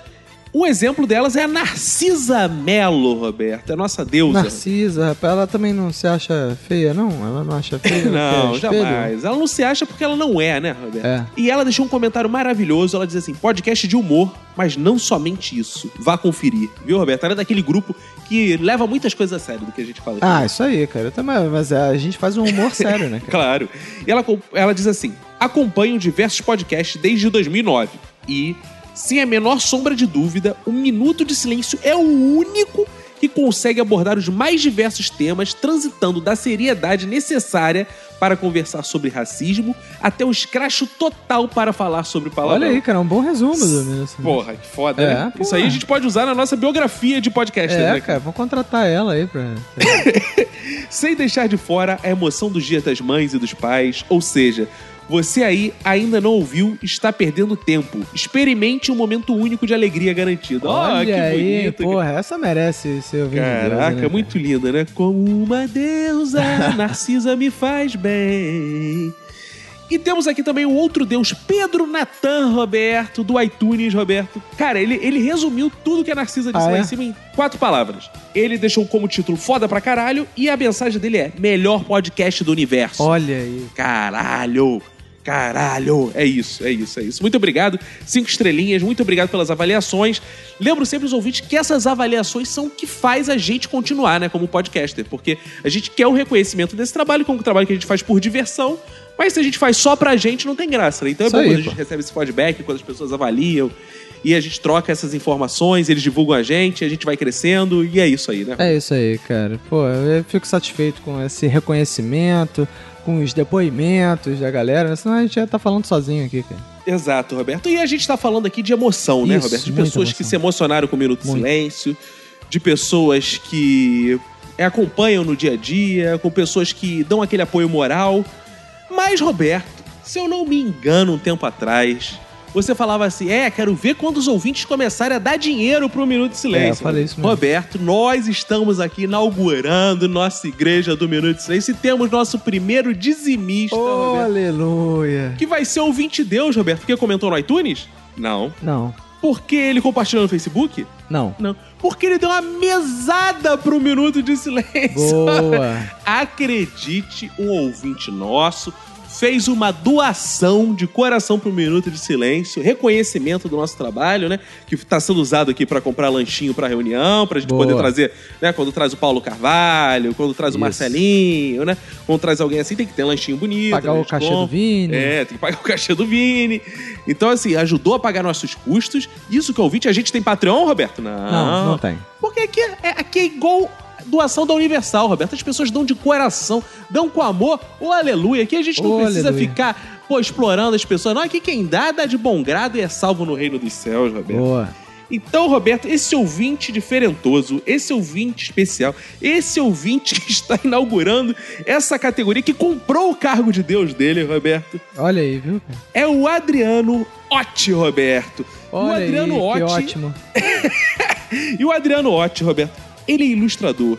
S1: Um exemplo delas é a Narcisa Melo, Roberto. É a nossa deusa.
S2: Narcisa, rapaz, ela também não se acha feia, não? Ela não acha feia?
S1: *laughs* Não,
S2: porque é espelho?
S1: jamais. Ela não se acha porque ela não é, né, Roberto?
S2: É.
S1: E ela deixou um comentário maravilhoso. Ela diz assim: podcast de humor, mas não somente isso. Vá conferir. Viu, Roberto? Ela é daquele grupo que leva muitas coisas a sério do que a gente fala. aqui.
S2: Ah, isso aí, cara. Eu também, mas a gente faz um humor sério, né,
S1: *laughs*
S2: cara?
S1: Claro. E ela, co- ela diz assim: acompanho diversos podcasts desde 2009 e, sem a menor sombra de dúvida, o Minuto de Silêncio é o único que consegue abordar os mais diversos temas, transitando da seriedade necessária para conversar sobre racismo até o escracho total para falar sobre palavrão.
S2: Olha aí, cara, um bom resumo do Minuto de Silêncio.
S1: Porra, que foda,
S2: É,
S1: né?
S2: porra.
S1: Isso aí a gente pode usar na nossa biografia de podcaster, né,
S2: É,
S1: cara?
S2: cara, vou contratar ela aí pra.
S1: sem deixar de fora a emoção dos dias das mães e dos pais. Ou seja, você aí ainda não ouviu, está perdendo tempo. Experimente um momento único de alegria garantido. *laughs* Ó, que
S2: aí,
S1: bonito.
S2: porra, essa merece ser ouvinte. de Deus, né,
S1: Caraca,
S2: cara?
S1: muito linda, né? Como uma
S2: *laughs*
S1: deusa, Narcisa me faz bem. E temos aqui também o outro deus, Pedro Natan Roberto, do iTunes, Roberto. Cara, ele, ele resumiu tudo que a Narcisa disse
S2: Ah,
S1: lá
S2: é?
S1: em cima em quatro palavras. Ele deixou como título foda pra caralho e a mensagem dele é melhor podcast do universo.
S2: Olha aí.
S1: Caralho! Caralho! É isso, é isso, é isso. Muito obrigado. Cinco estrelinhas, muito obrigado pelas avaliações. Lembro sempre os ouvintes que essas avaliações são o que faz a gente continuar, né, como podcaster. Porque a gente quer o reconhecimento desse trabalho, como um trabalho que a gente faz por diversão. Mas se a gente faz só pra gente, não tem graça, né? Então é
S2: Isso
S1: bom
S2: aí,
S1: quando a gente
S2: pô.
S1: recebe esse feedback, quando as pessoas avaliam. E a gente troca essas informações, eles divulgam a gente, a gente vai crescendo. E é isso aí, né?
S2: É isso aí, cara. Pô, eu fico satisfeito com esse reconhecimento, com os depoimentos da galera, né? senão a gente ia estar falando sozinho aqui, cara.
S1: Exato, Roberto. E a gente tá falando aqui de emoção, né,
S2: Isso,
S1: Roberto? De
S2: muita
S1: pessoas
S2: emoção.
S1: que se emocionaram com o Minuto de
S2: Muito.
S1: Silêncio, de pessoas que é, acompanham no dia a dia, com pessoas que dão aquele apoio moral. Mas, Roberto, se eu não me engano, um tempo atrás, você falava assim: é, quero ver quando os ouvintes começarem a dar dinheiro pro Minuto de Silêncio.
S2: É, eu falei isso mesmo.
S1: Roberto, nós estamos aqui inaugurando nossa igreja do Minuto de Silêncio e temos nosso primeiro dizimista, Roberto.
S2: aleluia.
S1: Que vai ser ouvinte Deus, Roberto, porque comentou no iTunes? Não.
S2: Não,
S1: Porque ele compartilhou no Facebook?
S2: não.
S1: Não. Porque ele deu uma mesada pro Minuto de Silêncio. *laughs*
S2: Boa.
S1: Acredite, um ouvinte nosso fez uma doação de coração pro Minuto de Silêncio, reconhecimento do nosso trabalho, né? Que tá sendo usado aqui pra comprar lanchinho pra reunião, pra gente
S2: Boa.
S1: poder trazer, né? Quando traz o Paulo Carvalho, quando traz o
S2: Isso.
S1: Marcelinho, né? Quando traz alguém assim, tem que ter lanchinho bonito.
S2: Pagar
S1: né,
S2: o
S1: gente
S2: cachê do
S1: compra.
S2: Vini.
S1: É, tem que pagar o cachê do Vini. Então, assim, ajudou a pagar nossos custos. Isso que eu ouvi, a gente tem Patreon, Roberto? Não.
S2: Não, não tem.
S1: Porque aqui é, é- aqui é igual doação da Universal, Roberto. As pessoas dão de coração, dão com amor. Ô, aleluia. Aqui a gente não
S2: Ô,
S1: precisa
S2: aleluia.
S1: ficar, pô, explorando as pessoas. Não, aqui quem dá, dá de bom grado e é salvo no reino dos céus, Roberto.
S2: Boa.
S1: Então, Roberto, esse ouvinte diferentoso, esse ouvinte especial, esse ouvinte *laughs* que está inaugurando essa categoria, que comprou o cargo de Deus dele, Roberto,
S2: Olha aí, viu? cara?
S1: é o Adriano Otti, Roberto. o
S2: Olha
S1: Adriano
S2: aí, que
S1: Otti
S2: ótimo.
S1: e o Adriano Otti, Roberto, ele é ilustrador,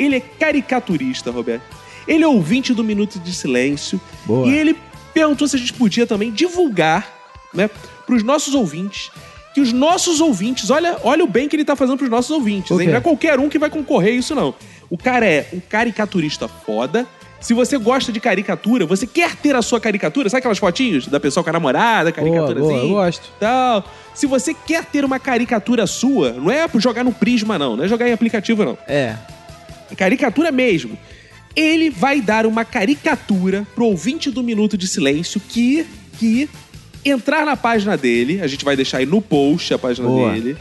S1: ele é caricaturista, Roberto. Ele é ouvinte do Minuto de Silêncio.
S2: Boa.
S1: E ele perguntou se a gente podia também divulgar, né, pros nossos ouvintes, que que os nossos ouvintes, olha, olha o bem que ele tá fazendo pros nossos ouvintes.
S12: O
S1: hein?
S12: quê?
S1: Não é qualquer um que vai concorrer a isso, não. O cara é um caricaturista foda. Se você gosta de caricatura, você quer ter a sua caricatura, sabe aquelas fotinhos da pessoa com a namorada, caricaturazinha?
S13: boa, eu gosto.
S1: Tal. Então, Se você quer ter uma caricatura sua, não é jogar no Prisma, não. Não é jogar em aplicativo, não.
S13: É.
S1: Caricatura mesmo. Ele vai dar uma caricatura pro ouvinte do Minuto de Silêncio que, que entrar na página dele, a gente vai deixar aí no post a página
S13: Boa.
S1: dele.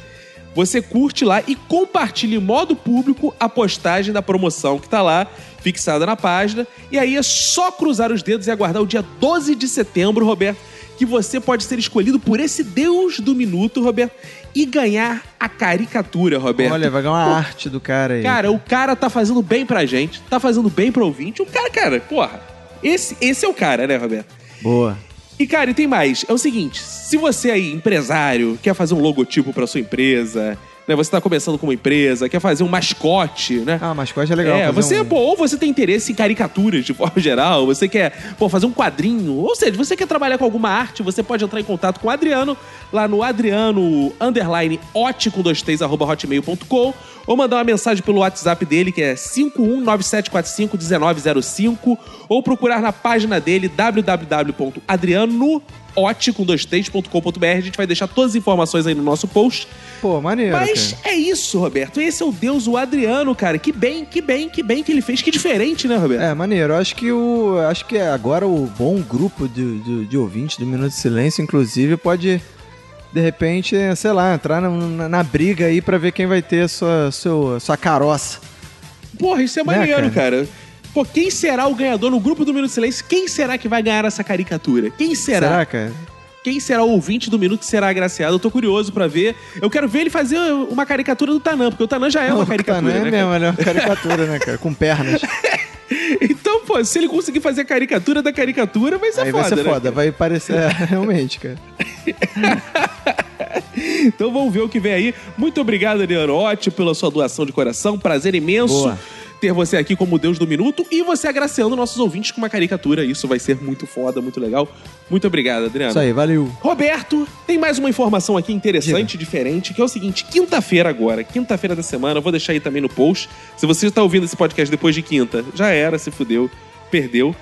S1: Você curte lá e compartilha em modo público a postagem da promoção que tá lá, fixada na página. E aí é só cruzar os dedos e aguardar o dia 12 de setembro, Roberto, que você pode ser escolhido por esse Deus do Minuto, Roberto, e ganhar a caricatura, Roberto.
S2: Olha, vai ganhar uma
S1: Pô,
S2: arte do cara aí.
S1: Cara, o cara tá fazendo bem pra gente, tá fazendo bem pro ouvinte. O cara, cara, porra. Esse, esse é o cara, né, Roberto?
S13: Boa.
S1: E, cara, e tem mais. É o seguinte, se você aí, empresário, quer fazer um logotipo pra sua empresa, né? Você tá começando como empresa, quer fazer um mascote, né?
S2: Ah, mascote é legal.
S1: É,
S2: fazer
S1: você,
S2: um-
S1: pô, ou você tem interesse em caricaturas de forma *laughs* geral, você quer, pô, fazer um quadrinho, ou seja, você quer trabalhar com alguma arte, você pode entrar em contato com o Adriano lá no adriano underline ótico com dois T's, arroba hotmail.com ou mandar uma mensagem pelo WhatsApp dele que é 5197451905 ou procurar na página dele www.adriano com dois T's, ponto com ponto br. a gente vai deixar todas as informações aí no nosso post.
S2: Pô, maneiro.
S1: Mas é isso, Roberto. Esse é o Deus, o Adriano, cara. Que bem, que bem, que bem que ele fez. Que diferente, né, Roberto?
S2: É, maneiro. Eu Acho que o. Acho que agora o bom grupo de, de, de ouvintes do Minuto de Silêncio, inclusive, pode, de repente, sei lá, entrar na, na- na briga aí pra ver quem vai ter a sua, sua, sua caroça.
S1: Porra, isso é
S2: Né,
S1: maneiro, cara?
S2: cara?
S1: Pô, quem será o ganhador no grupo do Minuto de Silêncio? Quem será que vai ganhar essa caricatura? Quem será?
S2: Será, cara?
S1: Quem será o ouvinte do Minuto que será agraciado? Eu tô curioso pra ver. Eu quero ver ele fazer uma caricatura do Tanã, porque o Tanã já é uma
S2: *laughs* O
S1: caricatura,
S2: Tanã
S1: né?
S2: é mesmo, ele é uma caricatura, né, cara? Com pernas.
S1: Então, pô, se ele conseguir fazer a caricatura da caricatura, vai ser
S2: aí
S1: foda,
S2: vai ser
S1: né,
S2: foda,
S1: cara?
S2: vai parecer.
S1: *laughs*
S2: É, realmente, cara.
S1: Então vamos ver o que vem aí. Muito obrigado, Adriano Otti, pela sua doação de coração. Prazer imenso
S13: Boa.
S1: ter você aqui como Deus do Minuto e você agraciando nossos ouvintes com uma caricatura. Isso vai ser muito foda, muito legal. Muito obrigado, Adriano.
S2: Isso aí, valeu.
S1: Roberto, tem mais uma informação aqui interessante, diferente, que é o seguinte: quinta-feira agora, quinta-feira da semana, eu vou deixar aí também no post. Se você está ouvindo esse podcast depois de quinta, já era, se fudeu, perdeu.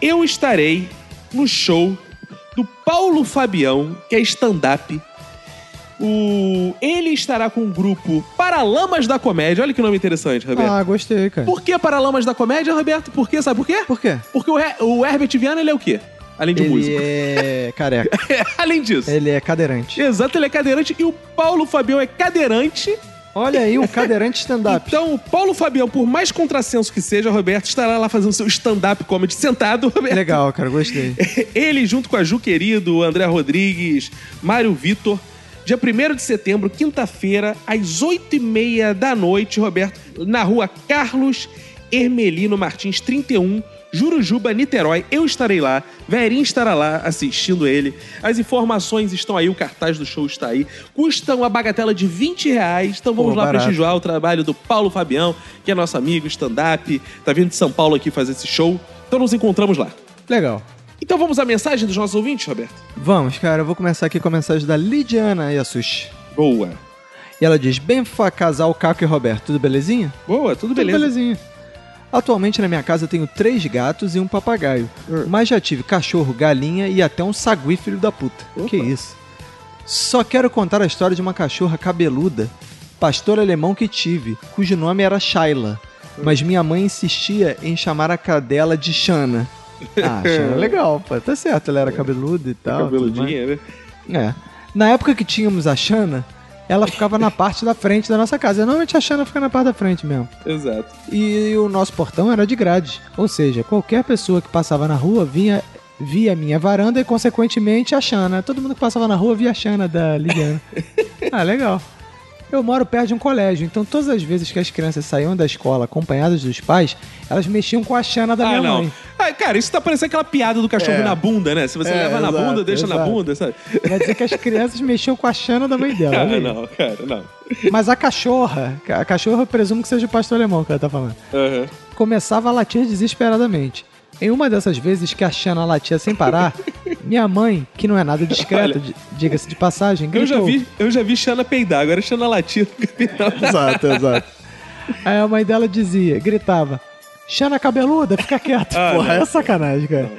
S1: Eu estarei no show do Paulo Fabião, que é stand-up. O... Ele estará com o grupo Paralamas da Comédia. Olha que nome interessante, Roberto.
S2: Ah, gostei, cara.
S1: Por que Paralamas da Comédia, Roberto? Por quê? Sabe por quê?
S2: Por quê?
S1: Porque o, Her- o Herbert Viana, ele é o quê? Além de
S2: ele
S1: músico.
S2: é careca.
S1: *laughs* Além disso.
S2: Ele é cadeirante.
S1: Exato, ele é cadeirante e o Paulo Fabião é cadeirante.
S2: Olha aí, um cadeirante
S1: *laughs*
S2: stand-up.
S1: Então, o Paulo Fabião, por mais contrassenso que seja, Roberto, estará lá fazendo seu stand-up comedy sentado, *laughs* Roberto.
S2: Legal, cara, gostei.
S1: *laughs* Ele, junto com a Ju Querido, André Rodrigues, Mário Vitor. Dia 1 de setembro, quinta-feira, às 8h30 da noite, Roberto, na rua Carlos Hermelino Martins, 31, Jurujuba, Niterói. Eu estarei lá, Verinha estará lá assistindo ele. As informações estão aí, o cartaz do show está aí. Custa uma bagatela de 20 reais, então vamos
S2: Pô,
S1: lá
S2: barato.
S1: prestigiar o trabalho do Paulo Fabião, que é nosso amigo, stand-up, tá vindo de São Paulo aqui fazer esse show. Então nos encontramos lá.
S2: Legal.
S1: Então vamos à mensagem dos nossos ouvintes, Roberto?
S2: Vamos, cara, eu vou começar aqui com a mensagem da Lidiana Yasushi.
S1: Boa.
S2: E ela diz: Bem, fa- casal Caco e Roberto, tudo belezinha?
S1: Boa, tudo beleza.
S2: belezinha. Atualmente na minha casa eu tenho três gatos e um papagaio,
S1: Ah.
S2: mas já tive cachorro, galinha e até um sagui filho da puta. Que isso? Só quero contar a história de uma cachorra cabeluda, pastor alemão que tive, cujo nome era Shaila,
S1: Ah.
S2: mas minha mãe insistia em chamar a cadela de
S1: *laughs*
S2: Shana. Ah, Shana é legal, pô, tá certo, ela era cabeluda e tal. tudo mais.
S1: É. Cabeludinha, né?
S2: É. Na época que tínhamos a Xana, ela ficava na parte da frente da nossa casa. Normalmente a Xana fica na parte da frente mesmo.
S1: Exato.
S2: E o nosso portão era de grade. Ou seja, qualquer pessoa que passava na rua vinha via a minha varanda e, consequentemente, a Xana. Todo mundo que passava na rua via a Xana
S1: *laughs*
S2: da Liliana. ah, legal. Eu moro perto de um colégio, então todas as vezes que as crianças saíam da escola acompanhadas dos pais, elas mexiam com a Xana da
S1: ah,
S2: minha
S1: não.
S2: mãe.
S1: Ah, cara, isso tá parecendo aquela piada do cachorro
S2: É.
S1: na bunda, né? Se você
S2: É,
S1: leva na
S2: exato,
S1: bunda, deixa na
S2: exato.
S1: bunda, sabe?
S2: Vai dizer que as crianças mexiam com a Xana da mãe dela. olha
S1: *laughs* Ah,
S2: aí.
S1: não, cara, não.
S2: Mas a cachorra, a cachorra eu presumo que seja o pastor alemão que ela tá falando,
S1: Aham.
S2: começava a latir desesperadamente. Em uma dessas vezes que a Xana latia
S1: *laughs*
S2: sem parar, minha mãe, que não é nada discreta, di- diga-se de passagem,
S1: Eu
S2: gritou.
S1: já, vi, eu já vi Xana peidar, agora é Xana latir.
S2: Exato, exato. Aí a mãe dela dizia, gritava: Xana cabeluda, fica quieto.
S14: Ah,
S2: Porra,
S14: não.
S2: é sacanagem, cara.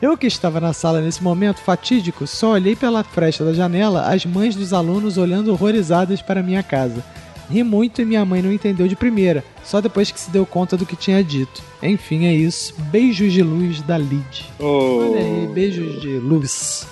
S2: Eu que estava na sala nesse momento fatídico, só olhei pela fresta da janela as mães dos alunos olhando horrorizadas para minha casa. Ri muito e minha mãe não entendeu de primeira, só depois que se deu conta do que tinha dito. Enfim, é isso. Beijos de luz da Lid. Olha aí, beijos de luz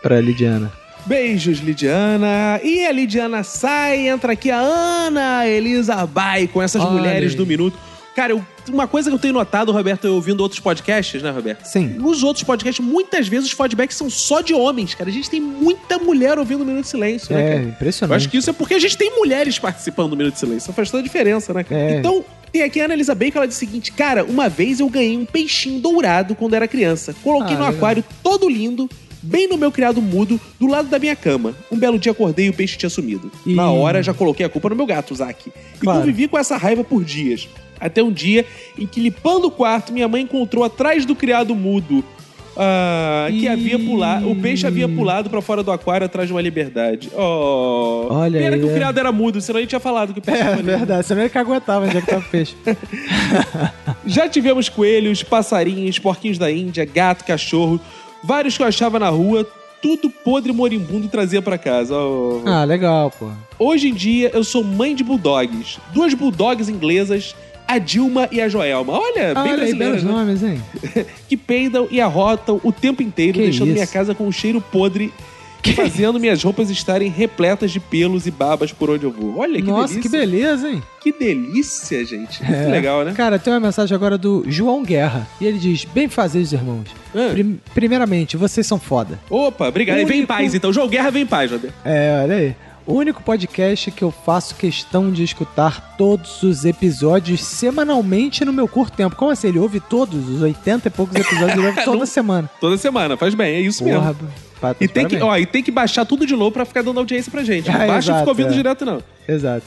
S2: pra Lidiana.
S1: Beijos, Lidiana. E a Lidiana sai, entra aqui a Ana Elisa Bai com essas
S2: Olha
S1: mulheres
S2: aí.
S1: do minuto. Cara, eu- uma coisa que eu tenho notado, Roberto, eu ouvindo outros podcasts, né, Roberto?
S2: Sim.
S1: Nos outros podcasts, muitas vezes os feedbacks são só de homens, cara. A gente tem muita mulher ouvindo o Minuto de Silêncio, né,
S2: É,
S1: cara? Eu
S2: impressionante.
S1: acho que isso é porque a gente tem mulheres participando do Minuto de Silêncio. Isso faz toda a diferença, né? cara?
S2: É.
S1: Então, tem aqui a Ana Elisa Baker, ela diz o seguinte: Cara, uma vez eu ganhei um peixinho dourado quando era criança. Coloquei
S2: Ah,
S1: no
S2: legal.
S1: aquário todo lindo, bem no meu criado mudo, do lado da minha cama. Um belo dia acordei e o peixe tinha sumido. Na hora já coloquei a culpa no meu gato, Zack. E
S2: Claro.
S1: convivi com essa raiva por dias. Até um dia em que, limpando o quarto, minha mãe encontrou atrás do criado mudo. ah, que havia pulado. O peixe havia pulado pra fora do aquário atrás de uma liberdade. Oh.
S2: Olha
S1: Pena
S2: aí,
S1: que o
S2: é.
S1: criado era mudo, senão a gente tinha falado que o peixe
S2: É
S1: tava ali.
S2: verdade, você não que aguentava onde é que tava o peixe.
S1: Já tivemos coelhos, passarinhos, porquinhos da Índia, gato, cachorro, vários que eu achava na rua, tudo podre moribundo trazia pra casa. Oh.
S2: Ah, legal, pô.
S1: Hoje em dia eu sou mãe de bulldogs, duas bulldogs inglesas, a Dilma e a Joelma. Olha,
S2: Ah,
S1: bem
S2: olha aí,
S1: brasileiras,
S2: belos
S1: né?
S2: nomes, hein?
S1: que peidam e arrotam o tempo inteiro,
S2: Que
S1: deixando
S2: isso?
S1: minha casa com um cheiro podre. e Fazendo minhas roupas estarem repletas de pelos e babas por onde eu vou. Olha que
S2: Nossa, que
S1: delícia.
S2: beleza, hein?
S1: Que delícia, gente.
S2: É.
S1: Que legal, né?
S2: Cara, tem uma mensagem agora do João Guerra. E ele diz: Bem fazeres, irmãos. Prim- primeiramente, vocês são foda.
S1: Ah, Opa, obrigado. E Vem em
S2: Único-
S1: paz, então. João Guerra vem em paz, Roberto.
S2: É, olha aí. O único podcast que eu faço questão de escutar todos os episódios semanalmente no meu curto tempo. Como assim? Ele ouve todos os 80 e
S1: *laughs*
S2: poucos episódios, ele ouve toda semana.
S1: Toda semana, faz bem, é isso
S2: Porra,
S1: mesmo.
S2: pa-
S1: E tem, que,
S2: parabéns.
S1: ó, e tem que baixar tudo de novo pra ficar dando audiência pra gente. Não
S2: *laughs* É,
S1: Baixa e
S2: exato,
S1: fica ouvindo
S2: é.
S1: direto, não.
S2: Exato.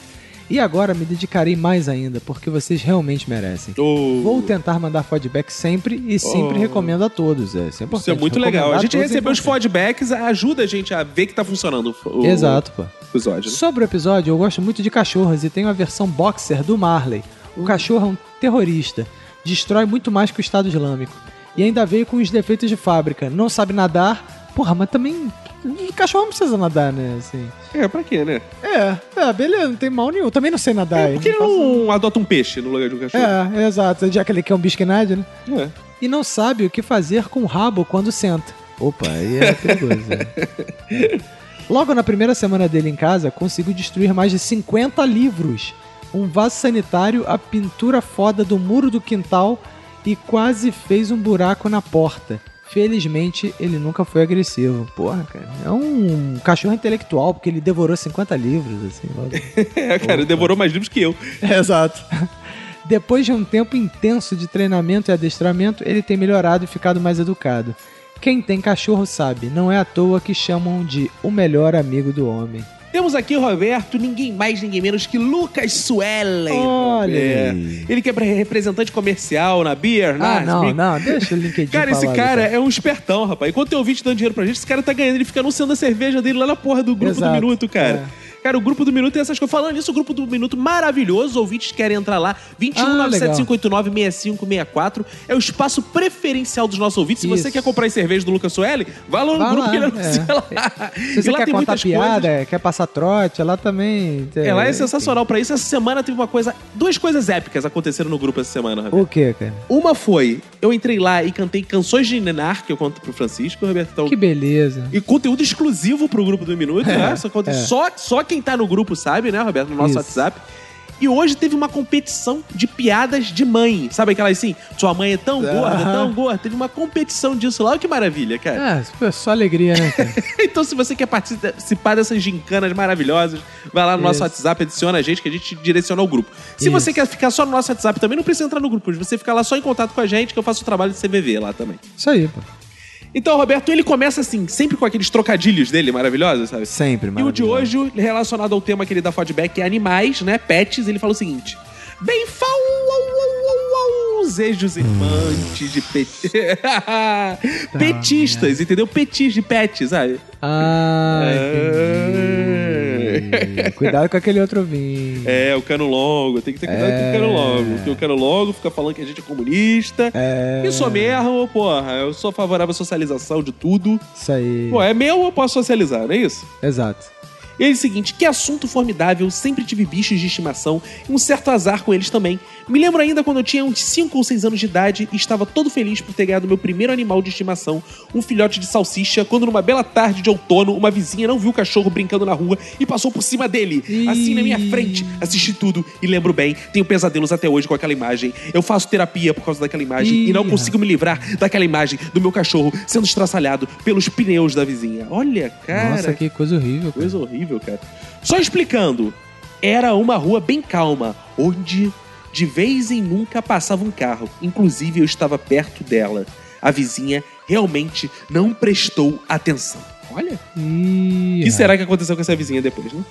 S2: E agora me dedicarei mais ainda, porque vocês realmente merecem. Vou tentar mandar feedback sempre e sempre
S1: Oh.
S2: recomendo a todos. É, isso é importante.
S1: Isso é muito legal. A
S2: Recomendar
S1: gente
S2: todos é
S1: recebeu os feedbacks, ajuda a gente a ver que tá funcionando o, o
S2: Exato, pô.
S1: episódio. né?
S2: Sobre o episódio, eu gosto muito de cachorros e tenho a versão boxer do Marley.
S1: Hum.
S2: O cachorro é um terrorista. Destrói muito mais que o Estado Islâmico. E ainda veio com os defeitos de fábrica. Não sabe nadar. Porra, mas também. Cachorro não precisa nadar, né? Assim.
S1: É, pra quê, né?
S2: É, é, beleza, não tem mal nenhum. Eu também não sei nadar.
S1: Por que
S2: hein? Não faço-
S1: É, não adota um peixe no lugar de um cachorro?
S2: É, exato. Já que ele quer um bisquinade, né?
S1: É.
S2: E não sabe o que fazer com o rabo quando senta. Opa, aí é perigoso. é. *laughs* Logo na primeira semana dele em casa, conseguiu destruir mais de 50 livros, um vaso sanitário, a pintura foda do muro do quintal e quase fez um buraco na porta. Felizmente, ele nunca foi agressivo. Porra, cara. É um cachorro intelectual, porque ele devorou 50 livros, assim, logo.
S1: É, cara, devorou mais livros que eu.
S2: Exato. Depois de um tempo intenso de treinamento e adestramento, ele tem melhorado e ficado mais educado. Quem tem cachorro sabe, não é à toa que chamam de o melhor amigo do homem.
S1: Temos aqui, Roberto, ninguém mais, ninguém menos que Lucas Suellen.
S2: Olha
S1: Roberto. Ele que é representante comercial na Beer, na
S2: Ah, não, não, deixa o LinkedIn.
S1: *laughs* Cara, esse
S2: falar,
S1: cara
S2: Lucas.
S1: é um espertão, rapaz. Enquanto tem ouvinte dando dinheiro pra gente, esse cara tá ganhando. Ele fica anunciando a cerveja dele lá na porra do grupo
S2: Exato, é.
S1: do Minuto, cara. Cara, o grupo do Minuto tem essas coisas. Falando nisso, o grupo do Minuto maravilhoso. Os ouvintes querem entrar lá. 21
S2: Ah, legal.
S1: 97589 6564 É o espaço preferencial dos nossos ouvintes. Se você
S2: Isso.
S1: quer comprar as cervejas do Lucas Sueli, vá lá no
S2: Vá
S1: grupo
S2: lá,
S1: que ele
S2: é.
S1: anuncia lá.
S2: *laughs* Se você
S1: E lá
S2: quer
S1: tem
S2: contar
S1: muitas coisas.
S2: piada, é, quer passar trote, lá também.
S1: É, lá é sensacional pra isso. Essa semana teve uma coisa, duas coisas épicas aconteceram no grupo essa semana, Roberto.
S2: O que, cara?
S1: Uma foi, eu entrei lá e cantei canções de Nenar, que eu conto pro Francisco, Roberto. Então,
S2: Que beleza.
S1: E conteúdo exclusivo pro grupo do Minuto,
S2: É,
S1: né? Só, conta-
S2: é.
S1: só, só quem tá no grupo sabe, né, Roberto? No nosso
S2: Isso.
S1: WhatsApp. E hoje teve uma competição de piadas de mãe. Sabe aquelas assim? Sua mãe é tão gorda, tão gorda. Teve uma competição disso lá. Olha que maravilha, cara.
S2: Ah, pô, só alegria, né?
S1: *laughs*
S2: cara?
S1: Então, se você quer participar dessas gincanas maravilhosas, vai lá no nosso
S2: Isso.
S1: WhatsApp, adiciona a gente, que a gente te direciona ao grupo. Se você quer ficar só no nosso WhatsApp também, não precisa entrar no grupo. Você fica lá só em contato com a gente, que eu faço o trabalho de CVV lá também.
S2: Isso aí, pô.
S1: Então, Roberto, ele começa assim, sempre com aqueles trocadilhos dele maravilhosos, sabe?
S2: Sempre,
S1: E o de
S2: maravilhoso.
S1: hoje, relacionado ao tema que ele dá feedback, é animais, né? Pets, ele fala o seguinte. Bem fal au, au, au, au,
S2: Hum.
S1: Zejos irmantes de pet... *laughs*
S2: Tá,
S1: petistas,
S2: né?
S1: entendeu? Petis de pets, sabe?
S2: Ah,
S1: É.
S2: entendi. Cuidado com aquele outro vinho.
S1: É, o cano longo, tem que ter cuidado com o cano longo. Porque o cano longo fica falando que a gente é comunista. E sou mesmo, porra. Eu sou favorável à socialização de tudo.
S2: Isso aí.
S1: Pô, é meu ou eu posso socializar, não é isso?
S2: Exato.
S1: E aí, é o seguinte, que assunto formidável, sempre tive bichos de estimação e um certo azar com eles também. Me lembro ainda quando eu tinha uns 5 ou 6 anos de idade e estava todo feliz por ter ganhado meu primeiro animal de estimação, um filhote de salsicha, quando numa bela tarde de outono, uma vizinha não viu o cachorro brincando na rua e passou por cima dele, assim na minha frente. Assisti tudo e lembro bem, tenho pesadelos até hoje com aquela imagem. Eu faço terapia por causa daquela imagem e não consigo me livrar daquela imagem do meu cachorro sendo estraçalhado pelos pneus da vizinha. Olha, cara.
S2: Nossa, que coisa horrível. cara.
S1: Coisa horrível, cara. Só explicando, era uma rua bem calma, onde de vez em nunca passava um carro. Inclusive, eu estava perto dela. A vizinha realmente não prestou atenção. Olha,
S2: Ih,
S1: o que será que aconteceu com essa vizinha depois, né?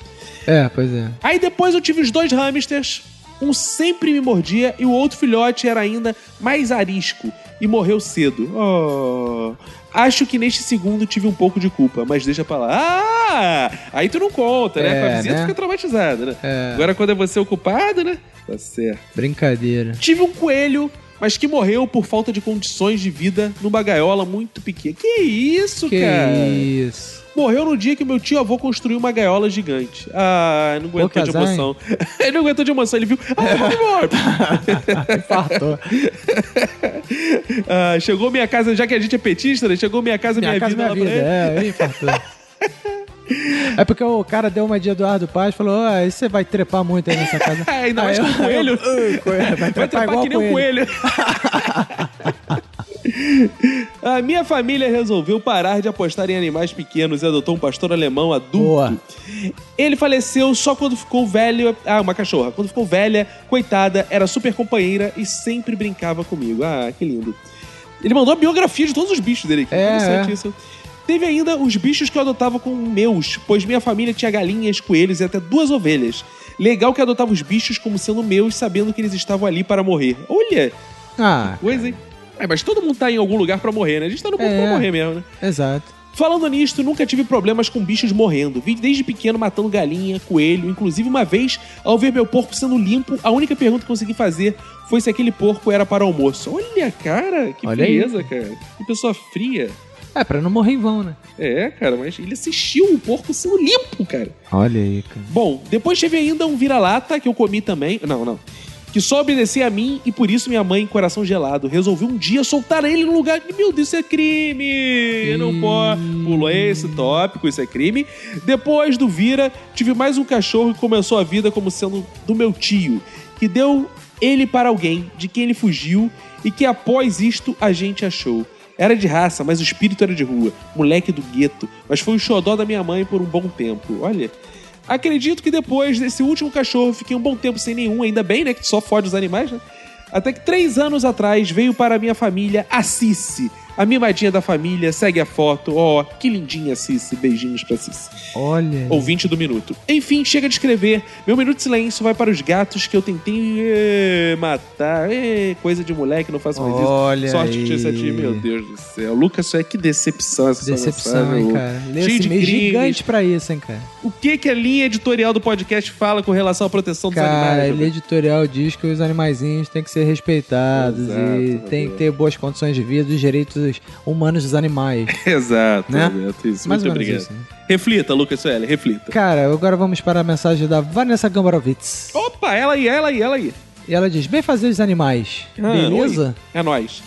S2: É, pois é.
S1: Aí depois eu tive os dois hamsters. Um sempre me mordia e o outro filhote era ainda mais arisco e morreu cedo. Oh. Acho que neste segundo tive um pouco de culpa, mas deixa pra lá. Ah! Aí tu não conta, né?
S2: É,
S1: Com a vizinha tu
S2: né?
S1: fica traumatizada, né?
S2: É,
S1: Agora quando é você o culpado, né? Tá certo.
S2: brincadeira.
S1: Tive um coelho, mas que morreu por falta de condições de vida numa gaiola muito pequena. Que isso,
S2: Que
S1: cara?
S2: isso.
S1: Morreu no dia que meu tio avô construiu uma gaiola gigante. Ah, não aguentou
S2: Pouca
S1: de
S2: azar, hein?
S1: emoção. *laughs* ele não aguentou de emoção, ele viu. Ah, vamos embora.
S2: *laughs* Infartou.
S1: Ah, chegou minha casa, já que a gente é petista, né? Chegou minha casa, minha,
S2: Minha casa,
S1: vida.
S2: minha
S1: lá pra
S2: vida.
S1: ele.
S2: É, ele infartou. É porque o cara deu uma de Eduardo Paz e falou: Ah, você vai trepar muito aí nessa
S1: *laughs*
S2: casa.
S1: Ah, ainda mais
S2: Aí
S1: com
S2: eu-
S1: o coelho.
S2: *laughs* Ai, coelho, Vai
S1: Vai
S2: trepar
S1: trepar
S2: igual
S1: que nem um coelho.
S2: *laughs*
S1: A minha família resolveu parar de apostar em animais pequenos e adotou um pastor alemão adulto.
S2: Boa.
S1: Ele faleceu só quando ficou velho. Ah, uma cachorra. Quando ficou velha, coitada, era super companheira e sempre brincava comigo. Ah, que lindo. Ele mandou a biografia de todos os bichos dele aqui.
S2: É,
S1: Interessante
S2: é.
S1: isso. Teve ainda os bichos que eu adotava com meus, pois minha família tinha galinhas, coelhos e até duas ovelhas. Legal que eu adotava os bichos como sendo meus, sabendo que eles estavam ali para morrer. Olha,
S2: Ah,
S1: coisa, hein? É, mas todo mundo tá em algum lugar para morrer, né? A gente tá no ponto
S2: É.
S1: pra morrer mesmo, né?
S2: exato.
S1: Falando nisto, nunca tive problemas com bichos morrendo. Vi desde pequeno matando galinha, coelho, inclusive uma vez, ao ver meu porco sendo limpo, a única pergunta que consegui fazer foi se aquele porco era para almoço. Olha, cara, que
S2: Olha aí.
S1: frieza, cara. Que pessoa fria.
S2: É, pra não morrer em vão, né?
S1: É, cara, mas ele assistiu o porco sendo limpo, cara.
S2: Olha aí, cara.
S1: Bom, depois teve ainda um vira-lata que eu comi também. Não, não. Que só obedecia a mim e por isso minha mãe, coração gelado, resolveu um dia soltar ele no lugar. que, Meu Deus, isso é crime! Não pode. Pulou esse tópico, isso é crime. Depois do Vira, tive mais um cachorro que começou a vida como sendo do meu tio, que deu ele para alguém, de quem ele fugiu e que após isto a gente achou. Era de raça, mas o espírito era de rua. Moleque do gueto. Mas foi o xodó da minha mãe por um bom tempo. Olha. Acredito que depois desse último cachorro fiquei um bom tempo sem nenhum, ainda bem, né? Que só fode os animais, né? Até que três anos atrás veio para a minha família a Cici. A mimadinha da família, segue a foto. Ó, que lindinha, Cici. Beijinhos pra Cici.
S2: Olha.
S1: Ouvinte do minuto. Enfim, chega de escrever. Meu minuto de silêncio vai para os gatos que eu tentei eh, matar. Eh, coisa de moleque, não faço mais isso.
S2: Olha
S1: Sorte
S2: aí.
S1: que tinha esse time, meu Deus do céu. Lucas, isso é que decepção essa sua
S2: Decepção,
S1: mensagem,
S2: hein,
S1: Lucas.
S2: cara.
S1: Cheio
S2: Nesse
S1: de
S2: mês
S1: crimes.
S2: gigante pra isso, hein, cara.
S1: O que, que a linha editorial do podcast fala com relação à proteção dos
S2: Cara,
S1: animais?
S2: ele é
S1: Roberto?
S2: editorial diz que os animaizinhos têm que ser respeitados
S1: Exato,
S2: e
S1: Roberto.
S2: tem que ter boas condições de vida, os direitos humanos
S1: *laughs*
S2: dos animais.
S1: Exato,
S2: Né?
S1: Roberto, isso.
S2: Mais
S1: Muito
S2: ou menos
S1: obrigado.
S2: isso, né?
S1: Reflita, Lucas Sueli, reflita.
S2: Cara, agora vamos para a mensagem da Vanessa Gambarovitz.
S1: Opa, ela aí, ela aí, ela aí.
S2: E ela diz: Bem fazer os animais.
S1: Ah,
S2: Beleza?
S1: É nóis.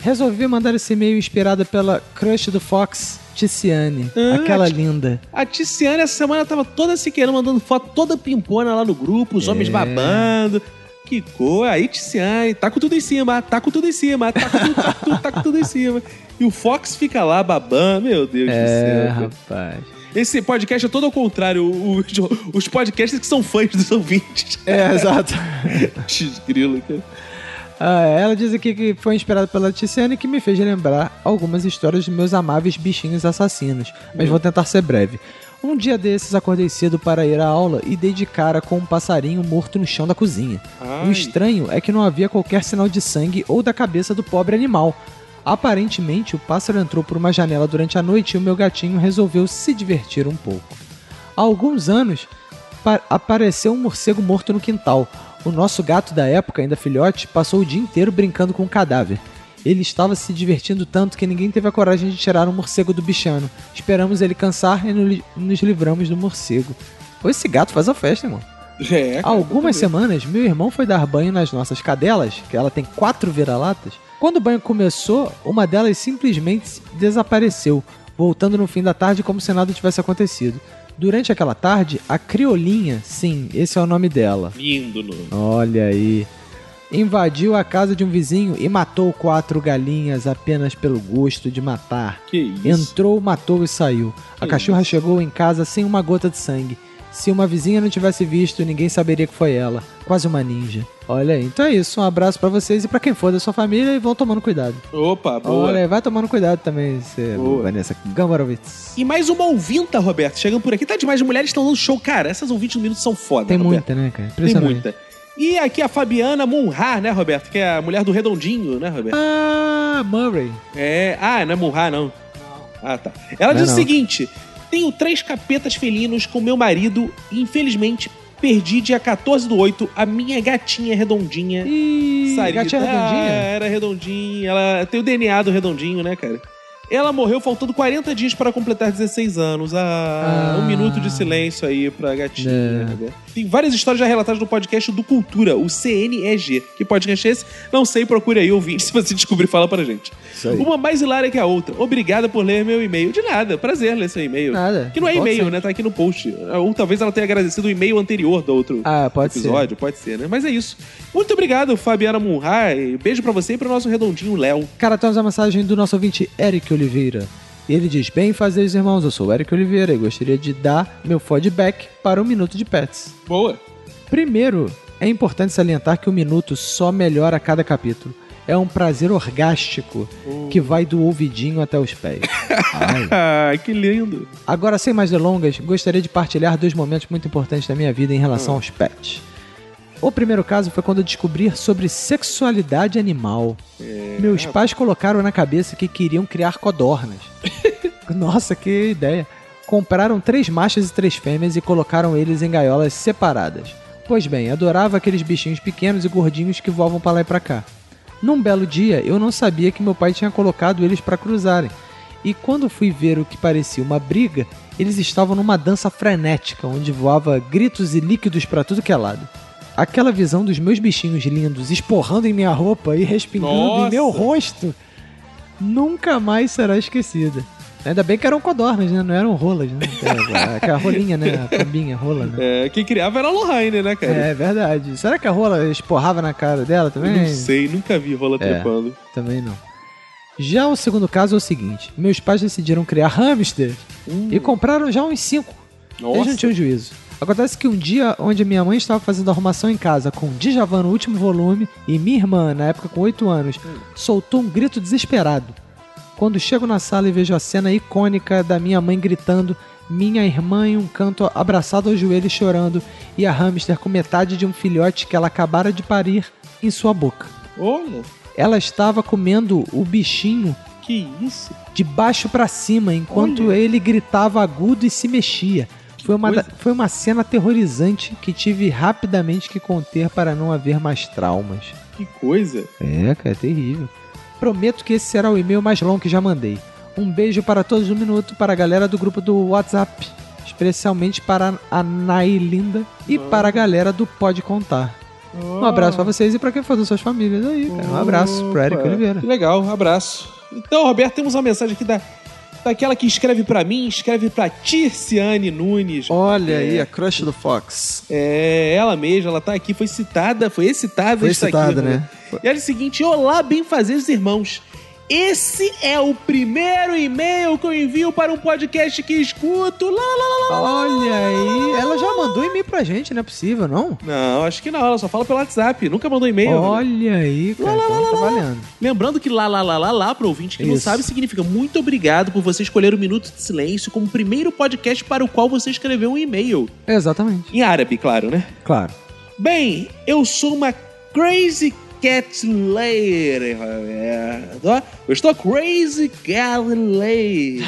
S2: Resolvi mandar esse e-mail inspirada pela crush do Fox, Tiziane.
S1: Ah,
S2: aquela
S1: Ti-
S2: linda.
S1: A Tiziane essa semana tava toda se querendo, mandando foto toda pimpona lá no grupo,
S2: É.
S1: os homens babando. Que coisa. Aí, Tiziane, tá com tudo em cima, tá com tudo em cima, tá com tudo, tá com tudo, tá com tudo em cima. E o Fox fica lá babando, meu Deus do
S2: É,
S1: céu. cara.
S2: rapaz.
S1: Esse podcast é todo ao contrário. o- o- os podcasts que são fãs dos ouvintes.
S2: É, exato.
S1: *laughs* Desgrilo, cara.
S2: Ah, ela diz aqui que foi inspirada pela Tiziane que me fez lembrar algumas histórias de meus amáveis bichinhos assassinos. Mas vou tentar ser breve. Um dia desses acordei cedo para ir à aula e dei de cara com um passarinho morto no chão da cozinha.
S1: Ai.
S2: O estranho é que não havia qualquer sinal de sangue ou da cabeça do pobre animal. Aparentemente, o pássaro entrou por uma janela durante a noite e o meu gatinho resolveu se divertir um pouco. Há alguns anos, pa- apareceu um morcego morto no quintal. O nosso gato da época, ainda filhote, passou o dia inteiro brincando com o cadáver. Ele estava se divertindo tanto que ninguém teve a coragem de tirar o morcego do bichano. Esperamos ele cansar e no- nos livramos do morcego. Pô, esse gato faz a festa, irmão.
S1: É, cara,
S2: Algumas
S1: eu também.
S2: semanas, meu irmão foi dar banho nas nossas cadelas, que ela tem quatro vira-latas. Quando o banho começou, uma delas simplesmente desapareceu, voltando no fim da tarde como se nada tivesse acontecido. Durante aquela tarde, a Criolinha, sim, esse é o nome dela,
S1: Lindo, no...
S2: Olha aí. Invadiu a casa de um vizinho e matou quatro galinhas apenas pelo gosto de matar.
S1: Que isso?
S2: Entrou, matou e saiu. a cachorra chegou em casa sem uma gota de sangue. Se uma vizinha não tivesse visto, ninguém saberia que foi ela. Quase uma ninja. Olha aí. Então é isso. Um abraço pra vocês e pra quem for da sua família e vão tomando cuidado.
S1: Opa, boa.
S2: Olha aí, vai tomando cuidado também, você,
S1: Boa.
S2: Vanessa Gambarovitz.
S1: E mais uma ouvinta, Roberto, chegando por aqui. Tá demais, mulheres estão dando show. Cara, essas ouvintes do Minuto são foda,
S2: Tem
S1: Roberto.
S2: muita, né, cara?
S1: Tem
S2: Impressionante.
S1: muita. E aqui a Fabiana Munhar, né, Roberto? Que é a mulher do Redondinho, né, Roberto?
S2: Ah, Murray.
S1: É. Ah, não é Munhar, não. Ah, tá. Ela
S2: Não é
S1: diz
S2: não.
S1: o seguinte: tenho três capetas felinos com meu marido e, infelizmente, perdi dia 14 do 8 a minha gatinha redondinha.
S2: Ih,
S1: Sarita.
S2: gatinha redondinha?
S1: Ah, era redondinha. Ela tem o DNA do redondinho, né, cara? Ela morreu faltando 40 dias para completar 16 anos. Ah,
S2: Ah.
S1: um minuto de silêncio aí pra gatinha.
S2: É.
S1: né? Tem várias histórias já relatadas no podcast do Cultura, o CNEG. Que podcast é esse? Não sei, procure aí ouvinte. *laughs* Se você descobrir, fala pra gente.
S7: aí.
S1: Uma mais hilária que a outra. Obrigada por ler meu e-mail. De nada, prazer ler seu e-mail.
S2: Nada.
S1: Que não é
S2: Pode
S1: e-mail,
S2: ser.
S1: né? Tá aqui no post. Ou talvez ela tenha agradecido o e-mail anterior do outro
S2: Ah, pode ser.
S1: episódio, pode ser, né? Mas é isso. Muito obrigado, Fabiana Munhar. E Beijo pra você e pro nosso redondinho Léo.
S2: Cara, temos a mensagem do nosso ouvinte Eric Oliveira. E ele diz: Bem fazeres, irmãos, eu sou o Eric Oliveira e gostaria de dar meu feedback para o Minuto de Pets.
S1: Boa.
S2: Primeiro, é importante salientar que o Minuto só melhora a cada capítulo. É um prazer orgástico que vai do ouvidinho até os pés.
S1: Ah, que lindo.
S2: Agora, sem mais delongas, gostaria de partilhar dois momentos muito importantes da minha vida em relação aos pets. O primeiro caso foi quando eu descobri sobre sexualidade animal. Meus pais colocaram na cabeça que queriam criar codornas. Nossa, que ideia! Compraram três machos e três fêmeas e colocaram eles em gaiolas separadas. Pois bem, adorava aqueles bichinhos pequenos e gordinhos que voavam pra lá e pra cá. Num belo dia, eu não sabia que meu pai tinha colocado eles pra cruzarem. E quando fui ver o que parecia uma briga, eles estavam numa dança frenética, onde voava gritos e líquidos pra tudo que é lado. Aquela visão dos meus bichinhos lindos esporrando em minha roupa e respingando em
S1: Nossa!
S2: meu rosto nunca mais será esquecida. Ainda bem que eram codornas, né? Não eram rolas, *laughs* né? Aquela- Aquela rolinha, né? A pombinha, rola, né?
S1: É, quem criava era a Lohane, né, cara?
S2: É verdade. Será que a rola esporrava na cara dela
S1: Eu
S2: também?
S1: Não sei, nunca vi rola
S2: É.
S1: trepando.
S2: Também não. Já o segundo caso é o seguinte: meus pais decidiram criar hamsters e compraram já uns cinco. Eles não
S1: Nossa.
S2: tinham um juízo. Acontece que um dia, onde minha mãe estava fazendo arrumação em casa com um Djavan no último volume e minha irmã, na época com 8 anos, soltou um grito desesperado. Quando chego na sala e vejo a cena icônica da minha mãe gritando, minha irmã em um canto abraçada ao joelho e chorando, e a hamster com metade de um filhote que ela acabara de parir em sua boca.
S1: Olha,
S2: Ela estava comendo o bichinho
S1: que isso.
S2: de baixo pra cima enquanto
S1: Olha.
S2: ele gritava agudo e se mexia. Foi uma,
S1: coisa.
S2: da- foi uma cena aterrorizante que tive rapidamente que conter para não haver mais traumas.
S1: Que coisa.
S2: É, cara, é terrível. Prometo que esse será o e-mail mais longo que já mandei. Um beijo para todos no minuto, para a galera do grupo do WhatsApp, especialmente para a Nailinda e
S1: Ah.
S2: para a galera do Pode Contar. Um abraço para vocês e para quem for das suas famílias aí, cara. Um abraço pro Eric
S1: Opa,
S2: Oliveira.
S1: Ah, Que legal, um abraço. Então, Roberto, temos uma mensagem aqui da, daquela que escreve pra mim, escreve pra Tirciane Nunes.
S15: Olha aí, a crush do Fox.
S1: É, ela mesma, ela tá aqui, foi citada, foi excitada.
S15: Foi
S1: está
S15: excitada,
S1: aqui,
S15: né?
S1: E ela é o seguinte, olá, bem fazeres irmãos. Esse é o primeiro e-mail que eu envio para um podcast que escuto. Lá, lá, lá, lá, lá,
S2: Olha aí, ela já mandou e-mail pra gente, não é possível, não?
S1: Não, acho que não. Ela só fala pelo WhatsApp. Nunca mandou e-mail.
S2: Olha aí, cara, então tá valendo.
S1: Lembrando que lá, lá, lá, lá, lá, pro ouvinte que não
S2: Isso.
S1: sabe, significa muito obrigado por você escolher o Minuto de Silêncio como primeiro podcast para o qual você escreveu um e-mail.
S2: Exatamente.
S1: Em árabe, claro, né?
S2: Claro.
S1: Bem, eu sou uma Crazy Cat Lady, Roberto. Eu estou Crazy Cat Lady.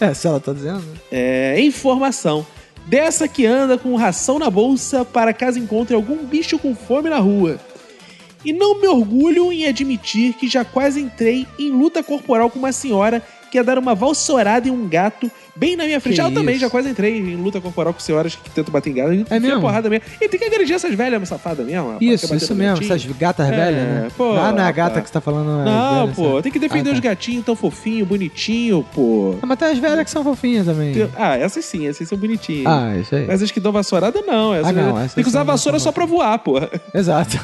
S2: É, se ela tá dizendo. né?
S1: É, informação. Dessa que anda com ração na bolsa para caso encontre algum bicho com fome na rua. E não me orgulho em admitir que já quase entrei em luta corporal com uma senhora que ia dar uma valsorada em um gato bem na minha frente.
S2: Que
S1: Ah, eu também
S2: isso.
S1: já quase entrei em luta corporal com senhoras que tentam bater em gato. É
S2: mesmo?
S1: porrada mesmo. E tem que agredir essas velhas safada mesmo. rapaz, quer
S2: Isso,
S1: bater
S2: isso
S1: no
S2: mesmo,
S1: gatinho.
S2: essas gatas
S1: É,
S2: velhas, né?
S1: pô,
S2: Lá na
S1: rapaz.
S2: gata que você tá falando. é
S1: Não,
S2: velha,
S1: pô,
S2: sabe?
S1: tem que defender
S2: Ah,
S1: os
S2: tá.
S1: gatinhos tão fofinho, bonitinho, pô.
S2: Ah, mas tem as velhas que são fofinhas também.
S1: Ah, essas sim, essas são bonitinhas.
S2: Ah, isso
S1: *laughs*
S2: aí.
S1: Mas as que dão vassourada, não. Essas-
S2: Ah, não, essas
S1: tem que usar
S2: são-
S1: vassoura
S2: são
S1: só pra voar, porra.
S2: Exato.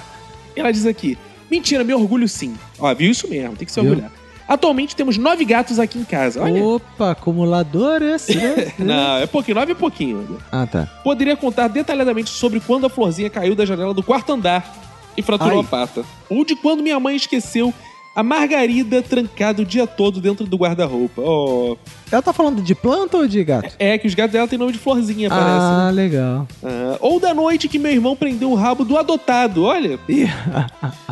S1: E ela diz aqui: mentira, me orgulho sim. Ó, viu isso mesmo, tem que se
S2: Viu?
S1: orgulhar. Atualmente temos nove gatos aqui em casa. Olha.
S2: Opa, acumuladores. né?
S1: *laughs* Não, é pouquinho, nove é pouquinho.
S2: ah, tá.
S1: Poderia contar detalhadamente sobre quando a florzinha caiu da janela do quarto andar e fraturou a
S2: Ai.
S1: pata. Ou de quando minha mãe esqueceu a margarida trancada o dia todo dentro do guarda-roupa. Oh,
S2: Ela tá falando de planta ou de gato?
S1: é que os gatos dela têm nome de florzinha, *laughs* parece. né?
S2: Ah, legal.
S1: Ah, ou da noite que meu irmão prendeu o rabo do adotado,
S2: *laughs*
S1: olha,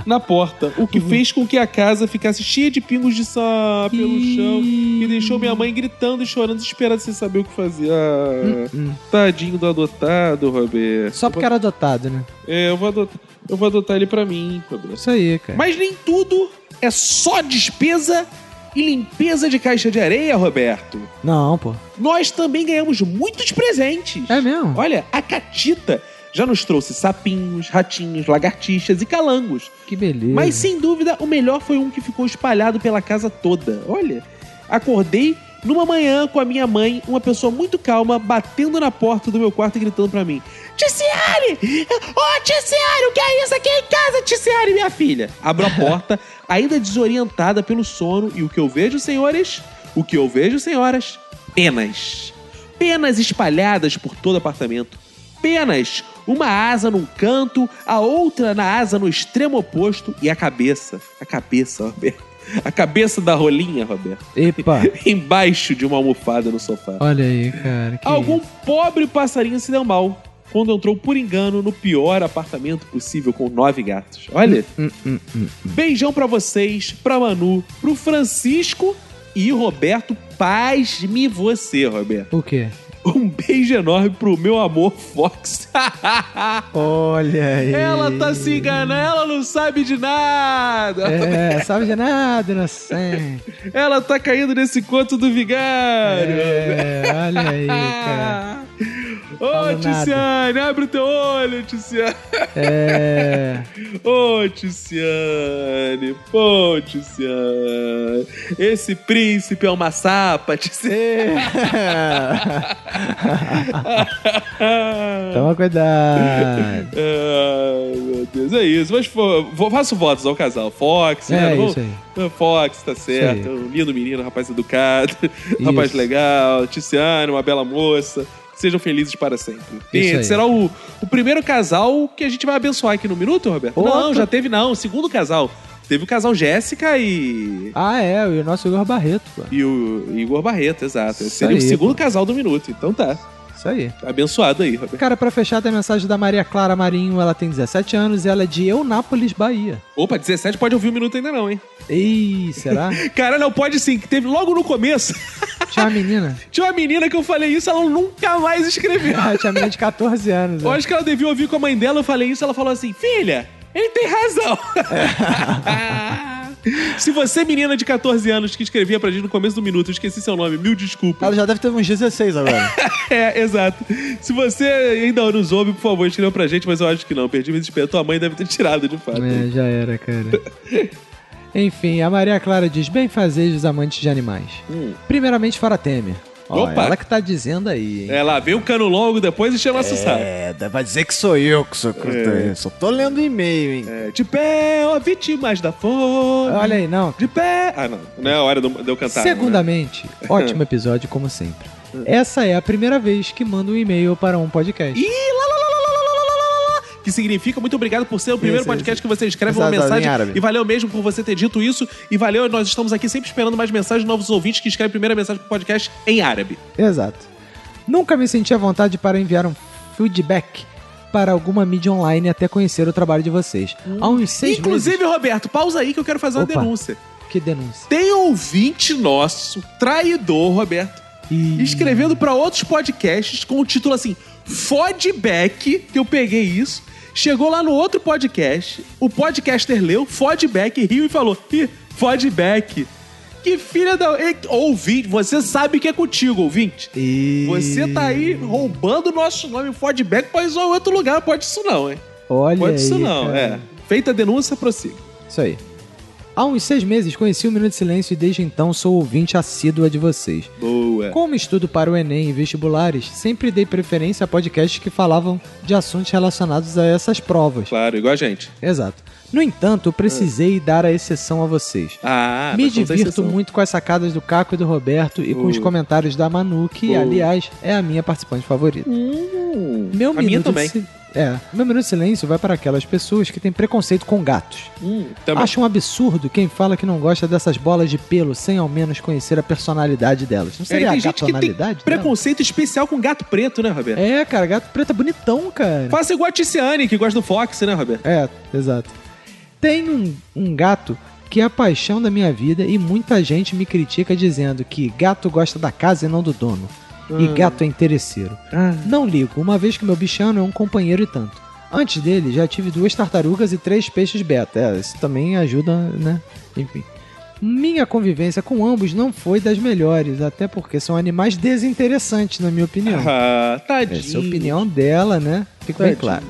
S1: na porta. O que fez com que a casa ficasse cheia de pingos de sal pelo chão e deixou minha mãe gritando e chorando, desesperada sem saber o que fazer. Ah, tadinho do adotado, Roberto.
S2: Hum, Só porque era adotado, né?
S1: É, eu vou adotar, eu vou adotar ele pra mim, Roberto.
S2: Isso aí, cara.
S1: Mas nem tudo é só despesa e limpeza de caixa de areia, Roberto.
S2: Não, pô.
S1: Nós também ganhamos muitos presentes.
S2: É mesmo?
S1: Olha, a Catita já nos trouxe sapinhos, ratinhos, lagartixas e calangos.
S2: Que beleza.
S1: Mas sem dúvida, o melhor foi um que ficou espalhado pela casa toda. Olha, acordei numa manhã com a minha mãe, uma pessoa muito calma, batendo na porta do meu quarto e gritando pra mim: Ticiane! Ô, Ticiane, o que é isso aqui em casa, Ticiane, minha filha? Abro a porta, ainda desorientada pelo sono, e o que eu vejo, senhores? O que eu vejo, senhoras? Penas. Penas espalhadas por todo o apartamento. Penas. Uma asa num canto, a outra na asa no extremo oposto e a cabeça. A cabeça, Roberto. A cabeça da rolinha, Roberto.
S2: Epa.
S1: Embaixo de uma almofada no sofá.
S2: Olha aí, cara. que-
S1: Algum pobre passarinho se deu mal quando entrou por engano no pior apartamento possível com nove gatos. Olha.
S2: Hum, hum, hum.
S1: Beijão pra vocês, pra Manu, pro Francisco e Roberto. Paz-me você, Roberto.
S2: O quê?
S1: Um beijo enorme pro meu amor Fox. *laughs*
S2: Olha aí.
S1: ela tá se enganando, ela não sabe de nada.
S2: É, sabe de *laughs* nada, inocente.
S1: Ela tá caindo nesse conto do vigário. Ah.
S2: É, olha aí, cara.
S1: Ô,
S2: Falo
S1: Ticiane, abre o teu olho, Ticiane.
S2: É.
S1: Ô, Ticiane. Pô, Ticiane. Esse príncipe é uma sapa, Ticiane.
S2: Toma cuidado.
S1: *laughs* Ai, meu Deus, é isso. Mas fo- vo- faço votos ao casal. Fox, né?
S2: É,
S1: Vamos-
S2: isso aí.
S1: Fox, tá certo.
S2: Isso
S1: Um lindo menino, rapaz educado, *laughs* rapaz legal. Tiziano, uma bela moça. Sejam felizes para sempre.
S2: Isso
S1: E
S2: aí.
S1: será o, o primeiro casal que a gente vai abençoar aqui no minuto, Roberto? Não,
S2: Outro?
S1: já teve não. O segundo casal. Teve o casal Jéssica e.
S2: Ah, é, e o nosso Igor Barreto, pô.
S1: E o Igor Barreto, exato. Seria
S2: aí,
S1: o segundo casal do minuto. Então tá.
S2: Isso aí.
S1: Abençoado aí, Roberto.
S2: Cara, pra fechar, tem a mensagem da Maria Clara Marinho. Ela tem 17 anos e ela é de Eunápolis, Bahia.
S1: Opa, 17 pode ouvir o minuto ainda não, hein?
S2: Ei, *laughs* será?
S1: Cara, não pode sim, que teve logo no começo. *laughs*
S2: Tinha uma menina.
S1: Tinha uma menina que eu falei isso, ela nunca mais escreveu.
S2: Ah, Tinha uma menina de 14 anos.
S1: Eu
S2: né?
S1: acho que ela devia ouvir com a mãe dela, eu falei isso, ela falou assim: Filha, ele tem
S2: *laughs*
S1: razão. Se você, menina de 14 anos, que escrevia pra gente no começo do minuto, eu esqueci seu nome, mil desculpas.
S16: Ela já deve ter uns 16 agora.
S2: *laughs*
S1: É, exato. Se você ainda nos ouve, por favor, escreva pra gente, mas eu acho que não. Perdi meu desespero. Tua mãe deve ter tirado, de fato.
S2: É, já era, cara. Enfim, a Maria Clara diz: bem fazer os amantes de animais. Primeiramente, fora Temer. Ó,
S1: Hum. Opa.
S2: Ela que tá dizendo aí, hein?
S1: É lá, vem o cano longo depois e chama a Sussara.
S2: É, dá pra dizer que sou eu que sou curto
S1: É.
S2: aí. Só tô lendo e-mail, hein?
S1: de pé, ó, vítimas da fome.
S2: Olha aí, não.
S1: De pé. Ah, não. Não é hora do- de eu cantar.
S2: Segundamente,
S1: *laughs*
S2: ótimo episódio como sempre. Essa é a primeira vez que mando um e-mail para um podcast.
S1: Ih, lá, lá, lá, lá, lá, lá, lá, lá, lá, lá, que significa muito obrigado por ser o primeiro
S2: Isso,
S1: podcast que você escreve
S2: Exato,
S1: uma
S2: exato,
S1: mensagem.
S2: em árabe.
S1: E valeu mesmo por você ter dito isso. E valeu, nós estamos aqui sempre esperando mais mensagens, novos ouvintes que escrevem a primeira mensagem pro podcast em árabe.
S2: Exato. Nunca me senti à vontade para enviar um feedback para alguma mídia online até conhecer o trabalho de vocês. Há uns seis
S1: Inclusive, Roberto, pausa aí que eu quero fazer uma
S2: Opa.
S1: denúncia.
S2: Que denúncia?
S1: Tem ouvinte nosso, traidor, Roberto, escrevendo pra outros podcasts com o título assim: Fodback, que eu peguei isso. Chegou lá no outro podcast, o podcaster leu, Fodback, riu e falou: Ih, Fodback. Que filha da. Ei, Ouvinte, você sabe que é contigo, ouvinte. Você tá aí roubando o nosso nome, Fodback, pra ir a outro lugar. Pode isso não, hein?
S2: Olha
S1: Pode isso
S2: aí,
S1: não,
S2: cara.
S1: é. Feita a denúncia, prossiga.
S2: Isso aí. Há uns seis meses conheci o Minuto de Silêncio e desde então sou ouvinte assídua de vocês.
S1: Boa.
S2: Como estudo para o Enem e vestibulares, sempre dei preferência a podcasts que falavam de assuntos relacionados a essas provas.
S1: Claro, igual a gente.
S2: Exato. No entanto, precisei dar a exceção a vocês.
S1: Ah,
S2: Me
S1: nós somos a
S2: divirto
S1: exceção.
S2: muito com as sacadas do Caco e do Roberto e com os
S1: Boa.
S2: comentários da Manu, que,
S1: Boa.
S2: aliás, é a minha participante favorita. Meu
S1: Hum, a
S2: minuto
S1: minha
S2: de
S1: também.
S2: si- É, meu minuto de silêncio vai para aquelas pessoas que têm preconceito com gatos.
S1: Hum, também.
S2: Acho um absurdo quem fala que não gosta dessas bolas de pelo sem ao menos conhecer a personalidade delas. Não
S1: É,
S2: seria
S1: tem
S2: a
S1: gente que tem
S2: gatonalidade?
S1: preconceito especial com gato preto, né, Roberto?
S2: É, cara, gato preto é bonitão, cara.
S1: Faça igual a Tiziane, que gosta do Fox, né, Roberto?
S2: É, exato. Tem um, um gato que é a paixão da minha vida e muita gente me critica dizendo que gato gosta da casa e não do dono. E
S1: Ah.
S2: gato é interesseiro. Não ligo, uma vez que meu bichano é um companheiro e tanto. Antes dele, já tive duas tartarugas e três peixes beta. É, isso também ajuda, né? Enfim. Minha convivência com ambos não foi das melhores, até porque são animais desinteressantes, na minha opinião.
S1: *laughs* Ah, tadinho.
S2: Essa é a opinião dela, né? Fica bem
S1: Tadinho.
S2: claro.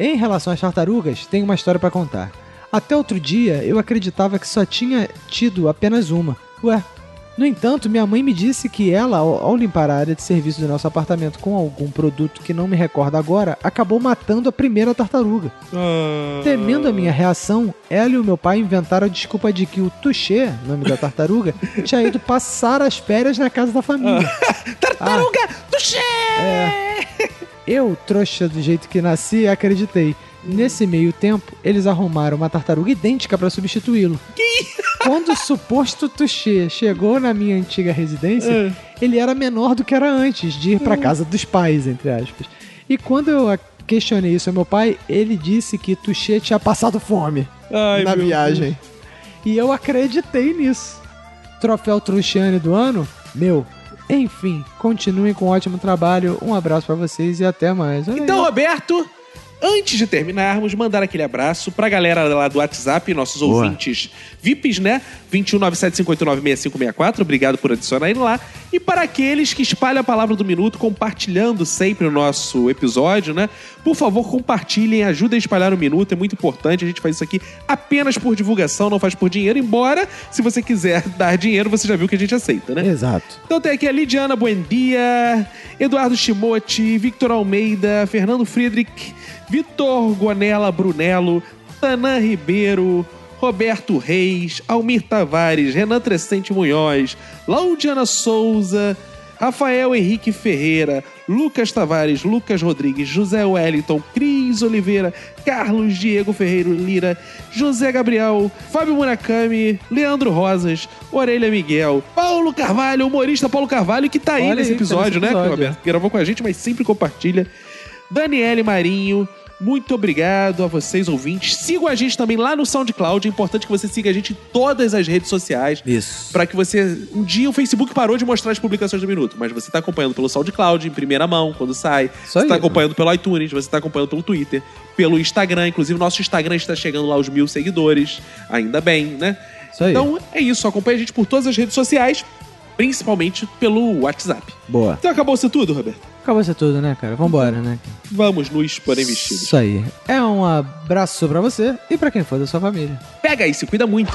S2: Em relação às tartarugas, tem uma história pra contar. Até outro dia, eu acreditava que só tinha tido apenas uma. Ué. No entanto, minha mãe me disse que ela, ao ao limpar a área de serviço do nosso apartamento com algum produto que não me recordo agora, acabou matando a primeira tartaruga. Temendo a minha reação, ela e o meu pai inventaram a desculpa de que o Tuxê, nome da tartaruga, tinha ido passar as férias na casa da família. tartaruga
S1: Tuxê!
S2: eu, trouxa do jeito que nasci, acreditei. Nesse meio tempo, eles arrumaram uma tartaruga idêntica para substituí-lo. Quando o suposto Tuxê chegou na minha antiga residência, ele era menor do que era antes de ir para casa dos pais, entre aspas. E quando eu a- questionei isso ao meu pai, ele disse que Tuxê tinha passado fome
S1: Ai,
S2: na
S1: meu
S2: viagem. E eu acreditei nisso. Troféu Truxiane do ano? Meu. Enfim, continuem com um ótimo trabalho. Um abraço pra vocês e até mais. Olha
S1: Então,
S2: aí.
S1: Roberto, antes de terminarmos, mandar aquele abraço pra galera lá do WhatsApp, nossos ouvintes VIPs, né? 21975896564, obrigado por adicionar ele lá. E para aqueles que espalham a palavra do minuto, compartilhando sempre o nosso episódio, né? Por favor, compartilhem, ajudem a espalhar o minuto, é muito importante. A gente faz isso aqui apenas por divulgação, não faz por dinheiro, embora, se você quiser *laughs* dar dinheiro, você já viu que a gente aceita, né?
S2: Exato.
S1: Então tem aqui a Lidiana Buendia, Eduardo Shimote, Victor Almeida, Fernando Friedrich, Vitor Gonella Brunello, Tanã Ribeiro, Roberto Reis, Almir Tavares, Renan Trescente Munhoz, Laudiana Souza, Rafael Henrique Ferreira, Lucas Tavares, Lucas Rodrigues, José Wellington, Cris Oliveira, Carlos Diego Ferreiro Lira, José Gabriel, Fábio Murakami, Leandro Rosas, Orelha Miguel, Paulo Carvalho, humorista Paulo Carvalho, que tá aí
S2: Olha
S1: nesse
S2: aí, tá nesse
S1: episódio, né,
S2: episódio.
S1: Roberto? Que Gravou com a gente, mas sempre compartilha. Daniele Marinho, muito obrigado a vocês, ouvintes. Sigam a gente também lá no SoundCloud. É importante que você siga a gente em todas as redes sociais.
S2: Isso.
S1: Pra que você. Um dia o Facebook parou de mostrar as publicações do Minuto, mas você tá acompanhando pelo SoundCloud em primeira mão, quando sai. você
S2: aí,
S1: tá
S2: né?
S1: acompanhando pelo iTunes, você tá acompanhando pelo Twitter, pelo Instagram. Inclusive, nosso Instagram está chegando lá aos mil seguidores. Ainda bem, né?
S2: aí.
S1: Então é isso. Acompanha a gente por todas as redes sociais, principalmente pelo WhatsApp.
S2: Boa.
S1: Então acabou-se tudo, Roberto.
S2: Acabou isso tudo, né, cara? Vambora, né?
S1: Vamos nos porém vestidos.
S2: Isso aí. É um abraço pra você e pra quem for da sua família.
S1: Pega aí, se cuida muito.